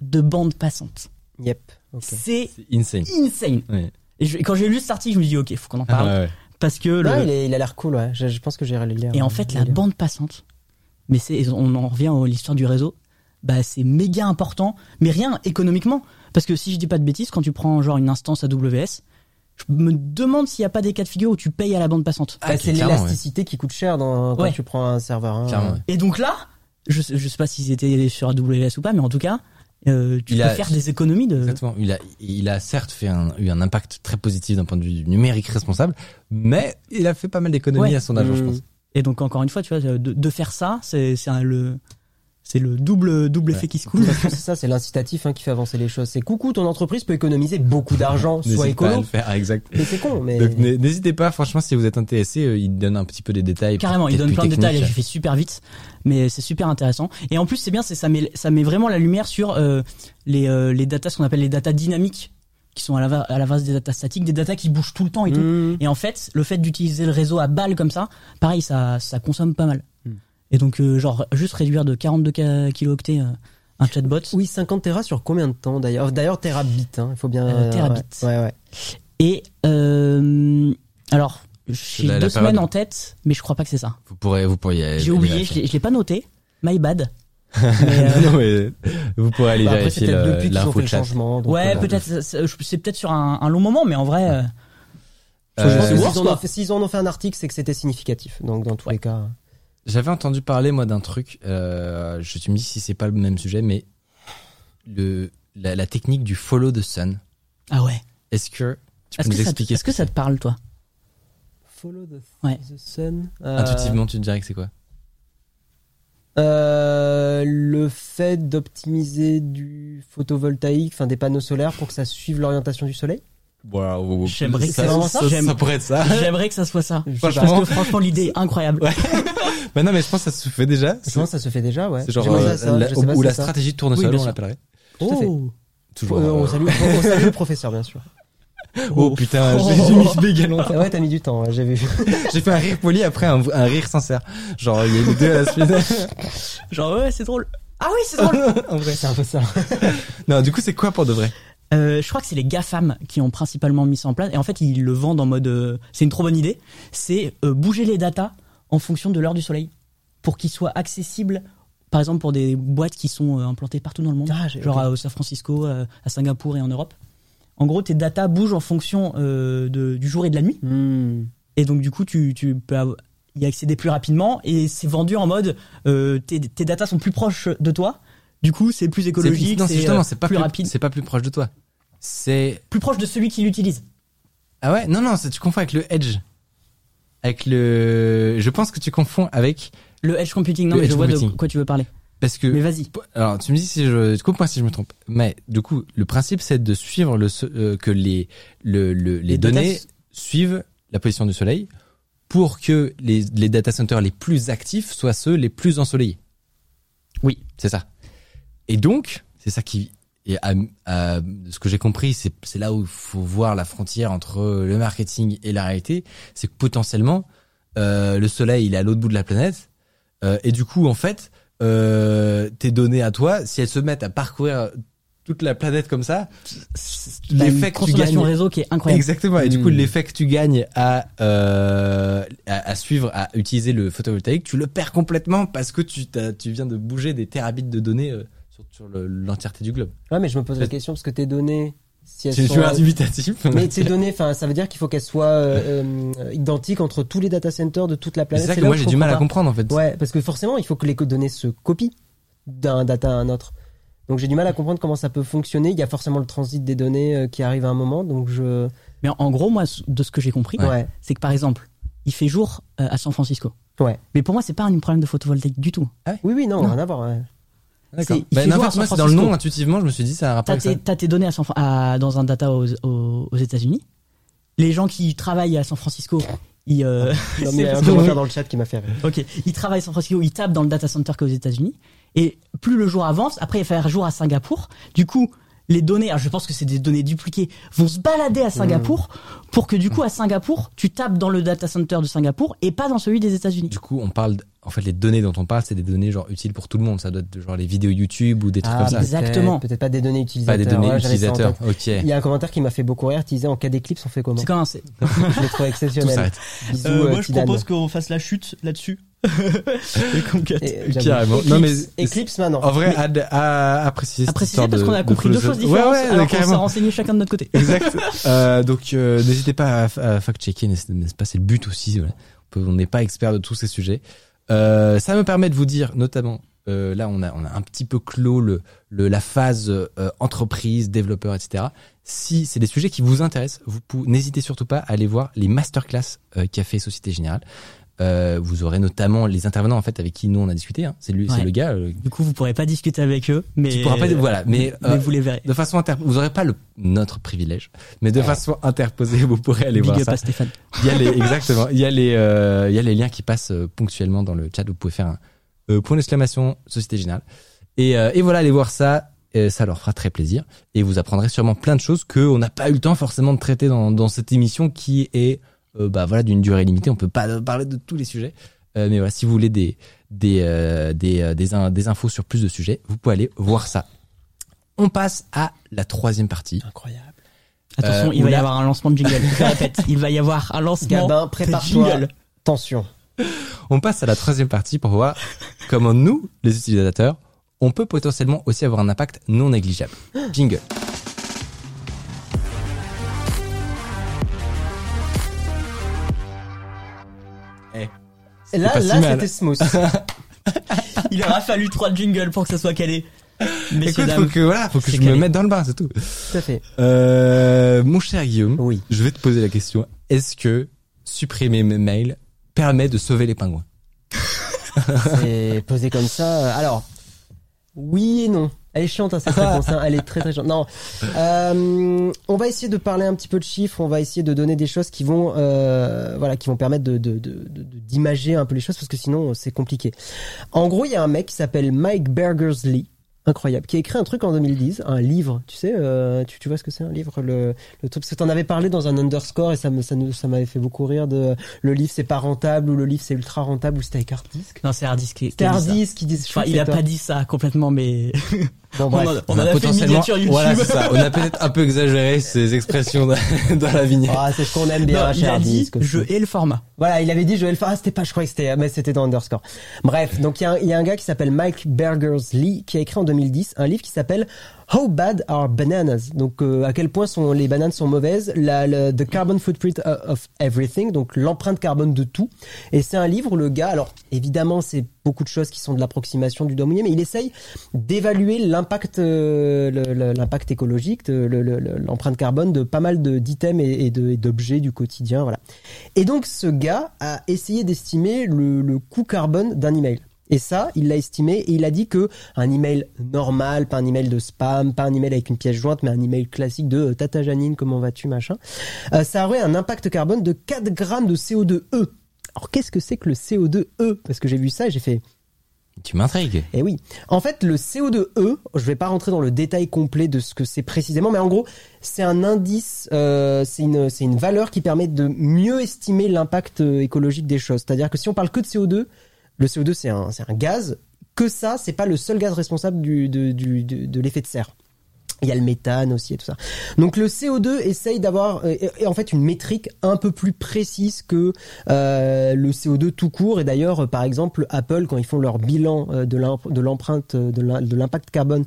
S3: de bande passante.
S2: Yep. ok.
S3: C'est
S1: c'est insane
S3: insane.
S1: ouais.
S3: Et, je- et quand j'ai lu cet article, je me dis, ok, faut qu'on en parle.
S1: Ah, ouais, ouais.
S3: Parce que le-
S2: Non, il, est- il a l'air cool, ouais. Je, je pense que j'irai le lire.
S3: Et en
S2: hein,
S3: fait,
S2: je
S3: la
S2: vais le lire.
S3: bande passante, mais c'est, on en revient à l'histoire du réseau, bah, c'est méga important, mais rien économiquement. Parce que si je dis pas de bêtises, quand tu prends genre une instance AWS, je me demande s'il n'y a pas des cas de figure où tu payes à la bande passante.
S2: Ah, c'est
S1: Clairement,
S2: l'élasticité qui coûte cher dans, quand
S3: Ouais.
S2: tu prends un serveur. hein.
S1: Clairement, ouais.
S3: Et donc là, je, sais- je sais pas s'ils étaient sur AWS ou pas, mais en tout cas, euh, tu
S1: Il
S3: peux
S1: a-
S3: faire des économies de.
S1: Exactement. Il a, il a certes fait un, eu un impact très positif d'un point de vue du numérique responsable, mais il a fait pas mal d'économies
S3: Ouais.
S1: à son agent, je
S2: Mmh.
S1: pense.
S3: Et donc encore une fois, tu vois, de, de faire ça, c'est c'est un- le, c'est le double double
S1: Ouais.
S3: effet qui se coule.
S2: Parce que c'est ça, c'est l'incitatif hein, qui fait avancer les choses. C'est coucou, ton entreprise peut économiser beaucoup d'argent, soit
S1: N'hésite pas à
S2: écolo.
S1: le faire, Ah, exact.
S2: Mais c'est con, mais.
S1: Donc n'hé- n'hésitez pas, franchement, si vous êtes intéressé, euh, il donne un petit peu des détails.
S3: Carrément, il
S1: peut-être
S3: donne
S1: plus
S3: plein de détails,
S1: techniques.
S3: j'ai fait super vite, mais c'est super intéressant. Et en plus, c'est bien, c'est ça met, ça met vraiment la lumière sur euh, les, euh, les datas, ce qu'on appelle les datas dynamiques, qui sont à la, va- à la base des datas statiques, des datas qui bougent tout le temps et
S1: Mm.
S3: tout.
S2: Mmh.
S3: Et en fait, le fait d'utiliser le réseau à balles comme ça, pareil, ça, ça consomme pas mal.
S2: Mm.
S3: Et donc, euh, genre, juste réduire de 42 ka- kilooctets euh, un chatbot.
S2: Oui, 50 Tera sur combien de temps d'ailleurs Oh, D'ailleurs, terabit, hein, il faut bien.
S3: Euh, terabit.
S2: Ouais, ouais.
S3: Et euh, alors, j'ai
S1: La- la
S3: deux semaines
S1: période.
S3: en tête, mais je crois pas que c'est ça.
S1: Vous pourrez, vous pourriez. aller
S3: J'ai oublié, je
S1: vérifier.
S3: l'ai je l'ai pas noté. My bad. Mais, euh,
S1: non, mais vous pourrez aller
S2: Bah, après,
S1: vérifier
S2: c'est peut-être
S1: le-
S2: depuis qu'ils ont fait
S1: l'info
S2: le
S1: chat.
S2: changement. donc,
S3: Ouais,
S2: euh,
S3: peut-être. c'est- C'est c'est peut-être sur un, un long moment, mais en vrai, euh,
S2: Je pense que
S1: Euh,
S2: s'ils
S3: worse,
S2: en ont
S3: quoi.
S2: fait- s'ils en ont fait un article, c'est que c'était significatif. Donc, dans tous les cas.
S1: J'avais entendu parler moi d'un truc. Euh, je me dis si c'est pas le même sujet, mais le la, la technique du follow the sun.
S3: ah ouais.
S1: Est-ce que
S2: Euh.
S1: tu peux
S3: Est-ce
S1: nous
S3: que, ça te-
S1: expliquer
S3: est-ce que ça te parle, toi
S2: Follow the,
S3: Ouais.
S2: the sun. euh,
S1: Intuitivement, tu te dirais que c'est quoi
S2: Euh, le fait d'optimiser du photovoltaïque, enfin des panneaux solaires pour que ça suive l'orientation du soleil.
S1: Wow, wow, wow.
S3: J'aimerais que
S1: ça,
S3: ça-
S1: ça, ça,
S3: j'aime-
S1: ça pourrait être ça.
S3: J'aimerais que ça soit ça.
S2: Je-
S1: Franchement.
S3: Parce que franchement, l'idée est incroyable.
S1: bah non, mais je pense que ça se fait déjà.
S2: Je pense que ça se fait déjà, ouais.
S1: C'est genre
S2: J'aimerais
S1: euh,
S2: ça, ça,
S1: la-
S2: je sais
S1: ou,
S2: pas
S1: ou
S2: si
S1: la
S2: c'est ça.
S1: stratégie de tournesol,
S3: Oui, bien
S1: on
S3: sûr.
S1: l'appellerait.
S2: à fait.
S3: Oh.
S1: Toujours.
S2: Euh, on,
S1: euh,
S2: salue, on- on salue le professeur, bien sûr.
S1: oh putain,
S3: Oh.
S1: j'ai mis le bégalon.
S2: Ah ouais, t'as mis du temps, ouais, j'ai vu.
S1: J'ai fait un rire poli après un, un rire sincère. Genre il y a les deux à la suite.
S3: Genre, ouais, c'est drôle. Ah oui, c'est drôle.
S1: en vrai.
S2: C'est un peu ça.
S1: Non, du coup c'est quoi pour de vrai
S3: Euh, je crois que c'est les GAFAM qui ont principalement mis ça en place. Et en fait, ils le vendent en mode. euh, c'est une trop bonne idée. C'est euh, bouger les datas en fonction de l'heure du soleil. Pour qu'ils soient accessibles, par exemple, pour des boîtes qui sont euh, implantées partout dans le monde.
S2: Ah, j'ai-
S3: genre
S2: ok.
S3: à- au San Francisco, euh, à Singapour et en Europe. En gros, tes datas bougent en fonction euh, de- du jour et de la nuit.
S2: Hmm.
S3: Et donc, du coup, tu, tu peux av- y accéder plus rapidement. Et c'est vendu en mode. euh, tes, tes datas sont plus proches de toi. Du coup, c'est plus écologique.
S1: non, c'est
S3: C'est euh,
S1: justement, c'est pas
S3: plus rapide.
S1: C'est pas plus proche de toi. C'est
S3: Plus proche de celui qui l'utilise.
S1: ah ouais non non c'est- tu confonds avec le edge. Avec le je pense que tu confonds avec
S3: Le edge computing, non,
S1: Le
S3: mais je
S1: edge
S3: vois de
S1: computing.
S3: quoi tu veux parler.
S1: parce que
S3: Mais vas-y.
S1: alors tu me dis si je coupe-moi si je me trompe. Mais du coup le principe c'est de suivre le so- euh, que les le, le- les,
S3: Les datas-
S1: données suivent la position du soleil pour que les les data centers les plus actifs soient ceux les plus ensoleillés.
S3: Oui.
S1: C'est ça. Et donc, c'est ça qui. Et à, à- de ce que j'ai compris, c'est c'est là où il faut voir la frontière entre le marketing et la réalité. C'est que potentiellement, euh, le soleil, il est à l'autre bout de la planète. Euh, et du coup, en fait, euh, tes données à toi, si elles se mettent à parcourir toute la planète comme ça,
S3: T'as
S1: l'effet que
S3: une
S1: tu
S3: Bah, consommation
S1: gagnes.
S3: réseau qui est incroyable.
S1: Exactement. Et du coup,
S2: Mm.
S1: l'effet que tu gagnes à, euh, à à suivre, à utiliser le photovoltaïque, tu le perds complètement parce que tu t'as- tu viens de bouger des terabytes de données euh, sur, sur le- l'entièreté du globe.
S2: Ouais, mais je me pose la
S1: C'est-
S2: question parce que tes données, si elles
S1: Tu
S2: sont. euh,
S1: tu es dubitatif.
S2: Mais ces données, enfin, ça veut dire qu'il faut qu'elles soient euh, euh, identiques entre tous les data centers de toute la
S1: C'est
S2: planète.
S1: ça que
S2: là
S1: moi
S2: où je
S1: j'ai du mal à
S2: comprends
S1: comprendre en fait.
S2: pas. Ouais, parce que forcément, il faut que les co- données se copient d'un data à un autre. Donc j'ai du mal à comprendre comment ça peut fonctionner. Il y a forcément le transit des données euh, qui arrive à un moment, donc je.
S3: Mais en- en gros, moi, de ce que j'ai compris,
S2: Ouais.
S3: c'est que par exemple, il fait jour euh, à San Francisco.
S2: Ouais.
S3: Mais pour moi, c'est pas un problème de photovoltaïque du tout.
S2: Oui, oui, non,
S3: Non.
S2: rien à voir. ouais.
S1: D'accord.
S3: C'est- il
S1: Bah,
S3: fait
S1: non, en
S3: jour à
S1: fait,
S3: San
S1: moi c'est dans le
S3: Francisco.
S1: nom intuitivement, je me suis dit ça a un rapport
S2: Ah,
S3: T'as
S1: avec ça.
S3: tes, t'as tes données à San Fran- à- dans un data aux, aux- aux États-Unis. Les gens qui travaillent à San Francisco, ils, euh,
S2: Non,
S3: c'est
S2: mais il y a un
S3: parce que-
S2: commentaire dans le chat qui m'a fait rire.
S3: ok, ils travaillent à San Francisco, ils tapent dans le data center qu'aux États-Unis. Et plus le jour avance, après il va faire jour à Singapour. Du coup, les données, alors je pense que c'est des données dupliquées, vont se balader à Singapour pour que du coup à Singapour, tu tapes dans le data center de Singapour et pas dans celui des États-Unis.
S1: Du coup, on parle d- en fait les données dont on parle, c'est des données genre utiles pour tout le monde. Ça doit être genre les vidéos YouTube ou des trucs
S2: Ah,
S1: comme ça.
S2: peut-être-
S3: Exactement.
S2: Peut-être pas des données
S1: Pas
S2: utilisateurs.
S1: des données
S2: ouais, j'avais ça en
S1: utilisateurs.
S2: tête.
S1: Ok.
S2: Il y a un commentaire qui m'a fait beaucoup rire. Tu disais en cas d'éclipse, on fait comment
S3: C'est quand même assez.
S2: Je l'ai trouvé
S1: Tout
S2: exceptionnel.
S1: s'arrête.
S2: Bisous,
S3: Euh,
S2: euh,
S3: moi, je
S2: Tidane.
S3: propose qu'on fasse la chute là-dessus. Et qu'on cut.
S2: Et- j'avoue.
S1: Carrément.
S2: Eclipse,
S1: Non, mais-
S2: Eclipse maintenant.
S1: En vrai, à, à, à préciser.
S3: À
S1: cette
S3: préciser
S1: histoire
S3: parce
S1: de-
S3: qu'on a
S1: de
S3: compris deux choses
S1: philosophie. Ouais,
S3: différentes.
S1: ouais,
S3: alors qu'on s'est
S1: carrément.
S3: renseigné chacun de notre côté.
S1: Exact. Euh, donc euh, n'hésitez pas à, à fact-checker, n'est- n'est-ce pas C'est le but aussi. voilà. On peut- On n'est pas expert de tous ces sujets. Euh, ça me permet de vous dire, notamment, euh, là on a, on a un petit peu clos le, le- la phase euh, entreprise, développeur, etc. Si c'est des sujets qui vous intéressent, vous pou- n'hésitez surtout pas à aller voir les masterclass euh, qu'a fait Société Générale. Euh, vous aurez notamment les intervenants en fait avec qui nous on a discuté. hein. C'est lui, c'est
S3: Ouais.
S1: le gars. euh,
S3: Du coup, vous pourrez pas discuter avec eux, mais
S1: qui pourra pas. Voilà, mais,
S3: mais
S1: euh,
S3: vous les verrez.
S1: de façon inter vous aurez pas le notre privilège mais de façon interposée vous pourrez aller
S3: Big
S1: voir
S3: up
S1: ça
S3: à Stéphane.
S1: il y a les exactement il y a les euh, il y a les liens qui passent euh, ponctuellement dans le chat vous pouvez faire un euh, point d'exclamation société générale et euh, et voilà allez voir ça euh, ça leur fera très plaisir et vous apprendrez sûrement plein de choses que on n'a pas eu le temps forcément de traiter dans dans cette émission qui est euh, bah voilà d'une durée limitée on peut pas euh, parler de tous les sujets Euh, mais voilà si vous voulez des des euh, des euh, des, in- des infos sur plus de sujets vous pouvez aller voir ça on passe à la troisième partie
S2: Incroyable.
S3: Attention,
S1: Euh,
S3: il va y
S1: oula.
S3: avoir un lancement de jingle. Je répète, il va y avoir un lancement
S2: Gabin,
S3: de
S2: prépare-toi.
S3: jingle.
S2: Tension.
S1: On passe à la troisième partie pour voir comment nous, les utilisateurs, on peut potentiellement aussi avoir un impact non négligeable. Jingle.
S2: Et Là,
S1: Eh. pas si
S2: là,
S1: mal.
S2: c'était smooth.
S3: Il aura fallu trois jingles pour que ça soit calé. Messieurs,
S1: Écoute, faut
S3: dames.
S1: que, voilà, faut que
S3: C'est
S1: je me
S3: calé.
S1: mette dans le bain, c'est tout.
S2: Tout à fait.
S1: Euh, mon cher Guillaume,
S2: Oui.
S1: je vais te poser la question. Est-ce que supprimer mes mails permet de sauver les pingouins
S2: C'est posé comme ça. Alors, oui et non. Elle est chiante, hein, cette réponse. hein. Elle est très très chiante. Non. Euh, on va essayer de parler un petit peu de chiffres. On va essayer de donner des choses qui vont, euh, voilà, qui vont permettre de, de, de- de- de- d'imager un peu les choses parce que sinon euh, c'est compliqué. En gros, il y a un mec qui s'appelle Mike Bergersley. Incroyable, qui a écrit un truc en 2010, un livre, tu sais, euh, tu, tu vois ce que c'est un livre, le, le truc, parce que t'en avais parlé dans un underscore et ça me, ça nous, ça m'avait fait beaucoup rire de, euh, le livre c'est pas rentable ou le livre c'est ultra rentable ou c'était avec Hardisk.
S3: Non, c'est Hardisk qui, qui a dit ça.
S2: Hardisk qui disent, je
S3: Enfin,
S2: crois que
S3: il a
S2: c'est toi.
S3: pas dit ça complètement, mais
S2: Bon,
S3: on
S2: bref.
S3: en a, on en a fait une miniature YouTube.
S1: Voilà, c'est ça. On a peut-être un peu exagéré ces expressions dans, dans la vignette.
S2: Ah, c'est ce qu'on aime bien
S3: Non,
S2: chez
S3: il a dit,
S2: Hardisk aussi.
S3: je hais le format.
S2: Voilà, il avait dit Joël Farah, c'était pas, je croyais que c'était, mais c'était dans Underscore. Bref, donc il y, a un- il y a un gars qui s'appelle Mike Bergersley qui a écrit en 2010 un livre qui s'appelle How Bad Are Bananas Donc euh, à quel point sont les bananes sont mauvaises, la, le- the carbon footprint o- of everything, donc l'empreinte carbone de tout. Et c'est un livre où le gars, alors évidemment c'est beaucoup de choses qui sont de l'approximation du doigt mouillé, mais il essaye d'évaluer l'impact euh, le- le- l'impact écologique, de- le- le- le- l'empreinte carbone de pas mal de d'items et, et de- et d'objets du quotidien, voilà. Et donc, ce gars a essayé d'estimer le, le coût carbone d'un email. Et ça, il l'a estimé et il a dit que un email normal, pas un email de spam, pas un email avec une pièce jointe, mais un email classique de euh, Tata Janine, comment vas-tu, machin, euh, ça aurait un impact carbone de 4 grammes de CO2e. E. Alors qu'est-ce que c'est que le CO2e E Parce que j'ai vu ça et j'ai fait
S1: Tu m'intrigues.
S2: eh oui. En fait, le CO2e, E, je vais pas rentrer dans le détail complet de ce que c'est précisément, mais en gros, c'est un indice, euh, c'est une, c'est une valeur qui permet de mieux estimer l'impact euh, écologique des choses. C'est-à-dire que si on parle que de CO2, le CO2 c'est un, c'est un gaz, que ça, c'est pas le seul gaz responsable du, de, du- de- de l'effet de serre. Il y a le méthane aussi et tout ça. Donc le CO2 essaye d'avoir euh, et- et en fait une métrique un peu plus précise que euh, le CO2 tout court. Et d'ailleurs, euh, par exemple, Apple, quand ils font leur bilan euh, de l'imp- de l'empreinte, euh, de l'im- de l'impact carbone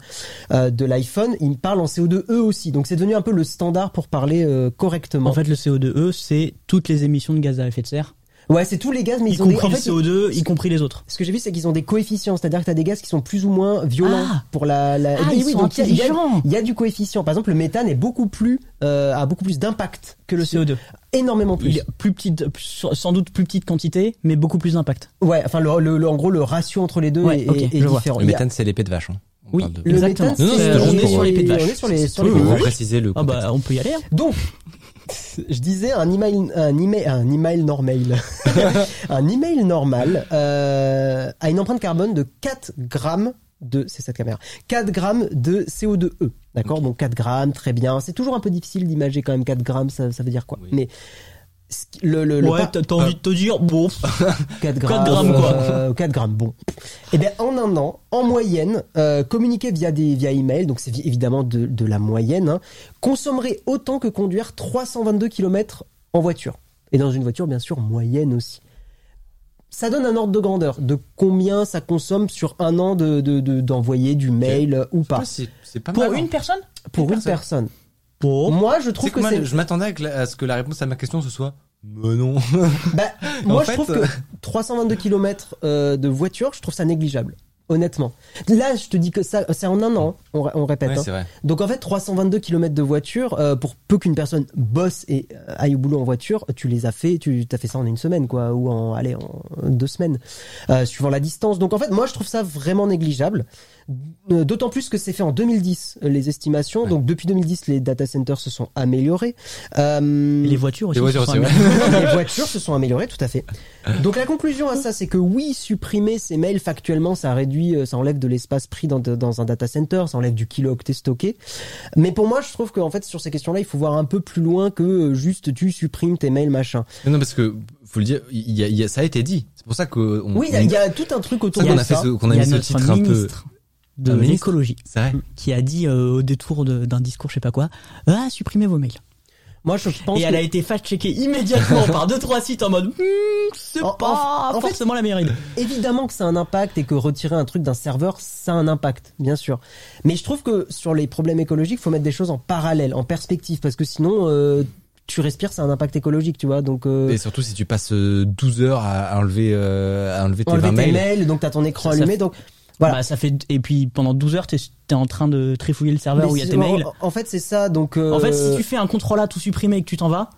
S2: euh, de l'iPhone, ils parlent en CO2 eux aussi. Donc c'est devenu un peu le standard pour parler euh, correctement.
S3: En fait, le CO2e, c'est toutes les émissions de gaz à effet de serre,
S2: ouais, c'est tous les gaz, mais
S3: y
S2: ils ont des,
S3: compris
S2: en
S3: le
S2: fait,
S3: CO2, y compris les autres.
S2: ce que j'ai vu, c'est qu'ils ont des coefficients, c'est-à-dire que tu as des gaz qui sont plus ou moins violents
S3: Ah.
S2: pour la. la...
S3: Ah,
S2: Et
S3: ils sont
S2: donc il y a- il y a-
S3: intelligents.
S2: Il y a du coefficient. Par exemple, le méthane est beaucoup plus euh, a beaucoup plus d'impact que
S3: Le
S2: le CO2,
S3: CO2.
S2: énormément plus.
S3: Il est plus petite, sans doute plus petite quantité, mais beaucoup plus d'impact.
S2: Ouais, enfin le, le- le- en gros le ratio entre les deux
S3: Ouais,
S2: est,
S3: ok,
S2: est
S3: je vois.
S2: différent.
S1: Le
S2: Il y a-
S1: méthane, c'est l'épée de vache. hein. On
S3: Oui.
S1: parle de-
S2: le
S1: Oui,
S3: Exactement.
S2: méthane,
S1: Non, non,
S2: c'est-
S1: c'était
S2: on
S1: juste
S2: est
S1: pour-
S2: sur les
S3: les-
S2: on
S3: vaches.
S2: est sur les-
S3: C'est
S2: sur
S1: oui,
S2: les
S3: tout.
S1: oui,
S2: contextes.
S1: pour préciser le
S3: euh, Ah
S1: contexte.
S3: bah, on peut y aller. hein.
S2: Donc, je disais un email, un email, un email normal, un email normal euh, a une empreinte carbone de 4 grammes de, c'est cette caméra, 4 grammes de CO2e. E. D'accord, donc 4 grammes, très bien. C'est toujours un peu difficile d'imager quand même 4 grammes, ça, ça veut dire quoi
S1: Oui.
S2: Mais ce qui- le, le, le
S3: Ouais,
S2: par-
S3: t'as t'as envie de te dire, bon,
S2: 4
S3: 4
S2: grammes,
S3: grammes, quoi.
S2: euh, 4 grammes, bon. Et bien, en un an, en moyenne, euh, communiquer via, des, via email, donc c'est vi- évidemment de, de la moyenne, hein, consommerait autant que conduire 322 km en voiture. Et dans une voiture, bien sûr, moyenne aussi. Ça donne un ordre de grandeur de combien ça consomme sur un an d'envoyer de, de, d'envoyer du mail euh, ou pas.
S1: Ouais, c'est- C'est pas
S3: pour
S1: mal,
S3: une
S1: hein.
S3: personne
S2: Pour une
S1: personne.
S2: personne.
S3: Bon.
S2: Moi, je
S1: Tu sais
S2: trouve
S1: que
S2: que
S1: moi,
S2: c'est.
S1: je m'attendais à, que la- à ce que la réponse à ma question ce soit. Mais non.
S2: Bah, moi,
S1: fait,
S2: je trouve
S1: euh,
S2: que 322 km euh, de voiture, je trouve ça négligeable. Honnêtement. Là, je te dis que ça, c'est en un an, hein, on, ré- on répète.
S1: Ouais,
S2: hein.
S1: c'est vrai.
S2: Donc en fait, 322 km de voiture, euh, pour peu qu'une personne bosse et euh, aille au boulot en voiture, tu les as fait, tu as fait ça en une semaine, quoi, ou en, allez, en deux semaines, euh, suivant la distance. Donc en fait, moi, je trouve ça vraiment négligeable. Euh, D'autant plus que c'est fait en 2010, euh, les estimations.
S1: Ouais.
S2: Donc depuis 2010, les data centers se sont améliorés. Euh,
S3: Et les voitures aussi.
S1: Les voitures
S3: ce sont
S1: aussi,
S3: un-
S1: ouais.
S2: les voitures se sont améliorées, tout à fait. Donc la conclusion à ça, c'est que oui, supprimer ces mails factuellement, ça réduit, euh, ça enlève de l'espace pris dans, de- dans un data center, ça enlève du kilo-octet stocké. Mais pour moi, je trouve qu'en fait, sur ces questions-là, il faut voir un peu plus loin que euh, juste tu supprimes tes mails, machin.
S1: Non, non, parce que faut le dire, il y a- il y a- ça a été dit. C'est pour ça que on,
S2: Oui, il y a-
S1: on-
S2: il y, a tout un truc
S1: c'est pour
S2: autour
S1: ça
S2: de
S1: qu'on a fait
S2: ça.
S1: ce, qu'on a
S3: Il y
S1: mis
S3: a
S1: ce
S3: notre
S1: titre un peu.
S3: ministre
S1: Un
S3: de
S1: ministre.
S3: l'écologie
S1: C'est vrai.
S3: qui a dit euh, au détour de- d'un discours, je sais pas quoi, ah, supprimez vos mails.
S2: Moi, je pense
S3: Et
S2: que-
S3: elle a été fact-checkée immédiatement par deux trois sites en mode, Hmm, c'est
S2: En- en-
S3: pas
S2: en fait-
S3: forcément la meilleure idée.
S2: évidemment que ça a un impact et que retirer un truc d'un serveur, ça a un impact, bien sûr. Mais je trouve que sur les problèmes écologiques, faut mettre des choses en parallèle, en perspective, parce que sinon, euh, tu respires, c'est un impact écologique, tu vois. Donc, euh,
S1: Et surtout si tu passes euh, 12 heures à à enlever, euh, à enlever tes 20
S2: enlever tes
S1: mails.
S2: mails, donc t'as ton écran
S3: Ça, ça
S2: allumé,
S3: fait-
S2: donc. Voilà.
S3: Bah, ça fait et puis pendant 12 heures t'es t'es en train de trifouiller le serveur
S2: Mais
S3: où il y a
S2: c'est-
S3: tes
S2: en-
S3: mails.
S2: En, fait, c'est ça, donc. euh,
S3: En fait, si tu fais un contrôle A tout supprimer et que tu t'en vas,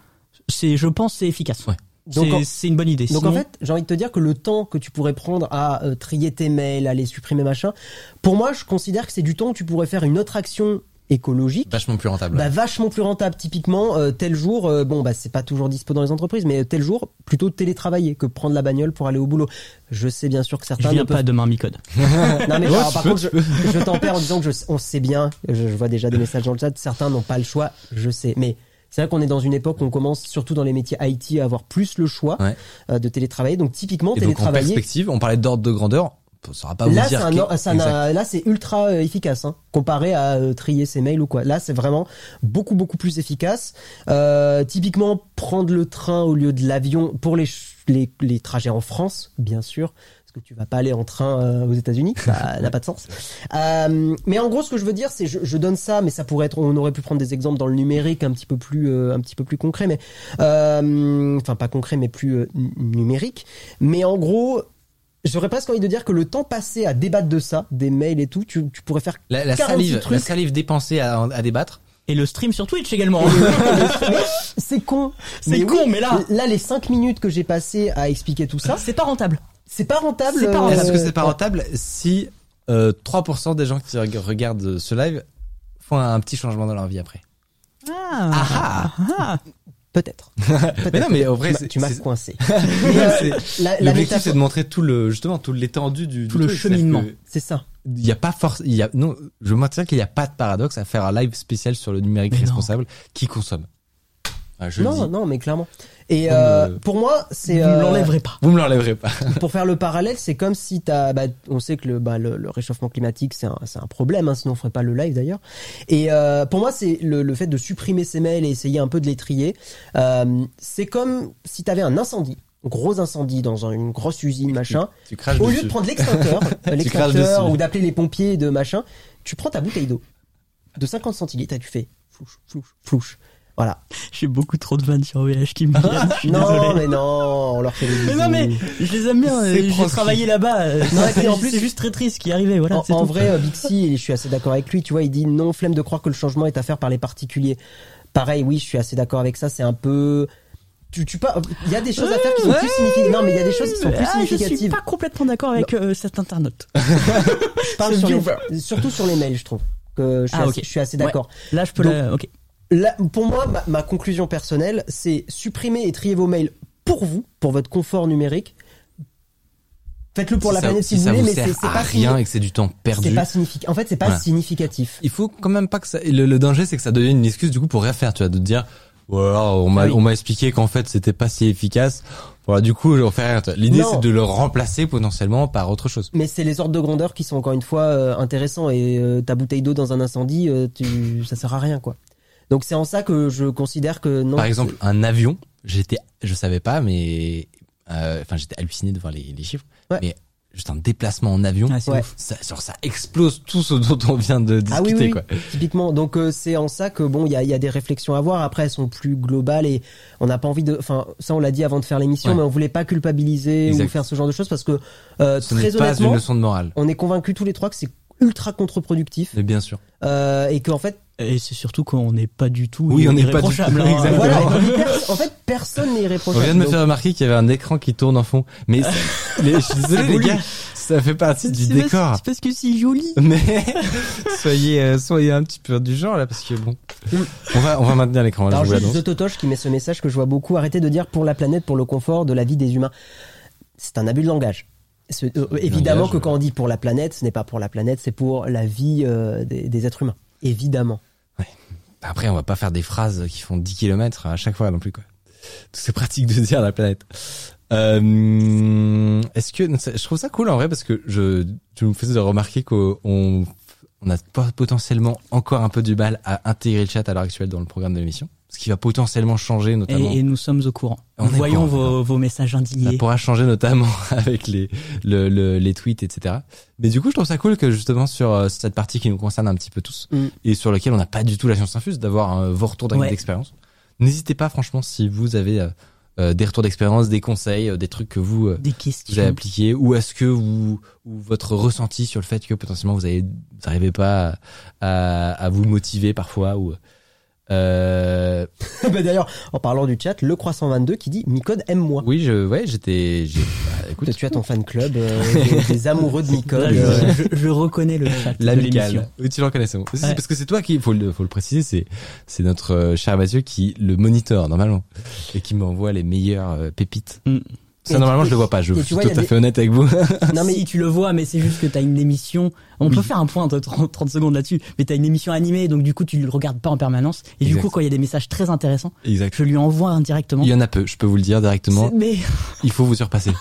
S3: c'est je pense c'est efficace.
S1: Ouais.
S2: Donc, en-
S3: C'est- C'est une bonne idée.
S2: Donc
S3: Sinon-
S2: en fait, j'ai envie de te dire que le temps que tu pourrais prendre à euh, trier tes mails, à les supprimer, machin, pour moi, je considère que c'est du temps où tu pourrais faire une autre action écologique.
S1: Vachement plus rentable.
S2: Bah, vachement plus rentable typiquement euh, tel jour euh, bon bah c'est pas toujours dispo dans les entreprises mais euh, tel jour plutôt télétravailler que prendre la bagnole pour aller au boulot je sais bien sûr que
S3: je
S2: certains ne
S3: viens
S2: peuvent
S3: pas demain, Micode.
S2: non mais
S1: Ouais,
S2: alors,
S1: tu
S2: par
S1: peux,
S2: contre,
S1: tu
S2: je, je t'en perds en disant que je, on sait bien. Je, je vois déjà des messages dans le chat. Certains n'ont pas le choix. Je sais, mais. C'est vrai qu'on est dans une époque où on commence, surtout dans les métiers IT, à avoir plus le choix
S1: Ouais.
S2: euh, de télétravailler. Donc typiquement,
S1: Et donc en
S2: télétravailler,
S1: perspective, on parlait d'ordre de grandeur, on saura pas
S2: là
S1: vous
S2: c'est
S1: dire.
S2: un
S1: quel-
S2: or- c'est un-
S1: exact.
S2: là c'est ultra euh, efficace hein, comparé à euh, trier ses mails ou quoi. Là c'est vraiment beaucoup beaucoup plus efficace. Euh, typiquement prendre le train au lieu de l'avion pour les, ch- les les trajets en France bien sûr parce que tu vas pas aller en train euh, aux États-Unis, ça n'a pas de sens. Euh, mais en gros ce que je veux dire c'est je, je donne ça mais ça pourrait être on aurait pu prendre des exemples dans le numérique un petit peu plus euh, un petit peu plus concret mais euh, enfin pas concret mais plus euh, nu- numérique mais en gros J'aurais presque envie de dire que le temps passé à débattre de ça, des mails et tout, tu, tu pourrais faire.
S1: La, la
S2: 46
S1: salive, la
S2: trucs.
S1: salive dépensée à, à débattre.
S3: Et le stream sur Twitch également. hein.
S2: C'est con.
S3: C'est
S2: Mais
S3: con,
S2: oui,
S3: mais là-
S2: là, les 5 minutes que j'ai passées à expliquer tout ça,
S3: C'est pas rentable.
S2: c'est pas rentable.
S3: C'est pas
S2: euh,
S3: rentable.
S1: Est-ce que c'est pas rentable si euh, 3% des gens qui reg- regardent ce live font un petit changement dans leur vie après
S3: Ah, ah.
S2: Peut-être.
S1: Mais non, mais en vrai,
S2: Tu m'as-
S1: c'est-
S2: tu m'as
S1: c'est-
S2: coincé. Mais, euh,
S1: C'est-
S2: la, la
S1: L'objectif, c'est
S2: métaphore,
S1: de montrer tout le justement tout l'étendue du
S3: Tout le
S1: truc. C'est-à-dire
S3: cheminement.
S1: que
S2: c'est ça.
S1: Il n'y a pas force. Il y a non. Je maintiens qu'il n'y a pas de paradoxe à faire un live spécial sur le numérique
S3: Mais non.
S1: responsable qui consomme. Ah, je
S2: non,
S1: le dis.
S2: non, mais clairement. Et
S1: Comme,
S2: euh,
S1: euh,
S2: pour moi, c'est
S3: Vous
S2: euh,
S3: me l'enlèverez pas.
S1: Vous me l'enlèverez pas.
S2: pour faire le parallèle, c'est comme si t'as, bah, on sait que le, bah, le, le réchauffement climatique c'est un, c'est un problème, hein, sinon on ferait pas le live d'ailleurs. Et euh, pour moi, c'est le, le fait de supprimer ces mails et essayer un peu de les trier. Euh, c'est comme si t'avais un incendie, un gros incendie dans un- une grosse usine machin.
S1: Tu craches
S2: Au
S1: dessus.
S2: lieu de prendre l'extincteur, euh,
S1: craches
S2: l'extincteur
S1: dessus.
S2: ou d'appeler les pompiers et de machin, tu prends ta bouteille d'eau de 50 centilitres et tu fais flouche, flouche, flouche. Voilà.
S3: J'ai beaucoup trop de vannes sur VH qui me viennent. Je suis
S2: non,
S3: désolé.
S2: mais non, on leur fait des
S3: Mais non mais
S2: bisous.
S3: je les aime bien, euh,
S1: C'est
S3: j'ai
S1: proscrit.
S3: travaillé là-bas. euh,
S2: Non, et puis en
S3: c'est-
S2: plus-
S3: c'est juste très triste ce qui est arrivé. Voilà,
S2: En-
S3: c'est
S2: en
S3: tout.
S2: vrai, euh, Bixi, je suis assez d'accord avec lui, tu vois, il dit non, flemme de croire que le changement est à faire par les particuliers. Pareil, oui, je suis assez d'accord avec ça, c'est un peu... Tu, tu pas, il y a des choses à faire qui sont plus significatives. Non, mais il y a des choses qui sont plus
S3: Ah, je suis
S2: significatives.
S3: pas complètement d'accord avec euh, cet internaute.
S2: Je parle
S3: ce
S2: sur les-
S3: viewer.
S2: surtout sur les mails, je trouve. Que je suis
S3: Ah, ok.
S2: assez, je suis assez d'accord.
S3: Là, je peux
S2: Donc-
S3: la. Ok.
S2: Là, pour moi, ma, ma conclusion personnelle, c'est supprimer et trier vos mails pour vous, pour votre confort numérique. Faites-le pour
S1: Si
S2: la
S1: ça-
S2: planète si,
S1: si
S2: vous
S1: ça
S2: voulez, mais
S1: sert
S2: c'est c'est
S1: à
S2: pas
S1: rien
S2: signi-
S1: et que c'est du temps
S2: C'est
S1: perdu.
S2: pas significatif. En fait, c'est pas
S1: Voilà.
S2: significatif.
S1: Il faut quand même pas que ça. Le, le danger, c'est que ça devienne une excuse du coup pour rien faire. Tu vois, de te dire, voilà, on m'a
S2: Ah oui.
S1: on m'a expliqué qu'en fait c'était pas si efficace. Voilà, du coup, on fait rien. tu vois. L'idée,
S2: Non.
S1: c'est de le remplacer potentiellement par autre chose.
S2: Mais c'est les ordres de grandeur qui sont encore une fois euh, intéressants et euh, ta bouteille d'eau dans un incendie, euh, tu, ça sert à rien quoi. Donc c'est en ça que je considère que non.
S1: Par exemple, un avion, j'étais, je savais pas, mais euh, enfin, j'étais halluciné de voir les, les chiffres.
S2: Ouais.
S1: Mais juste un déplacement en avion,
S3: Ah, c'est
S2: Ouais.
S3: ouf.
S1: ça, genre, ça explose tout ce dont on vient de discuter.
S2: Ah oui, oui,
S1: quoi.
S2: oui, typiquement. Donc euh, c'est en ça que bon, il y a, il y a des réflexions à avoir. Après, elles sont plus globales et on n'a pas envie de. Enfin, ça on l'a dit avant de faire l'émission,
S1: Ouais.
S2: mais on voulait pas culpabiliser
S1: Exact.
S2: ou faire ce genre de choses parce que euh,
S1: Ce n'est
S2: très
S1: pas une
S2: honnêtement,
S1: leçon de morale.
S2: on est convaincus tous les trois que c'est ultra contre-productif
S1: Mais bien sûr.
S2: euh, et qu'en fait
S3: Et c'est surtout qu'on n'est pas du tout.
S1: Oui, on n'est pas du tout-
S3: irréprochable, hein.
S1: Exactement.
S2: voilà et pers- en fait personne n'est
S1: On
S2: irréprochable
S1: vient de me
S2: Donc,
S1: faire remarquer qu'il y avait un écran qui tourne en fond. Mais c'est- les- je suis désolé, les
S3: voulu.
S1: gars, ça fait partie du
S3: C'est parce-
S1: décor.
S3: C'est parce que c'est joli.
S1: Mais soyez, euh, soyez un petit peu indulgents là, parce que bon, on va, on va maintenir l'écran. là,
S2: Alors
S1: je vous
S2: juste
S1: l'annonce.
S2: Zototoche qui met ce message que je vois beaucoup. Arrêtez de dire pour la planète, pour le confort de la vie des humains. C'est un abus de langage. Ce-
S1: abus
S2: euh,
S1: de
S2: évidemment
S1: langage,
S2: que
S1: ouais.
S2: quand on dit pour la planète, ce n'est pas pour la planète, c'est pour la vie euh, des, des êtres humains. Évidemment.
S1: Bah, Après, on va pas faire des phrases qui font 10 km à chaque fois non plus, quoi. Tout c'est pratique de dire la planète. Euh, est-ce que je trouve ça cool en vrai parce que je tu me faisais remarquer qu'on on a pas- potentiellement encore un peu du mal à intégrer le chat à l'heure actuelle dans le programme de l'émission, ce qui va potentiellement changer notamment.
S3: Et, et nous sommes au courant.
S1: On est
S3: Voyons
S1: au courant.
S3: vos, vos messages
S1: Ça
S3: indignés.
S1: pourra changer notamment avec les le, le- les tweets, etc. Mais du coup, je trouve ça cool que justement sur euh, cette partie qui nous concerne un petit peu tous
S2: Mm.
S1: et sur laquelle on n'a pas du tout la science infuse, d'avoir euh, vos retours d'expérience.
S3: Ouais.
S1: d'expérience. N'hésitez pas, franchement, si vous avez euh, euh, des retours d'expérience, des conseils, euh, des trucs que vous euh, vous
S3: Des
S1: avez
S3: questions.
S1: appliqué ou est-ce que vous ou votre ressenti sur le fait que potentiellement vous avez vous n'arrivez pas à, à, à vous motiver parfois ou Euh,
S2: Bah, D'ailleurs, en parlant du chat, le croissant 22 qui dit Micode aime-moi.
S1: oui, je, ouais, j'étais, j'ai- bah, écoute,
S2: Tu as ton fan club euh, des, des amoureux de euh. Micode.
S3: Là, je, Euh, je- je reconnais le chat de
S1: l'amical.
S3: l'émission.
S1: Oui, tu le reconnais, c'est bon. Si,
S3: Ouais.
S1: Parce que c'est toi qui, faut le, faut le préciser, c'est, c'est notre euh, cher Mathieu qui le monitor normalement et qui m'envoie les meilleures euh, pépites.
S3: Mm.
S1: Ça
S2: Et
S1: normalement je
S2: tu-
S1: le vois pas. Je
S2: et
S1: suis
S2: tu vois,
S1: tout
S2: il y a
S1: à fait honnête avec vous.
S2: non, mais
S3: si tu le vois, mais c'est juste que t'as une émission. On peut faire un point de 30, 30 secondes là-dessus, mais t'as une émission animée, donc du coup tu le regardes pas en permanence. Et
S1: Exact.
S3: du coup, quand il y a des messages très intéressants,
S1: exact.
S3: je lui envoie indirectement.
S1: Il y en a peu. Je peux vous le dire directement.
S3: C'est- Mais
S1: Il faut vous surpasser.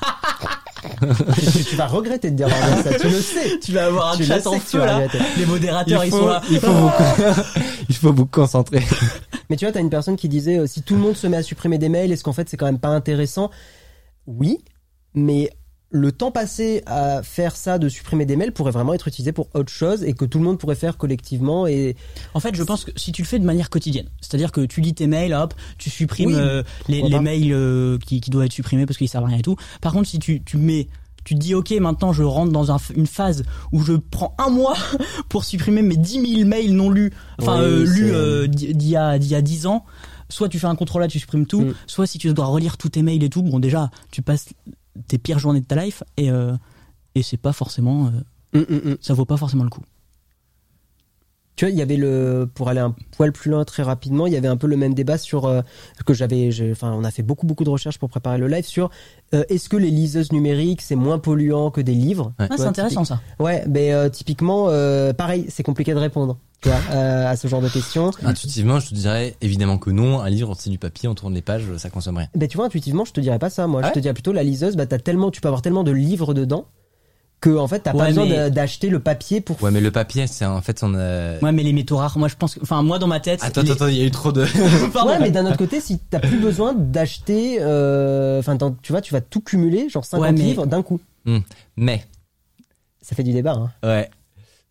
S2: tu, tu vas regretter de dire avoir dit ça, tu le sais.
S3: tu vas avoir un
S2: Tu le
S3: chat
S2: sais
S3: en
S2: que tu
S3: feu
S2: vas
S3: là.
S2: regretter.
S3: Les modérateurs, ils
S1: faut,
S3: sont là.
S1: il faut vous, il faut vous concentrer.
S2: Mais tu vois, t'as une personne qui disait euh, si tout le monde se met à supprimer des mails, est-ce qu'en fait c'est quand même pas intéressant Oui, mais le temps passé à faire ça, de supprimer des mails, pourrait vraiment être utilisé pour autre chose et que tout le monde pourrait faire collectivement. Et
S3: En fait, je pense que si tu le fais de manière quotidienne, c'est-à-dire que tu lis tes mails, hop, tu supprimes
S2: Oui,
S3: euh, les,
S2: pourquoi
S3: les
S2: pas.
S3: mails euh, qui, qui doivent être supprimés parce qu'ils servent à rien et tout. Par contre, si tu, tu mets, tu te dis ok, maintenant je rentre dans un, une phase où je prends un mois pour supprimer mes 10 000 mails non lus, enfin
S2: Oui,
S3: euh,
S2: c'est-
S3: lus euh, d'il d'il y a d'il y a 10 ans. Soit tu fais un contrôle là, tu supprimes tout.
S2: Mm.
S3: Soit si tu dois relire tous tes mails et tout, bon déjà tu passes tes pires journées de ta life et euh, et c'est pas forcément, euh, ça vaut pas forcément le coup.
S2: Hum, Tu vois, il y avait le pour aller un poil plus loin très rapidement, il y avait un peu le même débat sur euh, que j'avais, j'ai- enfin, on a fait beaucoup beaucoup de recherches pour préparer le live sur euh, est-ce que les liseuses numériques c'est moins polluant que des livres
S1: Ouais.
S3: Ah, c'est
S2: Ouais,
S3: intéressant ça.
S2: Ouais, mais euh, typiquement, euh, pareil, c'est compliqué de répondre. Tu vois, euh, à ce genre de questions.
S1: Intuitivement, je te dirais évidemment que non. Un livre, c'est du papier, on tourne les pages, ça consomme rien.
S2: Ben tu vois, intuitivement, je te dirais pas ça. Moi,
S1: Ah
S2: je te dirais plutôt la liseuse. Bah, t'as tellement, tu peux avoir tellement de livres dedans que en fait, t'as pas
S3: Ouais,
S2: besoin
S3: mais-
S2: d'a- d'acheter le papier pour.
S1: Ouais, mais le papier, c'est en fait on a.
S3: Ouais, mais les métaux rares, moi je pense que. Enfin, moi dans ma tête.
S1: Attends,
S3: les-
S1: attends, attends, il y a eu trop de.
S3: Pardon.
S2: Ouais, mais d'un autre côté, si t'as plus besoin d'acheter, euh, enfin, t'en- tu vois, tu vas tout cumuler, genre 50
S3: Ouais, mais-
S2: livres d'un coup.
S1: mais.
S2: Ça fait du débat. Hein.
S1: Ouais.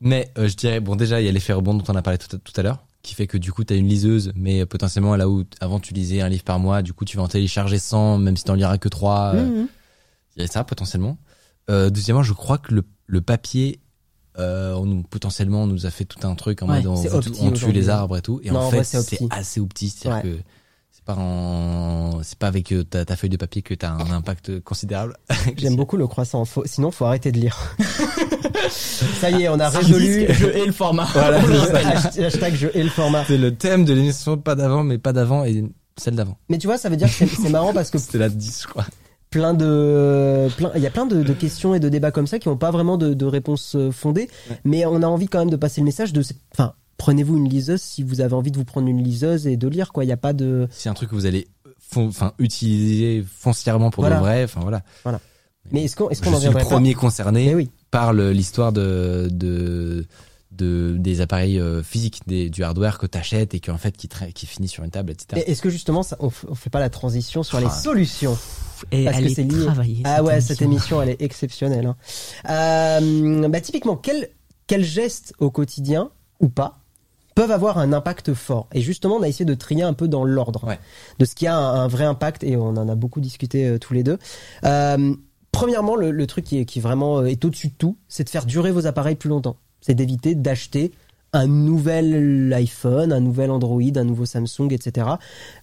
S1: Mais euh, je dirais, bon, déjà, il y a l'effet rebond dont on a parlé tout à, tout à l'heure, qui fait que du coup, tu as une liseuse, mais euh, potentiellement, là où t- avant tu lisais un livre par mois, du coup, tu vas en télécharger 100, même si t'en liras que 3.
S3: Mmh,
S1: euh,
S2: Mhm.
S1: Il y a ça, potentiellement. Euh, deuxièmement, je crois que le, le papier, euh, on nous, potentiellement, on nous a fait tout un truc en
S3: Ouais,
S1: mode on,
S2: c'est
S1: on
S2: opti
S1: tue- on tue
S2: aujourd'hui.
S1: les arbres et tout. Et
S2: Non,
S1: en
S2: en
S1: fait,
S2: vrai, c'est opti.
S1: c'est assez opti. C'est-à-dire
S2: Ouais.
S1: que c'est pas, en, c'est pas avec euh, ta, ta feuille de papier que t'as un impact considérable.
S2: J'aime beaucoup le croissant. Faut- Sinon, faut arrêter de lire. ça y est, on a
S3: Hard
S2: résolu.
S3: disk, je hais le format.
S1: Voilà,
S3: On le
S1: c'est ça.
S3: rappelle.
S2: Hasht- Hashtag je hais le format.
S1: C'est le thème de l'émission, pas d'avant, mais pas d'avant et celle d'avant.
S2: Mais tu vois, ça veut dire que c'est- c'est marrant parce que
S1: C'était la 10, je crois.
S2: plein de plein il y a plein de, de questions et de débats comme ça qui n'ont pas vraiment de, de réponse euh, fondée mais on a envie quand même de passer le message de c'est- enfin prenez-vous une liseuse si vous avez envie de vous prendre une liseuse et de lire quoi il n'y a pas de
S1: C'est un truc que vous allez fon- enfin utiliser foncièrement pour
S2: Voilà.
S1: de vrai. Enfin voilà.
S2: mais est-ce qu'on est-ce
S1: Je
S2: qu'on en
S1: suis le
S2: viendrait pas
S1: premier concerné
S2: Eh oui
S1: par le- l'histoire de, de de des appareils euh, physiques, des, du hardware que t'achètes et qui en fait qui tra- qui finit sur une table, etc.
S2: Et est-ce que justement ça, on, f- on fait pas la transition sur les
S1: Ah.
S2: solutions
S3: Et
S2: Parce
S3: elle
S2: que
S3: est,
S2: c'est lié.
S3: travaillée.
S2: ah ouais cette émission elle est exceptionnelle hein. Euh, bah typiquement quel quel geste au quotidien ou pas peuvent avoir un impact fort. Et justement, on a essayé de trier un peu dans l'ordre
S1: Ouais.
S2: de ce qui a un, un vrai impact, et on en a beaucoup discuté euh, tous les deux. Euh, premièrement, le, le truc qui, est, qui vraiment euh, est au-dessus de tout, c'est de faire durer vos appareils plus longtemps. C'est d'éviter d'acheter un nouvel iPhone, un nouvel Android, un nouveau Samsung, etc.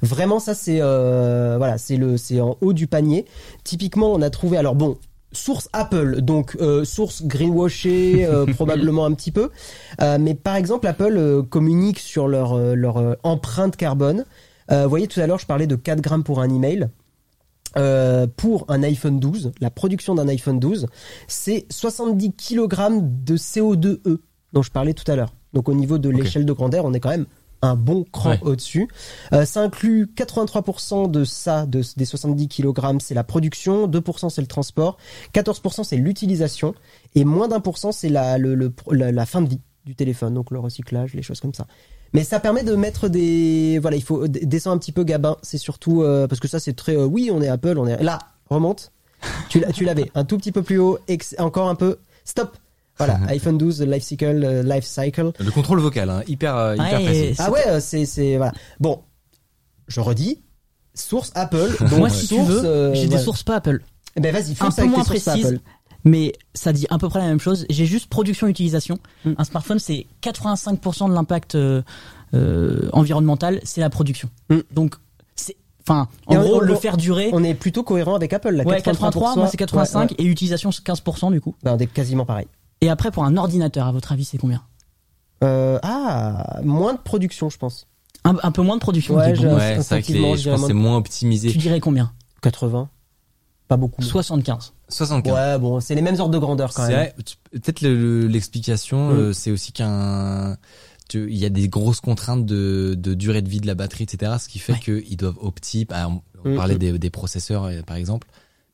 S2: Vraiment, ça c'est euh, voilà, c'est le c'est en haut du panier. Typiquement, on a trouvé alors bon source Apple, donc euh, source greenwashée euh, probablement un petit peu, euh, mais par exemple, Apple euh, communique sur leur, euh, leur euh, empreinte carbone. Euh, vous voyez, tout à l'heure, je parlais de 4 grammes pour un email. Euh, pour un iPhone 12, la production d'un iPhone 12, c'est 70 kg de CO2e E dont je parlais tout à l'heure. Donc au niveau de l'échelle de grandeur, on est quand même un bon cran
S1: Ouais.
S2: au-dessus. Euh, ça inclut 83% de ça, de, des 70 kg, c'est la production, 2% c'est le transport, 14% c'est l'utilisation, et moins d'un pour cent c'est la, le- le- la, la fin de vie du téléphone, donc le recyclage, les choses comme ça. Mais ça permet de mettre des... Voilà, il faut d- descendre un petit peu Gabin, c'est surtout... euh, parce que ça c'est très... euh, oui, on est Apple, on est... Là, remonte. Tu l'as- tu l'avais, un tout petit peu plus haut, ex- encore un peu... Stop Voilà, iPhone 12, Life Cycle, euh, Life Cycle.
S1: Le contrôle vocal, hein, hyper euh, hyper
S3: Ouais,
S1: précis.
S3: et-
S2: Ah ouais, euh, c'est c'est voilà. Bon, je redis, source Apple. Donc
S3: Moi, si
S2: source,
S3: tu veux,
S2: euh,
S3: j'ai
S2: ouais.
S3: des sources pas Apple,
S2: Eh Ben vas-y,
S3: un
S2: fonce
S3: peu
S2: avec tes
S3: moins
S2: sources
S3: précises,
S2: Apple.
S3: mais ça dit à peu près la même chose. J'ai juste production-utilisation.
S2: Mm.
S3: Un smartphone, c'est 85% de l'impact euh, euh, environnementale, c'est la production.
S2: Mm.
S3: Donc, c'est, enfin, en
S2: Et on-
S3: gros,
S2: on-
S3: le
S2: on-
S3: faire durer.
S2: On est plutôt cohérent avec Apple, là.
S3: ouais, 83, moi c'est 85
S2: Ouais, ouais.
S3: et utilisation c'est 15% du coup.
S2: Ben, on est quasiment pareil.
S3: Et après pour un ordinateur, à votre avis c'est combien
S2: Euh, ah, moins de production, je pense.
S3: un, un peu moins de production.
S2: Ouais,
S3: dis-
S2: je-
S1: Ouais, c'est vrai que
S2: instinctivement,
S1: les-
S2: je
S1: je
S2: dirais
S1: pense que c'est moins
S3: Tu
S1: optimisé.
S3: dirais combien
S2: 80. Pas beaucoup.
S3: 75.
S1: 75.
S2: Ouais, bon, c'est les mêmes ordres de grandeur quand
S1: C'est
S2: même.
S1: vrai, tu- peut-être le- le- l'explication,
S2: Mm.
S1: euh, c'est aussi qu'un, tu- il y a des grosses contraintes de, de durée de vie de la batterie, etc. Ce qui fait
S3: Ouais.
S1: qu'ils doivent opti. ah, on on
S2: Mm,
S1: parlait
S2: mm.
S1: des, des processeurs, euh, par exemple,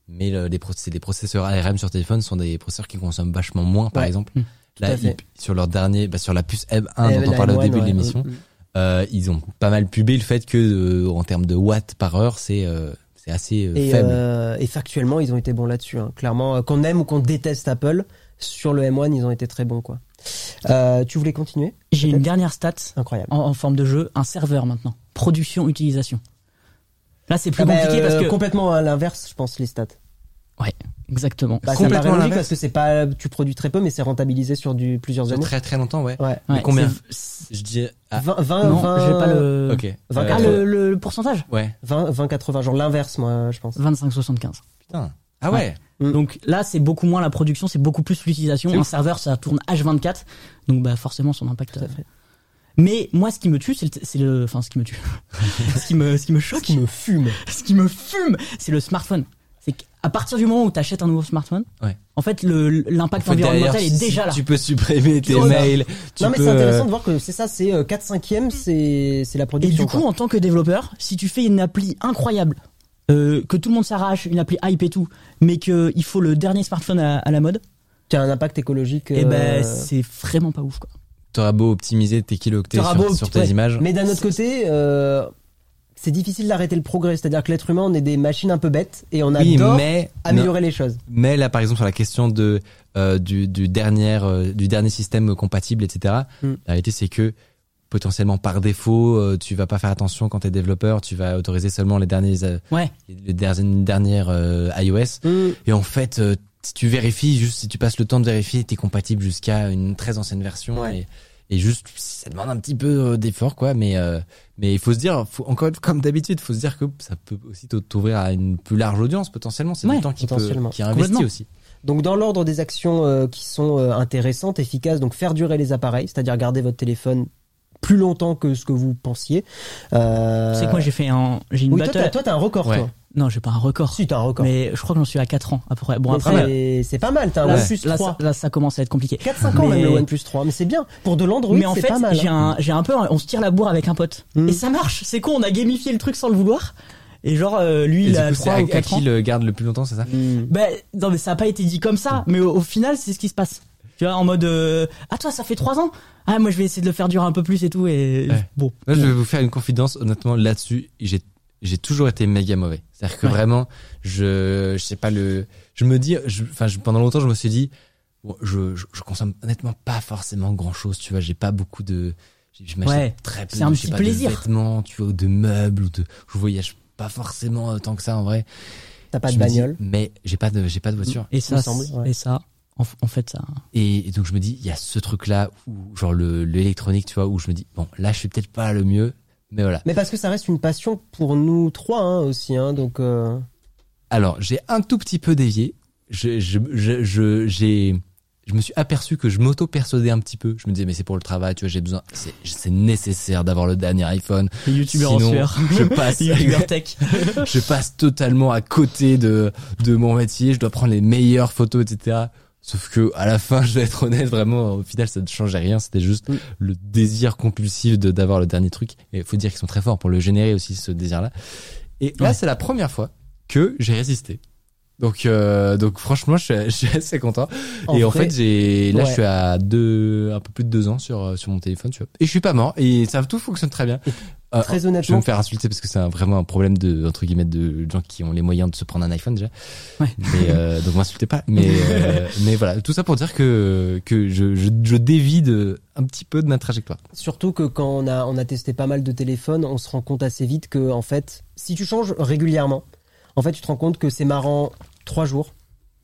S1: mais le- les pro- c'est des processeurs ARM sur téléphone sont des processeurs qui consomment vachement moins, par
S2: Ouais.
S1: exemple.
S3: Mm.
S1: Là,
S2: à fait.
S1: ils- sur leur dernier, bah, sur la puce M1
S3: Ah,
S2: Eh,
S1: dont on
S2: la
S1: parlait au
S2: M1,
S1: début de
S2: ouais.
S1: l'émission,
S2: Mm, mm.
S1: euh, ils ont pas mal pubé le fait que, euh, en termes de watts par heure, c'est euh, c'est assez euh,
S2: Et,
S1: faible.
S2: euh, et factuellement, ils ont été bons là-dessus. hein. Clairement, euh, qu'on aime ou qu'on déteste Apple, sur le M1, ils ont été très bons. quoi. Euh, tu voulais continuer
S3: J'ai une
S2: Peut-être.
S3: dernière stat
S2: Incroyable.
S3: en, en forme de jeu, un serveur maintenant. Production, utilisation. Là c'est plus
S2: Ah bah,
S3: compliqué
S2: euh,
S3: parce que...
S2: Complètement à l'inverse, je pense, les stats.
S3: Exactement.
S2: Bah, ça
S1: Complètement
S2: paraît logique
S1: l'inverse.
S2: parce que c'est pas, tu produis très peu, mais c'est rentabilisé sur du, plusieurs
S1: Sur
S2: années.
S1: très très longtemps, ouais.
S2: Ouais.
S1: Mais
S3: Ouais,
S1: combien
S3: c'est-
S1: Je dis, ah,
S2: 20, 20,
S3: Non,
S2: 20,
S3: j'ai pas le...
S1: ok.
S2: vingt-
S1: Euh,
S3: Ah, le, le- le pourcentage
S1: Ouais.
S2: 20, 20, 80, genre l'inverse, moi, je pense.
S3: 25-75.
S1: Putain. Ah
S3: Ouais.
S1: ouais.
S2: Mm.
S3: Donc là, c'est beaucoup moins la production, c'est beaucoup plus l'utilisation.
S1: C'est
S3: Un
S1: ouf.
S3: serveur, ça tourne H24, donc bah forcément son impact.
S2: Tout à
S3: euh,
S2: fait.
S3: Mais moi, ce qui me tue, c'est le, c'est le, enfin ce qui me tue, ce qui me, ce qui me choque,
S2: Qui me fume.
S3: ce qui me fume, c'est le smartphone. C'est qu'à partir du moment où tu achètes un nouveau smartphone,
S1: Ouais.
S3: en fait, le- l'impact
S1: En fait,
S3: environnemental
S1: derrière,
S3: est
S1: si-
S3: déjà
S1: si
S3: là.
S1: Tu peux supprimer tes
S2: vois, là.
S1: mails. Tu
S2: non, mais
S1: peux,
S2: c'est intéressant
S1: euh,
S2: de voir que c'est ça, c'est euh, 4 5 c'est c'est la
S3: Et
S2: production.
S3: du coup, en tant que développeur, si tu fais une appli incroyable, euh, que tout le monde s'arrache, une appli hype et tout, mais que il faut le dernier smartphone à, à la mode,
S2: tu as un impact écologique.
S3: et ben
S2: euh,
S3: c'est vraiment pas ouf quoi.
S1: T'auras beau optimiser tes kilooctets
S3: T'auras
S1: sur,
S3: beau
S1: sur
S3: opti-
S1: tes
S3: ouais.
S1: images.
S2: Mais d'un autre côté, euh, c'est difficile d'arrêter le progrès. C'est-à-dire que l'être humain, on est des machines un peu bêtes et on
S1: oui,
S2: adore
S1: mais
S2: améliorer les choses.
S1: non, mais là, par exemple, sur la question de euh, du, du dernier euh, du dernier système compatible, etc.
S2: Mm.
S1: La réalité, c'est que potentiellement par défaut, euh, tu vas pas faire attention quand t'es développeur. Tu vas autoriser seulement les derniers euh,
S3: Ouais.
S1: les dernières, dernières, euh, iOS. Et en fait, euh, si tu vérifies, juste si tu passes le temps de vérifier, t'es compatible jusqu'à une très ancienne version.
S2: Ouais.
S1: Et, et juste, ça demande un petit peu euh, d'effort, quoi. Mais euh, mais il faut se dire, faut, encore comme d'habitude, faut se dire que ça peut aussi t'o- t'ouvrir à une plus large audience potentiellement. C'est
S3: Ouais,
S1: du temps qui, peut,
S2: potentiellement.
S1: qui est investi
S3: Complètement.
S1: aussi.
S2: Donc dans l'ordre des actions euh, qui sont euh, intéressantes, efficaces, donc faire durer les appareils, c'est-à-dire garder votre téléphone plus longtemps que ce que vous pensiez. Euh,
S3: C'est quoi J'ai fait un, j'ai une
S2: Oui, toi,
S3: battle.
S2: t'as- toi, t'as un record,
S1: Ouais.
S2: toi.
S3: Non, j'ai pas un record.
S2: Si, t'as un record.
S3: Mais je crois que j'en suis à 4 ans après. Bon
S2: Mais
S3: après, euh,
S2: c'est- c'est pas mal, t'as un
S3: là,
S2: OnePlus
S3: là,
S2: 3.
S3: ça, là, ça commence à être compliqué.
S2: 4-5 ans
S3: Mais-
S2: même le OnePlus 3, mais c'est bien. Pour de l'Android,
S3: mais en
S2: c'est
S3: fait,
S2: pas mal. hein.
S3: j'ai un, j'ai un peu, un- on se tire la bourre avec un pote.
S2: Mm.
S3: Et ça marche. C'est con, on a gamifié le truc sans le vouloir. Et genre, euh, lui,
S1: Et
S3: il
S1: du
S3: a
S1: coup, c'est à,
S3: 3 ou
S1: à
S3: 4 ans.
S1: qui le garde le plus longtemps, c'est ça
S2: Hmm.
S3: Ben, non, mais ça a pas été dit comme ça.
S1: Hmm.
S3: Mais au, au final, c'est ce qui se passe. Tu vois, en mode, euh, ah toi, ça fait 3 ans. Ah moi, je vais essayer de le faire durer un peu plus et tout. Et
S1: Ouais.
S3: bon.
S1: Moi, je vais vous faire une confidence, honnêtement, là-dessus, j'ai j'ai toujours été méga mauvais. C'est-à-dire que
S3: Ouais.
S1: vraiment, je, je sais pas le, je me dis, je- enfin, je- pendant longtemps, je me suis dit, bon, je, je, je consomme honnêtement pas forcément grand-chose, tu vois, j'ai pas beaucoup de, je je m'achète
S3: Ouais.
S1: très peu,
S3: C'est un
S1: de, je sais
S3: petit
S1: pas,
S3: plaisir.
S1: de vêtements, tu vois, ou de meubles, ou de, je voyage pas forcément euh, tant que ça en vrai.
S2: T'as pas
S1: Je
S2: de
S1: me dis,
S2: bagnole.
S1: mais j'ai pas de, j'ai pas de voiture.
S3: Et
S2: Il
S3: ça,
S2: me semble,
S3: c'est-
S2: ouais.
S3: et ça, en, en fait, ça.
S1: Et, et donc je me dis, il y a ce truc-là, où, genre le, l'électronique, tu vois, où je me dis, bon, là, je suis peut-être pas le mieux, mais voilà.
S2: Mais parce que ça reste une passion pour nous trois hein, aussi, hein, donc euh,
S1: Alors, j'ai un tout petit peu dévié. Je, je, je, je, j'ai- je me suis aperçu que je m'auto-persuadais un petit peu. Je me disais, mais c'est pour le travail, tu vois, j'ai besoin. C'est, c'est nécessaire d'avoir le dernier iPhone.
S3: Les youtubeurs en
S1: Sinon,
S3: sueur.
S1: Je passe,
S3: Les youtubeurs tech.
S1: je passe totalement à côté de, de mon métier. Je dois prendre les meilleures photos, etc. Sauf que, à la fin, je vais être honnête, vraiment, au final, ça ne changeait rien. C'était juste
S2: Oui.
S1: le désir compulsif de, d'avoir le dernier truc. Et faut dire qu'ils sont très forts pour le générer aussi, ce désir-là. Et là,
S3: Ouais.
S1: c'est la première fois que j'ai résisté. Donc, euh, donc franchement, je suis, je suis assez content.
S2: En
S1: et en
S2: vrai,
S1: fait, j'ai là,
S2: ouais.
S1: je suis à deux, un peu plus de deux ans sur euh, sur mon téléphone, tu vois. Et je suis pas mort. Et ça tout fonctionne très bien. Euh,
S2: très
S1: je vais
S2: honnêtement,
S1: me faire insulter parce que c'est un- vraiment un problème de entre guillemets de gens qui ont les moyens de se prendre un iPhone déjà.
S3: Ouais.
S1: Mais euh, donc m'insultez pas. Mais euh, mais voilà, tout ça pour dire que que je je, je dévie de- un petit peu de ma trajectoire.
S2: Surtout que quand on a, on a testé pas mal de téléphones, on se rend compte assez vite que, en fait, si tu changes régulièrement, en fait, tu te rends compte que c'est marrant trois jours,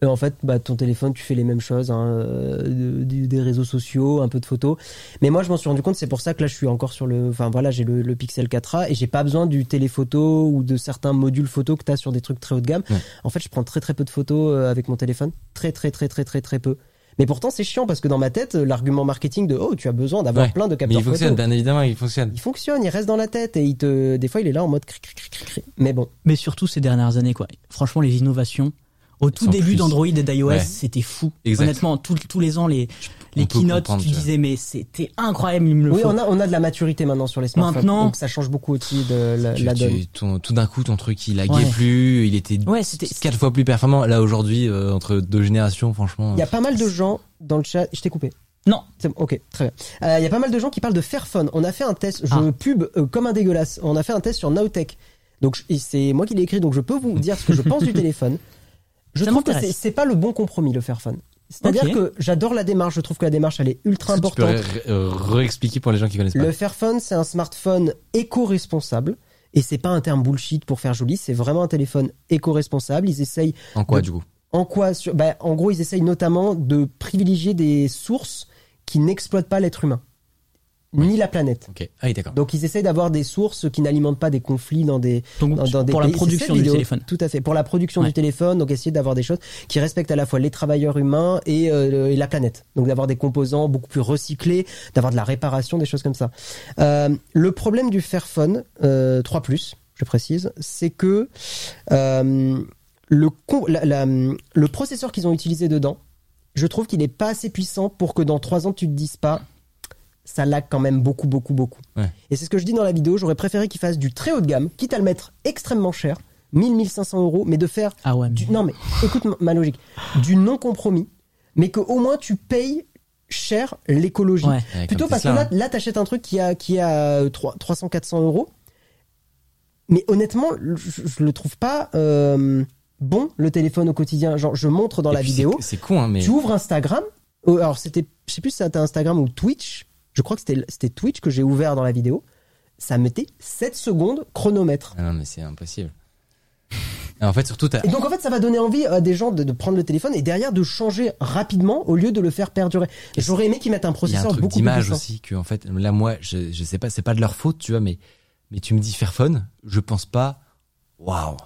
S2: Euh, en fait, bah, ton téléphone, tu fais les mêmes choses, hein, euh, de- du- des réseaux sociaux, un peu de photos. Mais moi, je m'en suis rendu compte, c'est pour ça que là, je suis encore sur le. Enfin, voilà, j'ai le, le Pixel 4A et j'ai pas besoin du téléphoto ou de certains modules photo que t'as sur des trucs très haut de gamme.
S1: Ouais.
S2: En fait, je prends très très peu de photos euh, avec mon téléphone. Très très très très très très peu. Mais pourtant, c'est chiant parce que dans ma tête, euh, l'argument marketing de oh, tu as besoin d'avoir
S1: Ouais.
S2: plein de
S1: Mais
S2: capteurs
S1: il fonctionne,
S2: photo.
S1: bien évidemment, il fonctionne.
S2: Il fonctionne, il reste dans la tête et il te. Des fois, il est là en mode cri cri cri cri cri. Mais bon.
S3: Mais surtout ces dernières années, quoi. Franchement, les innovations. Au tout
S1: Sans
S3: début
S1: plus.
S3: d'Android et d'iOS,
S1: Ouais.
S3: c'était fou.
S1: Exact.
S3: Honnêtement, tout- tous les ans, les, les
S1: on peut
S3: keynotes,
S1: comprendre,
S3: tu
S1: tu vois.
S3: disais, mais c'était incroyable, il me le
S2: Oui,
S3: faut.
S2: on a, on a de la maturité maintenant sur les smartphones.
S3: Maintenant-
S2: donc ça change beaucoup aussi de la,
S1: Tu-
S2: la
S1: tu-
S2: donne.
S1: ton- tout d'un coup, ton truc, il laguait
S3: Ouais.
S1: plus, il était
S3: Ouais, c'était.
S1: quatre fois plus performant. Là, aujourd'hui, euh, entre deux générations, franchement.
S2: Il y a pas mal de gens dans le chat. Je t'ai coupé.
S3: Non.
S2: C'est bon, ok, très bien. Euh, Il y a pas mal de gens qui parlent de Fairphone. On a fait un test. Je
S3: Ah.
S2: pub euh, comme un dégueulasse. On a fait un test sur Nowtech. Donc je- et c'est moi qui l'ai écrit. Donc je peux vous dire ce que je pense du téléphone. Je
S3: Ça
S2: trouve que c'est-
S3: m'intéresse.
S2: c'est pas le bon compromis le Fairphone. C'est-à-dire
S3: Ok.
S2: que j'adore la démarche. Je trouve que la démarche elle est ultra
S1: Est-ce que tu peux
S2: importante.
S1: ré- euh, réexpliquer pour les gens qui connaissent pas.
S2: Le Fairphone, c'est un smartphone éco-responsable. Et c'est pas un terme bullshit pour faire joli. C'est vraiment un téléphone éco-responsable. Ils essayent
S1: En quoi,
S2: le-
S1: du coup?
S2: en quoi sur- bah, En gros, ils essayent notamment de privilégier des sources qui n'exploitent pas l'être humain, ni la planète.
S1: Ok. Ah oui, d'accord.
S2: Donc, ils essayent d'avoir des sources qui n'alimentent pas des conflits dans des
S3: Donc,
S2: dans, dans des
S3: pour la
S2: pays. C'est
S3: production
S2: ça,
S3: du
S2: vidéo.
S3: téléphone.
S2: Tout à fait. Pour la production
S3: Ouais.
S2: du téléphone, donc essayer d'avoir des choses qui respectent à la fois les travailleurs humains et, euh, et la planète. Donc d'avoir des composants beaucoup plus recyclés, d'avoir de la réparation, des choses comme ça. Euh, le problème du Fairphone euh, 3 je précise, c'est que euh, le, con- la- la- le processeur qu'ils ont utilisé dedans, je trouve qu'il n'est pas assez puissant pour que dans 3 ans tu te dises pas ça lag quand même beaucoup, beaucoup, beaucoup.
S1: Ouais.
S2: Et c'est ce que je dis dans la vidéo, j'aurais préféré qu'ils fassent du très haut de gamme, quitte à le mettre extrêmement cher, 1000, 1500 euros, mais de faire
S3: Ah ouais, mais-
S2: du- non mais écoute ma- ma logique, du non compromis, mais que au moins tu payes cher l'écologie.
S3: Ouais.
S1: Ouais,
S2: Plutôt
S1: comme
S2: parce que
S1: Tesla, hein.
S2: là, là t'achètes un truc qui a qui a euh, 300, 400 euros, mais honnêtement, je, je le trouve pas euh, bon le téléphone au quotidien. Genre, je montre dans
S1: Et
S2: la
S1: puis,
S2: vidéo,
S1: c'est- C'est con, hein, mais.
S2: tu ouvres Instagram. euh, Alors, c'était, je sais plus si c'était Instagram ou Twitch. Je crois que c'était c'était Twitch que j'ai ouvert dans la vidéo. Ça mettait 7 secondes chronomètre.
S1: Ah non, mais c'est impossible. Et en fait, surtout, t'as.
S2: Et donc, en fait, ça va donner envie à des gens de, de prendre le téléphone et derrière de changer rapidement au lieu de le faire perdurer. J'aurais aimé qu'ils mettent
S1: Il y a
S2: un
S1: un
S2: processeur
S1: truc
S2: beaucoup plus
S1: d'image
S2: puissant.
S1: aussi que, en fait, là, moi, je, je sais pas, c'est pas de leur faute, tu vois, mais, mais tu me dis Fairphone, je pense pas, waouh,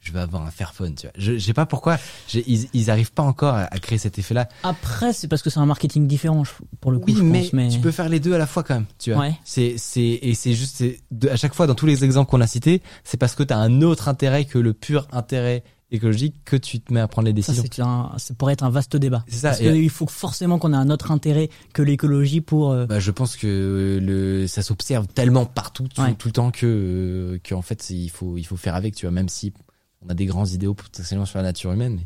S1: je vais avoir un Fairphone, tu vois. Je, je sais pas pourquoi, j'ai- ils, ils arrivent pas encore à, à créer cet effet-là.
S3: Après, c'est parce que c'est un marketing différent, je- pour le coup,
S1: Oui,
S3: je
S1: mais,
S3: pense, mais.
S1: tu peux faire les deux à la fois quand même, tu vois.
S3: Ouais.
S1: C'est, c'est, et c'est juste, c'est de- à chaque fois, dans tous les exemples qu'on a cités, c'est parce que t'as un autre intérêt que le pur intérêt écologique que tu te mets à prendre les
S3: Ça,
S1: décisions.
S3: c'est un, ça pourrait être un vaste débat.
S1: C'est ça,
S3: Parce
S1: et-
S3: qu'il faut forcément qu'on ait un autre intérêt que l'écologie pour. euh,
S1: Bah, je pense que le, ça s'observe tellement partout tout,
S3: Ouais.
S1: tout le temps que euh, que en fait c'est- il faut il faut faire avec tu vois même si on a des grands idéaux potentiellement sur la nature humaine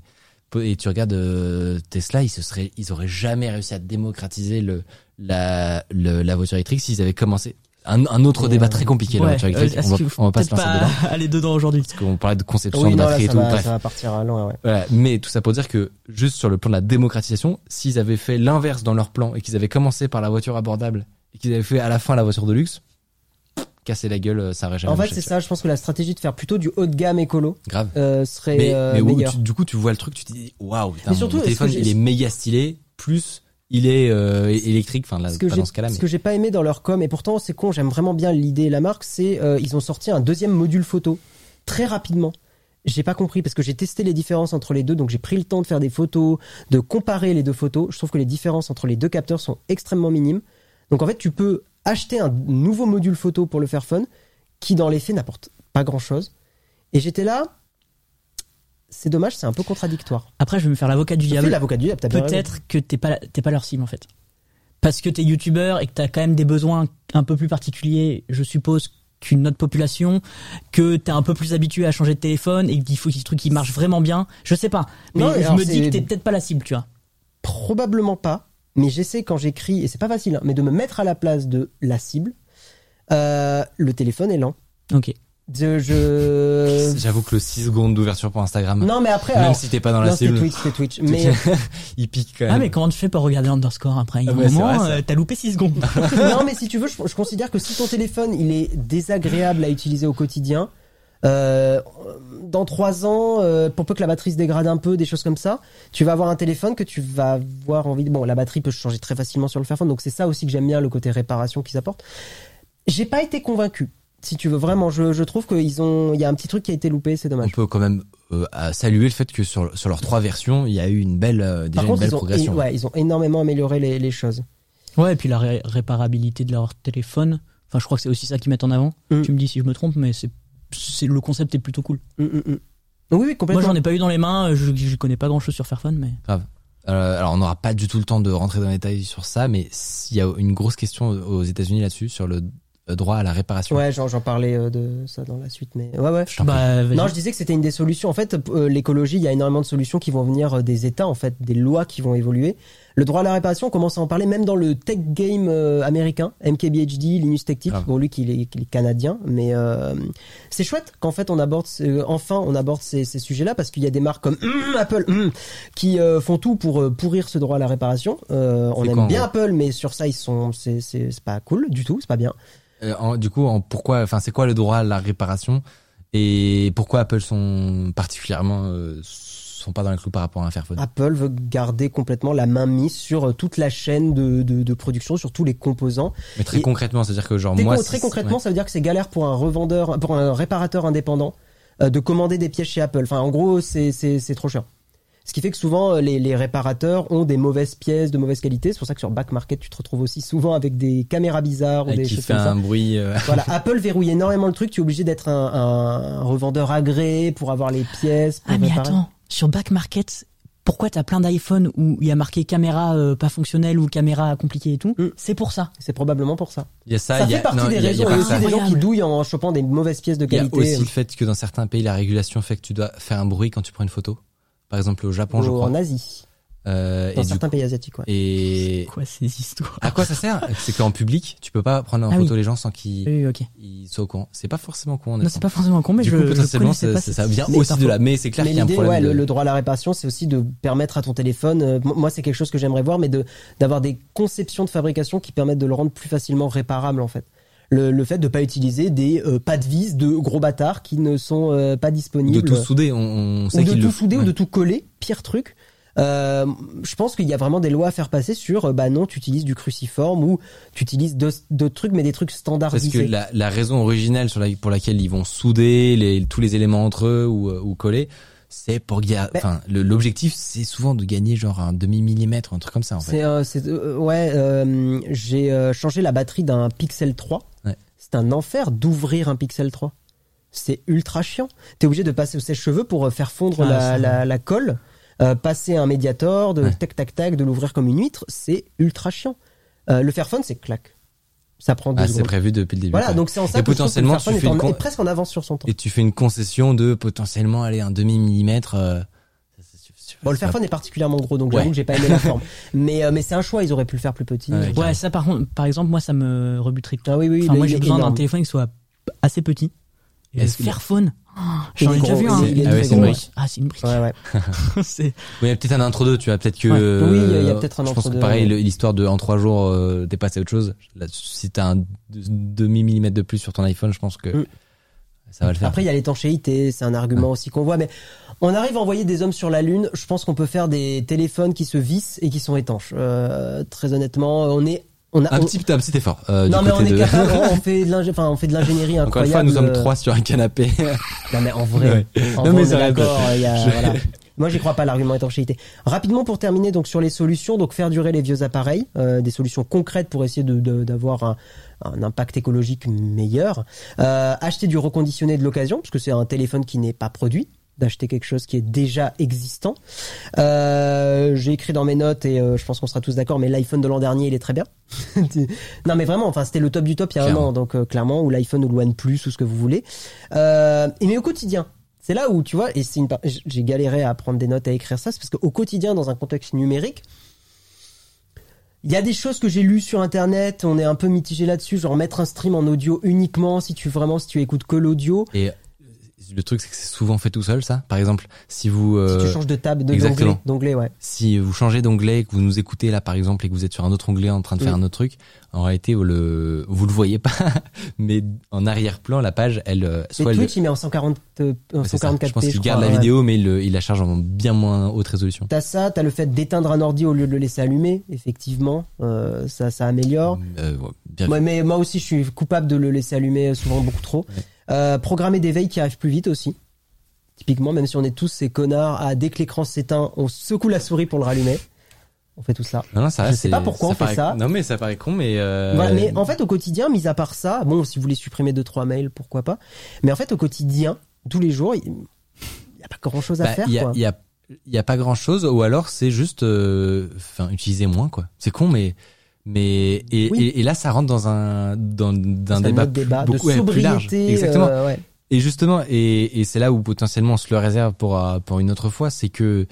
S1: mais, et tu regardes euh, Tesla ils se seraient ils auraient jamais réussi à démocratiser le la le- la voiture électrique s'ils avaient commencé un, un autre
S2: Ouais.
S1: débat très compliqué la
S3: ouais,
S1: voiture
S3: euh,
S1: électrique
S3: est-ce
S1: on,
S3: qu'il
S1: va,
S3: faut
S1: on va pas se
S3: peut-être
S1: lancer dedans
S3: aller dedans aujourd'hui.
S1: parce qu'on parlait de conception
S2: Oui,
S1: de
S2: non, là,
S1: batterie et
S2: ça,
S1: tout
S2: va,
S1: bref
S2: ça va partir à loin, ouais.
S1: voilà, mais tout ça pour dire que juste sur le plan de la démocratisation, s'ils avaient fait l'inverse dans leur plan et qu'ils avaient commencé par la voiture abordable et qu'ils avaient fait à la fin la voiture de luxe, pff, casser la gueule, euh, ça aurait jamais
S2: En fait,
S1: marché,
S2: c'est
S1: tu
S2: ça. Je pense que la stratégie de faire plutôt du haut de gamme écolo
S1: vois. Grave.
S2: euh, serait
S1: mais
S2: euh,
S1: mais où
S2: meilleure.
S1: tu- du coup, tu vois le truc, tu te dis waouh, putain,
S2: Mais surtout,
S1: mon
S2: est-ce que
S1: téléphone
S2: j'ai-
S1: il est méga stylé, plus il est euh, é- électrique, enfin là,
S2: ce que
S1: pas
S2: j'ai
S1: dans ce cas-là,
S2: ce
S1: mais
S2: que j'ai pas aimé dans leur com et pourtant c'est con j'aime vraiment bien l'idée et la marque c'est euh, ils ont sorti un deuxième module photo très rapidement j'ai pas compris parce que j'ai testé les différences entre les deux donc j'ai pris le temps de faire des photos de comparer les deux photos je trouve que les différences entre les deux capteurs sont extrêmement minimes donc en fait tu peux acheter un nouveau module photo pour le Fairphone qui dans les faits n'apporte pas grand chose et j'étais là c'est dommage c'est un peu contradictoire
S3: Après, je vais me faire l'avocat du
S2: Je fais
S3: diable.
S2: l'avocat du diable t'as bien raison.
S3: Peut-être que t'es pas, t'es pas leur cible en fait. Parce que t'es youtubeur et que t'as quand même des besoins un peu plus particuliers, je suppose, qu'une autre population, que t'es un peu plus habitué à changer de téléphone et qu'il faut qu'il y ait des trucs qui marchent vraiment bien. Je sais pas. Mais
S2: Non, mais
S3: je
S2: alors,
S3: me dis
S2: c'est-
S3: que t'es peut-être pas la cible, tu vois.
S2: probablement pas, mais j'essaie quand j'écris, et c'est pas facile, hein, mais de me mettre à la place de la cible. Euh, le téléphone est lent.
S3: Ok.
S2: Je, je-
S1: j'avoue que le 6 secondes d'ouverture pour Instagram,
S2: Non, mais après,
S1: même
S2: alors,
S1: si t'es pas dans
S2: non,
S1: la
S2: c'était
S1: cellule,
S2: Twitch, c'était Twitch. Mais
S1: il pique quand même.
S3: Ah, mais comment tu fais pour regarder Underscore après Il y
S1: Ah
S3: a un
S2: bah,
S1: ouais, c'est vrai,
S3: moment,
S1: ça.
S3: euh, t'as loupé 6 secondes.
S2: non, mais si tu veux, je, je considère que si ton téléphone il est désagréable à utiliser au quotidien, Euh, dans trois ans, euh, pour peu que la batterie se dégrade un peu, des choses comme ça, tu vas avoir un téléphone que tu vas avoir envie de... Bon, la batterie peut changer très facilement sur le Fairphone, donc c'est ça aussi que j'aime bien, le côté réparation qu'ils apportent. J'ai pas été convaincu. Si tu veux vraiment, je, je trouve qu'ils ont, il y a un petit truc qui a été loupé, c'est
S1: On
S2: dommage.
S1: peut quand même euh, à saluer le fait que sur, sur leurs trois versions, il y a eu une belle, euh, déjà
S2: Par
S1: une
S2: contre,
S1: belle
S2: ils ont, et-
S1: progression.
S2: ouais, ils ont énormément amélioré les, les choses.
S3: Ouais, et puis la ré- réparabilité de leur téléphone. Enfin, je crois que c'est aussi ça qu'ils mettent en avant.
S2: Mm.
S3: Tu me dis si je me trompe, mais c'est, c'est- le concept est plutôt cool.
S2: Mm, mm, mm. Oui, oui, complètement.
S3: Moi, j'en ai pas eu dans les mains. euh, Je, je connais pas grand chose sur Fairphone, mais
S1: Euh, alors on n'aura pas du tout le temps de rentrer dans les détails sur ça, mais il y a une grosse question aux États-Unis là-dessus sur le euh, droit à la réparation.
S2: Ouais, j'en j'en parlais euh, de ça dans la suite, mais ouais, ouais.
S1: Je t'en prie.
S3: bah, vas-y.
S2: Non, je disais que c'était une des solutions. En fait, euh, l'écologie, il y a énormément de solutions qui vont venir euh, des États, en fait, des lois qui vont évoluer. Le droit à la réparation, on commence à en parler même dans le tech game euh, américain, MKBHD, Linus Tech Tips.
S1: Grave.
S2: Bon, lui, qu'il est, qu'il est canadien, mais euh, c'est chouette qu'en fait on aborde, ce- enfin, on aborde ces, ces sujets-là parce qu'il y a des marques comme hum, Apple hum, qui euh, font tout pour euh, pourrir ce droit à la réparation. Euh, on
S1: C'est
S2: aime
S1: quoi, en
S2: bien
S1: gros
S2: Apple, mais sur ça, ils sont, c'est c'est- c'est pas cool du tout, c'est pas bien.
S1: Euh, en- du coup, en pourquoi, enfin, c'est quoi le droit à la réparation et pourquoi Apple sont particulièrement euh, sont pas dans les clous par rapport à un Fairphone
S2: Apple veut garder complètement la main mise sur euh, toute la chaîne de, de- de production, sur tous les composants.
S1: Mais très
S2: et-
S1: concrètement, c'est-à-dire que genre
S2: Très
S1: moi,
S2: con-
S1: si-
S2: très concrètement,
S1: ouais.
S2: ça veut dire que c'est galère pour un revendeur, pour un réparateur indépendant euh, de commander des pièces chez Apple. Enfin, en gros, c'est- c'est c'est trop cher. Ce qui fait que souvent, euh, les, les réparateurs ont des mauvaises pièces de mauvaise qualité. C'est pour ça que sur Back Market, tu te retrouves aussi souvent avec des caméras bizarres ou
S1: Euh,
S2: des
S1: qui
S2: choses
S1: fait
S2: comme ça.
S1: un bruit. euh,
S2: Voilà, Apple verrouille énormément le truc. Tu es obligé d'être un, un- un revendeur agréé pour avoir les pièces. pour
S3: Ah mais
S2: réparer.
S3: attends, sur Back Market, pourquoi t'as plein d'iPhone où il y a marqué caméra euh, pas fonctionnelle ou caméra compliquée et tout
S2: Mm.
S3: C'est pour ça.
S2: C'est probablement pour ça.
S1: Il y a ça. il
S2: ça
S1: Ah, y a,
S2: fait partie
S1: non,
S2: des
S1: il y a- il y
S2: raisons.
S1: a
S2: Il y a
S1: pas
S2: aussi
S1: ça.
S2: des gens
S3: Incroyable.
S2: qui douillent en chopant des mauvaises pièces de
S1: Il y a
S2: qualité. euh,
S1: aussi le fait que dans certains pays, la régulation fait que tu dois faire un bruit quand tu prends une photo. Par exemple, au Japon, je
S2: au-
S1: crois.
S2: en Asie,
S1: Euh,
S2: dans
S1: et, du-
S2: certains pays asiatiques. Ouais.
S1: et
S3: Quoi ces histoires
S1: à quoi ça sert C'est qu'en public, tu peux pas prendre en
S3: Ah oui.
S1: photo les gens sans qu'ils
S3: Oui, ok.
S1: ils soient au courant. C'est pas forcément con.
S3: Non,
S1: honnêtement.
S3: c'est pas forcément con, mais
S1: du
S3: je,
S1: coup,
S3: je
S1: potentiellement,
S3: connaissais
S1: ça,
S3: pas
S1: ça-
S3: cette-
S1: ça vient
S3: cette
S1: aussi de
S3: info.
S1: là. Mais c'est clair
S2: Mais
S1: qu'il y a un
S2: l'idée,
S1: problème.
S2: ouais,
S1: de-
S2: le, le droit à la réparation, c'est aussi de permettre à ton téléphone. euh, m- moi, c'est quelque chose que j'aimerais voir, mais de d'avoir des conceptions de fabrication qui permettent de le rendre plus facilement réparable, en fait. Le, le fait de pas utiliser des euh, pas de vis de gros bâtards qui ne sont euh, pas
S1: de
S2: disponibles.
S1: tout souder. On, on
S2: euh, ou
S1: sait
S2: de
S1: qu'il
S2: tout
S1: le
S2: souder
S1: ouais.
S2: ou de tout coller, pire truc. Euh, je pense qu'il y a vraiment des lois à faire passer sur euh, bah non, tu utilises du cruciforme ou tu utilises d'autres d'autres trucs, mais des trucs
S1: Parce
S2: standardisés.
S1: que la, la raison originale sur la, pour laquelle ils vont souder les, tous les éléments entre eux ou, euh, ou coller, c'est pour ga-
S2: Ben-
S1: enfin le- l'objectif c'est souvent de gagner genre un demi millimètre, un truc comme ça en fait.
S2: C'est euh, c'est, euh, ouais, euh, j'ai euh, changé la batterie d'un Pixel 3.
S1: Ouais.
S2: C'est un enfer d'ouvrir un Pixel 3. C'est ultra chiant. T'es obligé de passer au sèche-cheveux pour euh, faire fondre
S3: Ah,
S2: la,
S3: ça.
S2: la, la colle, euh, passer un médiator, de
S1: Ouais.
S2: tac tac tac, de l'ouvrir comme une huître. C'est ultra chiant. Euh, le Fairphone, c'est clac. Ça prend deux
S1: Ah, c'est
S2: secondes.
S1: prévu depuis le début.
S2: Voilà,
S1: quoi.
S2: donc c'est en ça
S1: Et
S2: que je trouve que le
S1: potentiellement,
S2: Fairphone
S1: tu fais
S2: est, en-
S1: une con-
S2: est presque en avance sur son temps.
S1: Et tu fais une concession de potentiellement aller un demi millimètre. euh,
S2: Bon, le Fairphone est particulièrement gros, donc j'avoue
S1: Ouais.
S2: que j'ai pas aimé la forme. Mais, euh, mais c'est un choix, ils auraient pu le faire plus petit.
S1: Ouais.
S3: Ouais, ça par contre, par exemple, moi ça me rebuterait.
S2: Ah oui, oui,
S3: Enfin,
S2: le-
S3: moi
S2: il
S3: j'ai
S2: est
S3: besoin d'un
S2: énorme.
S3: téléphone qui soit assez petit. Et le
S1: Est-ce qu'il est-
S3: Fairphone, oh, j'en
S2: Il est
S3: ai déjà
S2: gros,
S3: vu
S2: il
S3: un.
S2: est- il est
S1: Ah ouais,
S2: très
S1: c'est une
S2: gros,
S1: brique.
S3: Ah, c'est une brique.
S2: Ouais, ouais.
S3: C'est-
S1: Oui, il y a peut-être un intro 2 tu vois, peut-être que.
S3: Ouais.
S1: euh,
S2: Oui, il y a- il y a peut-être un
S1: Je pense que
S2: entre-deux,
S1: pareil,
S2: ouais.
S1: le- l'histoire de en trois jours, euh, t'es passé à autre chose. Là, si t'as un demi millimètre de plus sur ton iPhone, je pense que
S2: Mm.
S1: ça va le faire.
S2: Après, il y a l'étanchéité, c'est un argument aussi qu'on voit, mais on arrive à envoyer des hommes sur la Lune. Je pense qu'on peut faire des téléphones qui se vissent et qui sont étanches. Euh, très honnêtement, on est, on a,
S1: un
S2: on-
S1: petit, un petit effort. euh,
S2: non
S1: du
S2: mais on
S1: côté
S2: est
S1: de-
S2: capable, on fait de l'ingé- enfin, on fait de l'ingénierie incroyable. euh,
S1: Encore une fois, nous sommes trois sur un canapé.
S2: Non mais en vrai,
S1: Ouais.
S2: en
S1: Non,
S2: vrai,
S1: mais
S2: on est
S1: ça reste-
S2: d'accord, il y a-
S1: je-
S2: voilà. Moi, j'y crois pas à l'argument étanchéité. Rapidement pour terminer, donc sur les solutions, donc faire durer les vieux appareils, euh, des solutions concrètes pour essayer de- de- d'avoir un, un impact écologique meilleur. Euh, acheter du reconditionné de l'occasion, parce que c'est un téléphone qui n'est pas produit d'acheter quelque chose qui est déjà existant. Euh, J'ai écrit dans mes notes et euh, je pense qu'on sera tous d'accord, mais l'iPhone de l'an dernier, il est très bien. non mais vraiment, enfin c'était le top du top il y a un
S1: Clairement.
S2: an, donc euh, clairement, ou l'iPhone ou le OnePlus ou ce que vous voulez. Euh, et mais au quotidien, c'est là où tu vois, et c'est une, par- j'ai galéré à prendre des notes, à écrire ça, c'est parce qu'au quotidien, dans un contexte numérique, il y a des choses que j'ai lues sur internet, on est un peu mitigé là-dessus, genre mettre un stream en audio uniquement si tu vraiment si tu écoutes que l'audio.
S1: Et Le truc, c'est que c'est souvent fait tout seul, ça. Par exemple, si vous, euh,
S2: si tu changes de table, de-
S1: exactement.
S2: d'onglet, d'onglet, ouais.
S1: si vous changez d'onglet et que vous nous écoutez là, par exemple, et que vous êtes sur un autre onglet en train de faire
S2: Oui.
S1: un autre truc, en réalité, vous le, vous le voyez pas, mais en arrière-plan, la page, elle, euh,
S2: Mais
S1: soit elle,
S2: Twitch, il met en 140, euh, en
S1: Ouais, c'est ça.
S2: 144p.
S1: je pense qu'il
S2: je
S1: garde
S2: crois,
S1: la
S2: ouais.
S1: vidéo, mais il, le- il la charge en bien moins haute résolution.
S2: T'as ça, t'as le fait d'éteindre un ordi au lieu de le laisser allumer, effectivement, euh, ça, ça améliore.
S1: Euh, ouais, bien
S2: Moi, mais moi aussi, je suis coupable de le laisser allumer souvent beaucoup trop. Euh, programmer des veilles qui arrivent plus vite aussi. Typiquement, même si on est tous ces connards à dès que l'écran s'éteint, on secoue la souris pour le rallumer. On fait tout ça.
S1: Non, non, ça,
S2: Je sais
S1: c'est-
S2: pas pourquoi on fait
S1: paraît-
S2: ça.
S1: Non, mais ça paraît con, mais. Euh...
S2: Voilà, mais en fait, au quotidien, mis à part ça, bon, si vous voulez supprimer deux trois mails, pourquoi pas. Mais en fait, au quotidien, tous les jours, il n'y a pas grand chose à
S1: bah,
S2: faire.
S1: il y a-
S2: quoi.
S1: il y a, il y a pas grand chose, ou alors c'est juste, euh, enfin, utiliser moins, quoi. C'est con, mais. Mais et,
S2: Oui.
S1: et, et là, ça rentre dans un dans
S2: C'est
S1: d'un
S2: un
S1: débat,
S2: autre débat
S1: beaucoup
S2: de
S1: ouais, plus large.
S2: sobriété.
S1: Exactement.
S2: euh, ouais.
S1: Et justement, et, et c'est là où potentiellement on se le réserve pour euh, pour une autre fois, c'est que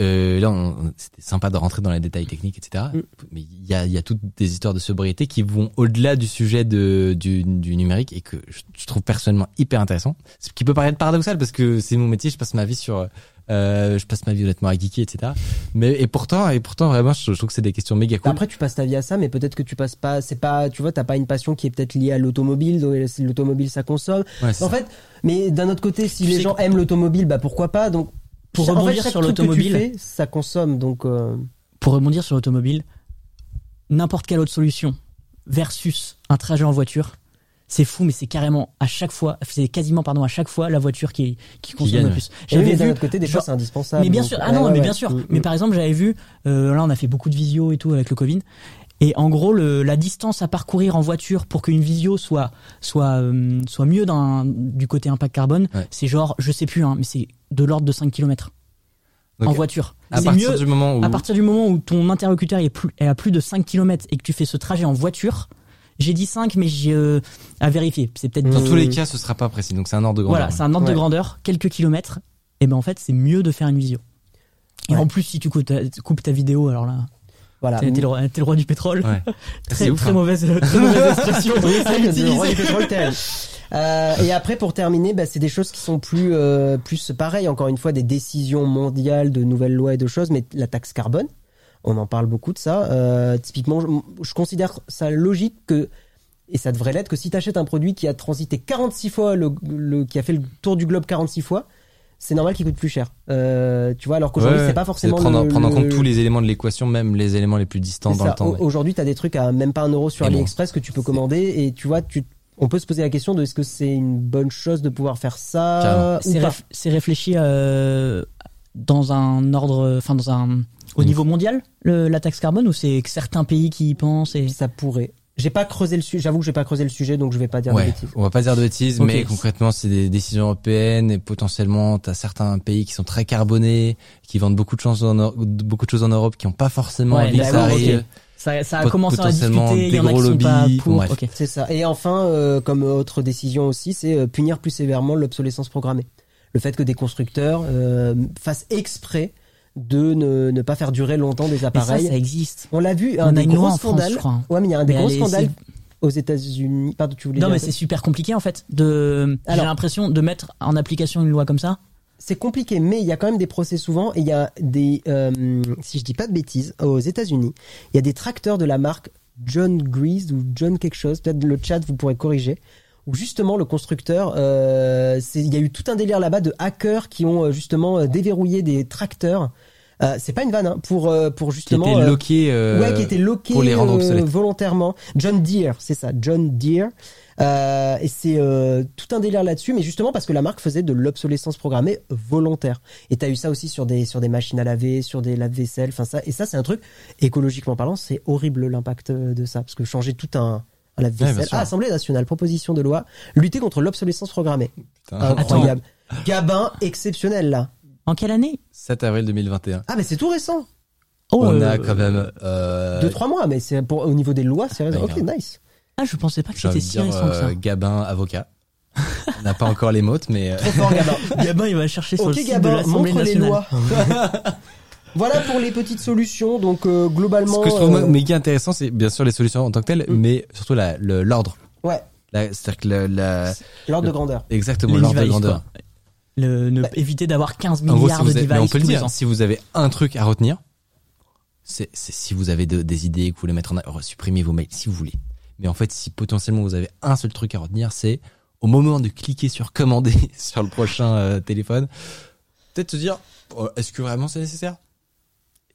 S1: euh, là, on- on- c'était sympa de rentrer dans les détails techniques, etc.
S2: Mm.
S1: Mais il y a, il y a toutes des histoires de sobriété qui vont au-delà du sujet de, du, du numérique et que je, je trouve personnellement hyper intéressant. Ce qui peut paraître paradoxal parce que c'est mon métier, je passe ma vie sur, euh, je passe ma vie honnêtement à geeker, etc. Mais et pourtant, et pourtant vraiment, je, je trouve que c'est des questions méga cool.
S2: Bah, Après, tu passes ta vie à ça, mais peut-être que tu passes pas. C'est pas, tu vois, t'as pas une passion qui est peut-être liée à l'automobile. donc euh, L'automobile, ça consomme.
S1: Ouais, c'est ça.
S2: En fait, mais d'un autre côté, si
S3: Tu
S2: les
S3: sais
S2: gens aiment l'automobile, bah pourquoi pas. Donc
S3: Pour
S2: en fait,
S3: rebondir
S2: chaque
S3: sur
S2: truc que tu
S3: l'automobile.
S2: fais, ça consomme. Donc euh,
S3: Pour rebondir sur l'automobile, n'importe quelle autre solution versus un trajet en voiture, c'est fou, mais c'est carrément à chaque fois, c'est quasiment pardon à chaque fois la voiture qui, qui consomme
S1: gagne,
S3: le
S1: ouais.
S3: plus.
S2: Eh oui,
S3: J'avais
S2: mais d'un
S3: vu,
S2: autre côté, des
S3: genre-
S2: fois, c'est indispensable.
S3: mais bien
S2: donc,
S3: sûr, ah
S2: ouais,
S3: non,
S2: ouais,
S3: mais
S2: ouais.
S3: bien sûr.
S2: Mm,
S3: Mais
S2: mm.
S3: par exemple, j'avais vu, euh, là, on a fait beaucoup de visio et tout avec le Covid. Et en gros, le, la distance à parcourir en voiture pour qu'une visio soit soit euh, soit mieux d'un- du côté impact carbone,
S1: Ouais.
S3: c'est genre, je sais plus, hein, mais c'est de l'ordre de 5 km en
S1: Donc,
S3: voiture.
S1: à
S3: C'est
S1: partir
S3: mieux
S1: du moment
S2: Mhm.
S1: où
S3: à partir du moment où ton interlocuteur est, plus, est à plus de 5 km et que tu fais ce trajet en voiture. J'ai dit 5, mais j'ai euh, à vérifier. C'est peut-être
S1: dans
S3: deux-
S1: tous les cas, ce sera pas précis. Donc c'est un ordre de grandeur.
S3: voilà, c'est un ordre
S2: Ouais.
S3: de grandeur, quelques kilomètres. Et ben en fait, c'est mieux de faire une visio. Et
S2: Ouais. Bah,
S3: en plus, si tu coupes ta, tu coupes ta vidéo, alors là,
S2: Voilà.
S3: t'es t'es le, roi- t'es le roi du pétrole.
S1: Ouais.
S3: Très,
S1: ouf,
S3: très
S1: hein.
S3: mauvaise, très mauvaise expression.
S2: Oui, c'est vrai que
S3: utilisé.
S2: le roi du pétrole t'aime. Euh, et après, pour terminer, bah, c'est des choses qui sont plus, euh, plus pareilles. Encore une fois, des décisions mondiales, de nouvelles lois et de choses, mais la taxe carbone, on en parle beaucoup de ça. Euh, typiquement, je, je considère ça logique que, et ça devrait l'être, que si tu achètes un produit qui a transité 46 fois, le, le- qui a fait le tour du globe 46 fois, c'est normal qu'il coûte plus cher. Euh, tu vois, alors qu'aujourd'hui,
S1: Ouais,
S2: c'est pas
S1: ouais.
S2: forcément.
S1: prendre, en-
S2: le-
S1: prendre en compte
S2: le-
S1: tous les éléments de l'équation, même les éléments les plus distants
S2: c'est
S1: dans
S2: ça.
S1: le temps.
S2: Au-
S1: ouais.
S2: Aujourd'hui, tu as des trucs à même pas un euro sur
S1: Mais bon,
S2: AliExpress que tu peux commander et tu vois, tu, on peut se poser la question de est-ce que c'est une bonne chose de pouvoir faire ça
S1: Carrément.
S2: ou
S3: C'est
S2: pas.
S3: réf- c'est réfléchi euh, dans un ordre, enfin dans un au
S2: Mm.
S1: Oui.
S3: niveau mondial, le- la taxe carbone, ou c'est que certains pays qui y pensent et
S2: Ça pourrait. J'ai pas creusé le sujet, j'avoue que j'ai pas creusé le sujet donc je vais pas dire de
S1: Ouais,
S2: bêtises.
S1: on va pas dire de bêtises,
S3: Ok.
S1: mais concrètement, c'est des décisions européennes et potentiellement, t'as certains pays qui sont très carbonés, qui vendent beaucoup de choses en, Euro- beaucoup de choses en Europe, qui ont pas forcément
S3: Ouais,
S1: envie que
S3: bah
S1: ça
S3: oui, ok.
S1: arrive.
S3: ça, ça a
S1: Pot-
S3: commencé à
S1: potentiellement
S3: discuter, il
S1: des
S3: y en a qui
S1: gros
S3: sont pas
S1: lobbies,
S3: pour.
S1: bon, bref.
S3: ok.
S2: C'est ça. Et enfin, euh, comme autre décision aussi, c'est euh, punir plus sévèrement l'obsolescence programmée. Le fait que des constructeurs euh, fassent exprès de ne, ne pas faire durer longtemps des
S3: Mais ça,
S2: appareils.
S3: ça existe.
S2: on l'a vu,
S3: On
S2: un
S3: a
S2: des
S3: une loi
S2: gros
S3: en France,
S2: scandales.
S3: je crois. hein.
S2: ouais, mais il y a un des
S3: Mais
S2: gros
S3: elle est-
S2: scandales aux États-Unis. Pardon, tu voulais
S3: Non,
S2: dire
S3: mais
S2: un
S3: c'est
S2: truc
S3: super compliqué en fait. De, j'ai
S2: Alors-
S3: l'impression de mettre en application une loi comme ça.
S2: c'est compliqué, mais il y a quand même des procès souvent. Et il y a des, euh, si je dis pas de bêtises, aux États-Unis, il y a des tracteurs de la marque John Grease ou John quelque chose. Peut-être le chat vous pourrez corriger. Où justement le constructeur, euh, c'est- il y a eu tout un délire là-bas de hackers qui ont euh, justement euh, déverrouillé des tracteurs. Euh, c'est pas une vanne hein, pour euh, pour
S1: Qui
S2: justement
S1: étaient
S2: euh,
S1: loqués, euh,
S2: ouais, qui était loqué
S1: pour les rendre
S2: euh,
S1: obsolètes.
S2: volontairement. John Deere, c'est ça, John Deere. Euh, et c'est euh, tout un délire là-dessus, mais justement parce que la marque faisait de l'obsolescence programmée volontaire. Et t'as eu ça aussi sur des sur des machines à laver, sur des lave-vaisselle, enfin ça. Et ça, c'est un truc écologiquement parlant, c'est horrible l'impact euh, de ça, parce que changer tout un, un
S1: Ouais, bien
S2: lave-vaisselle.
S1: sûr.
S2: Ah, Assemblée nationale, proposition de loi, lutter contre l'obsolescence programmée.
S1: Putain,
S2: Incroyable. Gabin exceptionnel là.
S3: En quelle année
S1: 7 avril 2021.
S2: Ah mais c'est tout récent,
S3: Oh,
S1: on
S3: euh,
S1: a quand même, euh,
S2: deux trois mois, mais c'est pour au niveau des lois, c'est
S1: bah,
S2: ok
S1: grave.
S2: nice.
S3: Ah, je pensais pas que
S1: j'ai envie
S3: c'était
S1: de
S3: si
S1: dire,
S3: récent que ça.
S1: euh, Gabin, avocat. on n'a pas encore les mots, mais euh,
S2: Trop fort Gabin.
S3: Gabin, il va chercher sur
S2: Ok
S3: le site de
S2: Gabin,
S3: l'Assemblée
S2: montre les
S3: nationale.
S2: lois. voilà pour les petites solutions. Donc euh, globalement,
S1: ce que je trouve
S2: euh,
S1: méga intéressant, c'est bien sûr les solutions en tant que telles,
S2: Mm.
S1: mais surtout la- le- l'ordre.
S2: ouais,
S1: La- C'est-à-dire que la, la-
S2: l'ordre de grandeur.
S1: exactement
S3: Les
S1: l'ordre de
S3: devices,
S1: grandeur.
S3: quoi. Le, ne, éviter d'avoir 15
S1: En gros,
S3: milliards
S1: si vous
S3: de
S1: avez- mais
S3: devices
S1: on peut le
S3: tous les
S1: dire,
S3: ans.
S1: si vous avez un truc à retenir, c'est c'est si vous avez de- des idées et que vous voulez mettre en œuvre, supprimez vos mails si vous voulez. Mais en fait, si potentiellement vous avez un seul truc à retenir, c'est au moment de cliquer sur commander sur le prochain euh, téléphone, peut-être se dire euh, est-ce que vraiment c'est nécessaire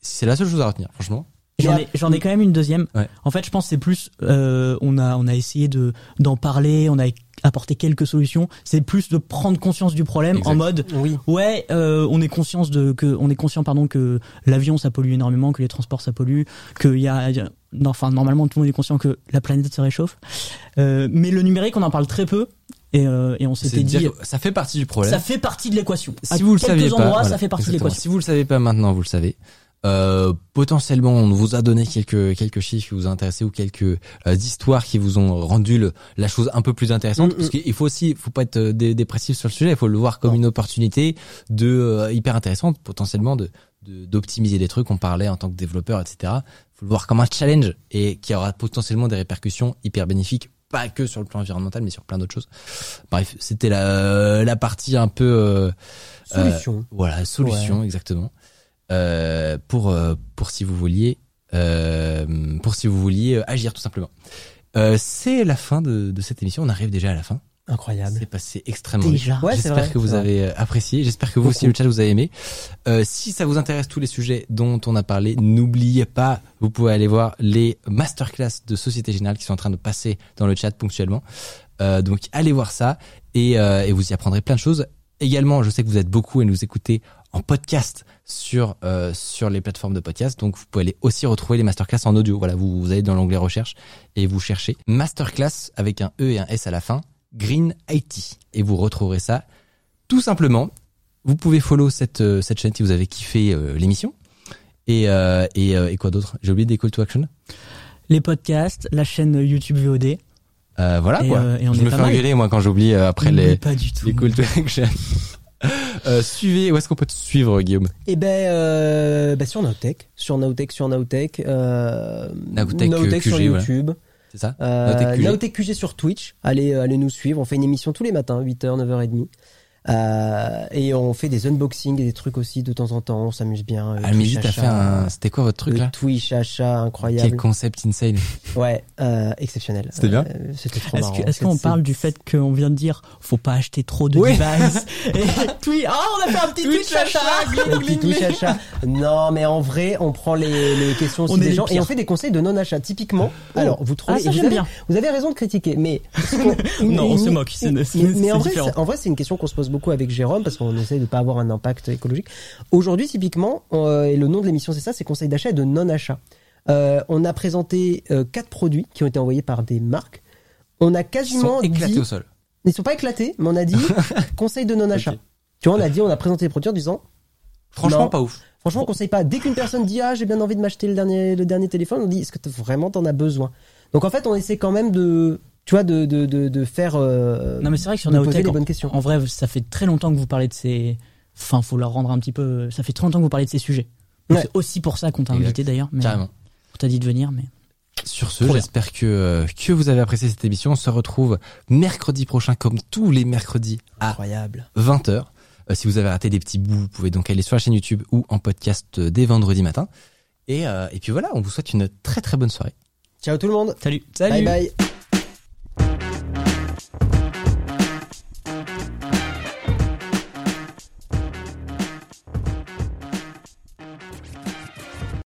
S1: C'est la seule chose à retenir, franchement.
S3: J'en
S2: Mais
S3: ai, j'en ai quand même une deuxième.
S1: Ouais.
S3: En fait, je pense que c'est plus, euh, on a, on a essayé de d'en parler, on a apporté quelques solutions. C'est plus de prendre conscience du problème
S1: Exact.
S3: en mode,
S2: Oui.
S3: ouais, euh, on est conscient de que, on est conscient pardon que l'avion ça pollue énormément, que les transports ça pollue, que il y a, il y a- non, enfin normalement tout le monde est conscient que la planète se réchauffe. Euh, mais le numérique, on en parle très peu et, euh, et on
S1: C'est
S3: s'était
S1: de
S3: dit,
S1: dire que ça fait partie du problème.
S3: ça fait partie de l'équation.
S1: si vous le
S3: quelques
S1: saviez pas,
S3: endroits,
S1: voilà,
S3: ça fait partie de
S1: exactement.
S3: l'équation.
S1: Si vous le savez pas maintenant, vous le savez. Euh, potentiellement, on vous a donné quelques quelques chiffres qui vous ont intéressé ou quelques euh, histoires qui vous ont rendu le- la chose un peu plus intéressante.
S2: Mm, mm.
S1: parce qu'il faut aussi, faut pas être euh, dé- dépressif sur le sujet. Il faut le voir comme une opportunité de euh, hyper intéressante, potentiellement de de- d'optimiser des trucs. On parlait en tant que développeur, etc. Faut le voir comme un challenge et qui aura potentiellement des répercussions hyper bénéfiques, pas que sur le plan environnemental, mais sur plein d'autres choses. Bref, c'était la la partie un peu euh,
S2: Solution.
S1: voilà, solution exactement. Euh, pour euh, pour si vous vouliez euh, pour si vous vouliez euh, agir tout simplement. Euh, c'est la fin de, de cette émission. On arrive déjà à la fin.
S2: Incroyable.
S1: C'est passé extrêmement vite.
S3: Déjà.
S2: Ouais, c'est
S1: J'espère
S2: vrai,
S1: que vous
S2: c'est vrai.
S1: avez euh, apprécié. J'espère que vous aussi, le chat, vous avez aimé. Euh, si ça vous intéresse tous les sujets dont on a parlé, n'oubliez pas, vous pouvez aller voir les masterclass de Société Générale qui sont en train de passer dans le chat ponctuellement. Euh, donc allez voir ça et, euh, et vous y apprendrez plein de choses. Également, je sais que vous êtes beaucoup et nous écoutez en podcast sur euh, sur les plateformes de podcast. Donc vous pouvez aller aussi retrouver les masterclass en audio. Voilà, vous, vous allez dans l'onglet recherche et vous cherchez masterclass avec un E et un S à la fin. Green IT et vous retrouverez ça tout simplement. Vous pouvez follow cette euh, cette chaîne si vous avez kiffé euh, l'émission et euh, et, euh, et quoi d'autre J'ai oublié des call to action.
S3: Les podcasts, la chaîne YouTube VOD.
S1: Euh, voilà
S3: Et,
S1: quoi.
S3: euh, et on
S1: je
S3: est
S1: me
S3: pas
S1: fais
S3: mal.
S1: engueuler moi quand j'oublie euh, après
S3: Mais
S1: les
S3: Pas du tout.
S1: les call to action. Euh, suivez, où est-ce qu'on peut te suivre, Guillaume
S2: Et ben, euh, bah, sur Nowtech, sur Nowtech, sur Nowtech, euh,
S1: Nowtech, QG,
S2: sur
S1: voilà.
S2: YouTube,
S1: C'est ça
S2: euh,
S1: Nowtech QG.
S2: Nowtech QG sur Twitch. Allez, euh, allez nous suivre. On fait une émission tous les matins, 8h, 9h30. Euh, et on fait des unboxings et des trucs aussi de temps en temps. On s'amuse bien. Euh,
S1: À
S2: Twitch
S1: midi, t'as
S2: achat,
S1: fait un. C'était quoi votre truc
S2: le
S1: là
S2: Twitch achat
S1: Quel
S2: incroyable.
S1: concept insane
S2: Ouais, euh, exceptionnel.
S1: C'était bien
S2: Euh, C'était trop
S3: Est-ce
S2: marrant.
S3: que- est-ce qu'on
S2: C'est-
S3: parle du fait qu'on vient de dire faut pas acheter trop de
S1: Oui.
S3: devices et tweet ah on a fait un petit tweet chacha
S2: Un petit touche achat. Non, mais en vrai, on prend les, les questions aussi
S3: On est
S2: des
S3: les
S2: gens et
S3: pires.
S2: on fait des conseils de non-achat. Typiquement, alors vous trouvez,
S3: Ah, ça,
S2: et vous,
S3: j'aime
S2: avez,
S3: bien.
S2: vous avez raison de critiquer, mais
S3: Non, on se moque, c'est-
S2: Mais,
S3: c'est-
S2: mais en
S3: c'est
S2: vrai,
S3: différent.
S2: c'est- en vrai, c'est une question qu'on se pose beaucoup avec Jérôme parce qu'on essaie de pas avoir un impact écologique. Aujourd'hui, typiquement, on- euh, et le nom de l'émission c'est ça, c'est conseils d'achat et de non-achat. Euh, on a présenté euh, quatre produits qui ont été envoyés par des marques. On a
S1: Ils sont
S2: quasiment
S1: éclatés
S2: dit-
S1: au sol.
S2: ils sont pas éclatés, mais on a dit conseil de non-achat.
S1: Ok.
S2: Tu vois, on a dit, on a présenté les produits en disant,
S1: Franchement,
S2: Non.
S1: pas ouf.
S2: franchement, on conseille pas. Dès qu'une personne dit, ah, j'ai bien envie de m'acheter le dernier, le dernier téléphone, on dit, est-ce que t'as- vraiment t'en as besoin Donc en fait, on essaie quand même de, tu vois, de, de, de, de faire. euh,
S3: non mais c'est vrai que sur
S2: de poser
S3: Naotech
S2: les
S3: en,
S2: bonnes questions.
S3: en vrai ça fait très longtemps que vous parlez de ces enfin faut leur rendre un petit peu ça fait très longtemps que vous parlez de ces sujets Donc,
S2: Ouais.
S3: c'est aussi pour ça qu'on t'a
S1: Exact.
S3: invité d'ailleurs mais
S1: Carrément.
S3: on t'a dit de venir mais
S1: Sur ce,
S3: Trop bien.
S1: j'espère que, euh, que vous avez apprécié cette émission. On se retrouve mercredi prochain, comme tous les mercredis, à
S2: Incroyable.
S1: 20h. si vous avez raté des petits bouts, vous pouvez donc aller sur la chaîne YouTube ou en podcast euh, dès vendredi matin. Et, euh, et puis voilà, on vous souhaite une très très bonne soirée.
S2: Ciao tout le monde.
S3: salut
S2: Bye bye.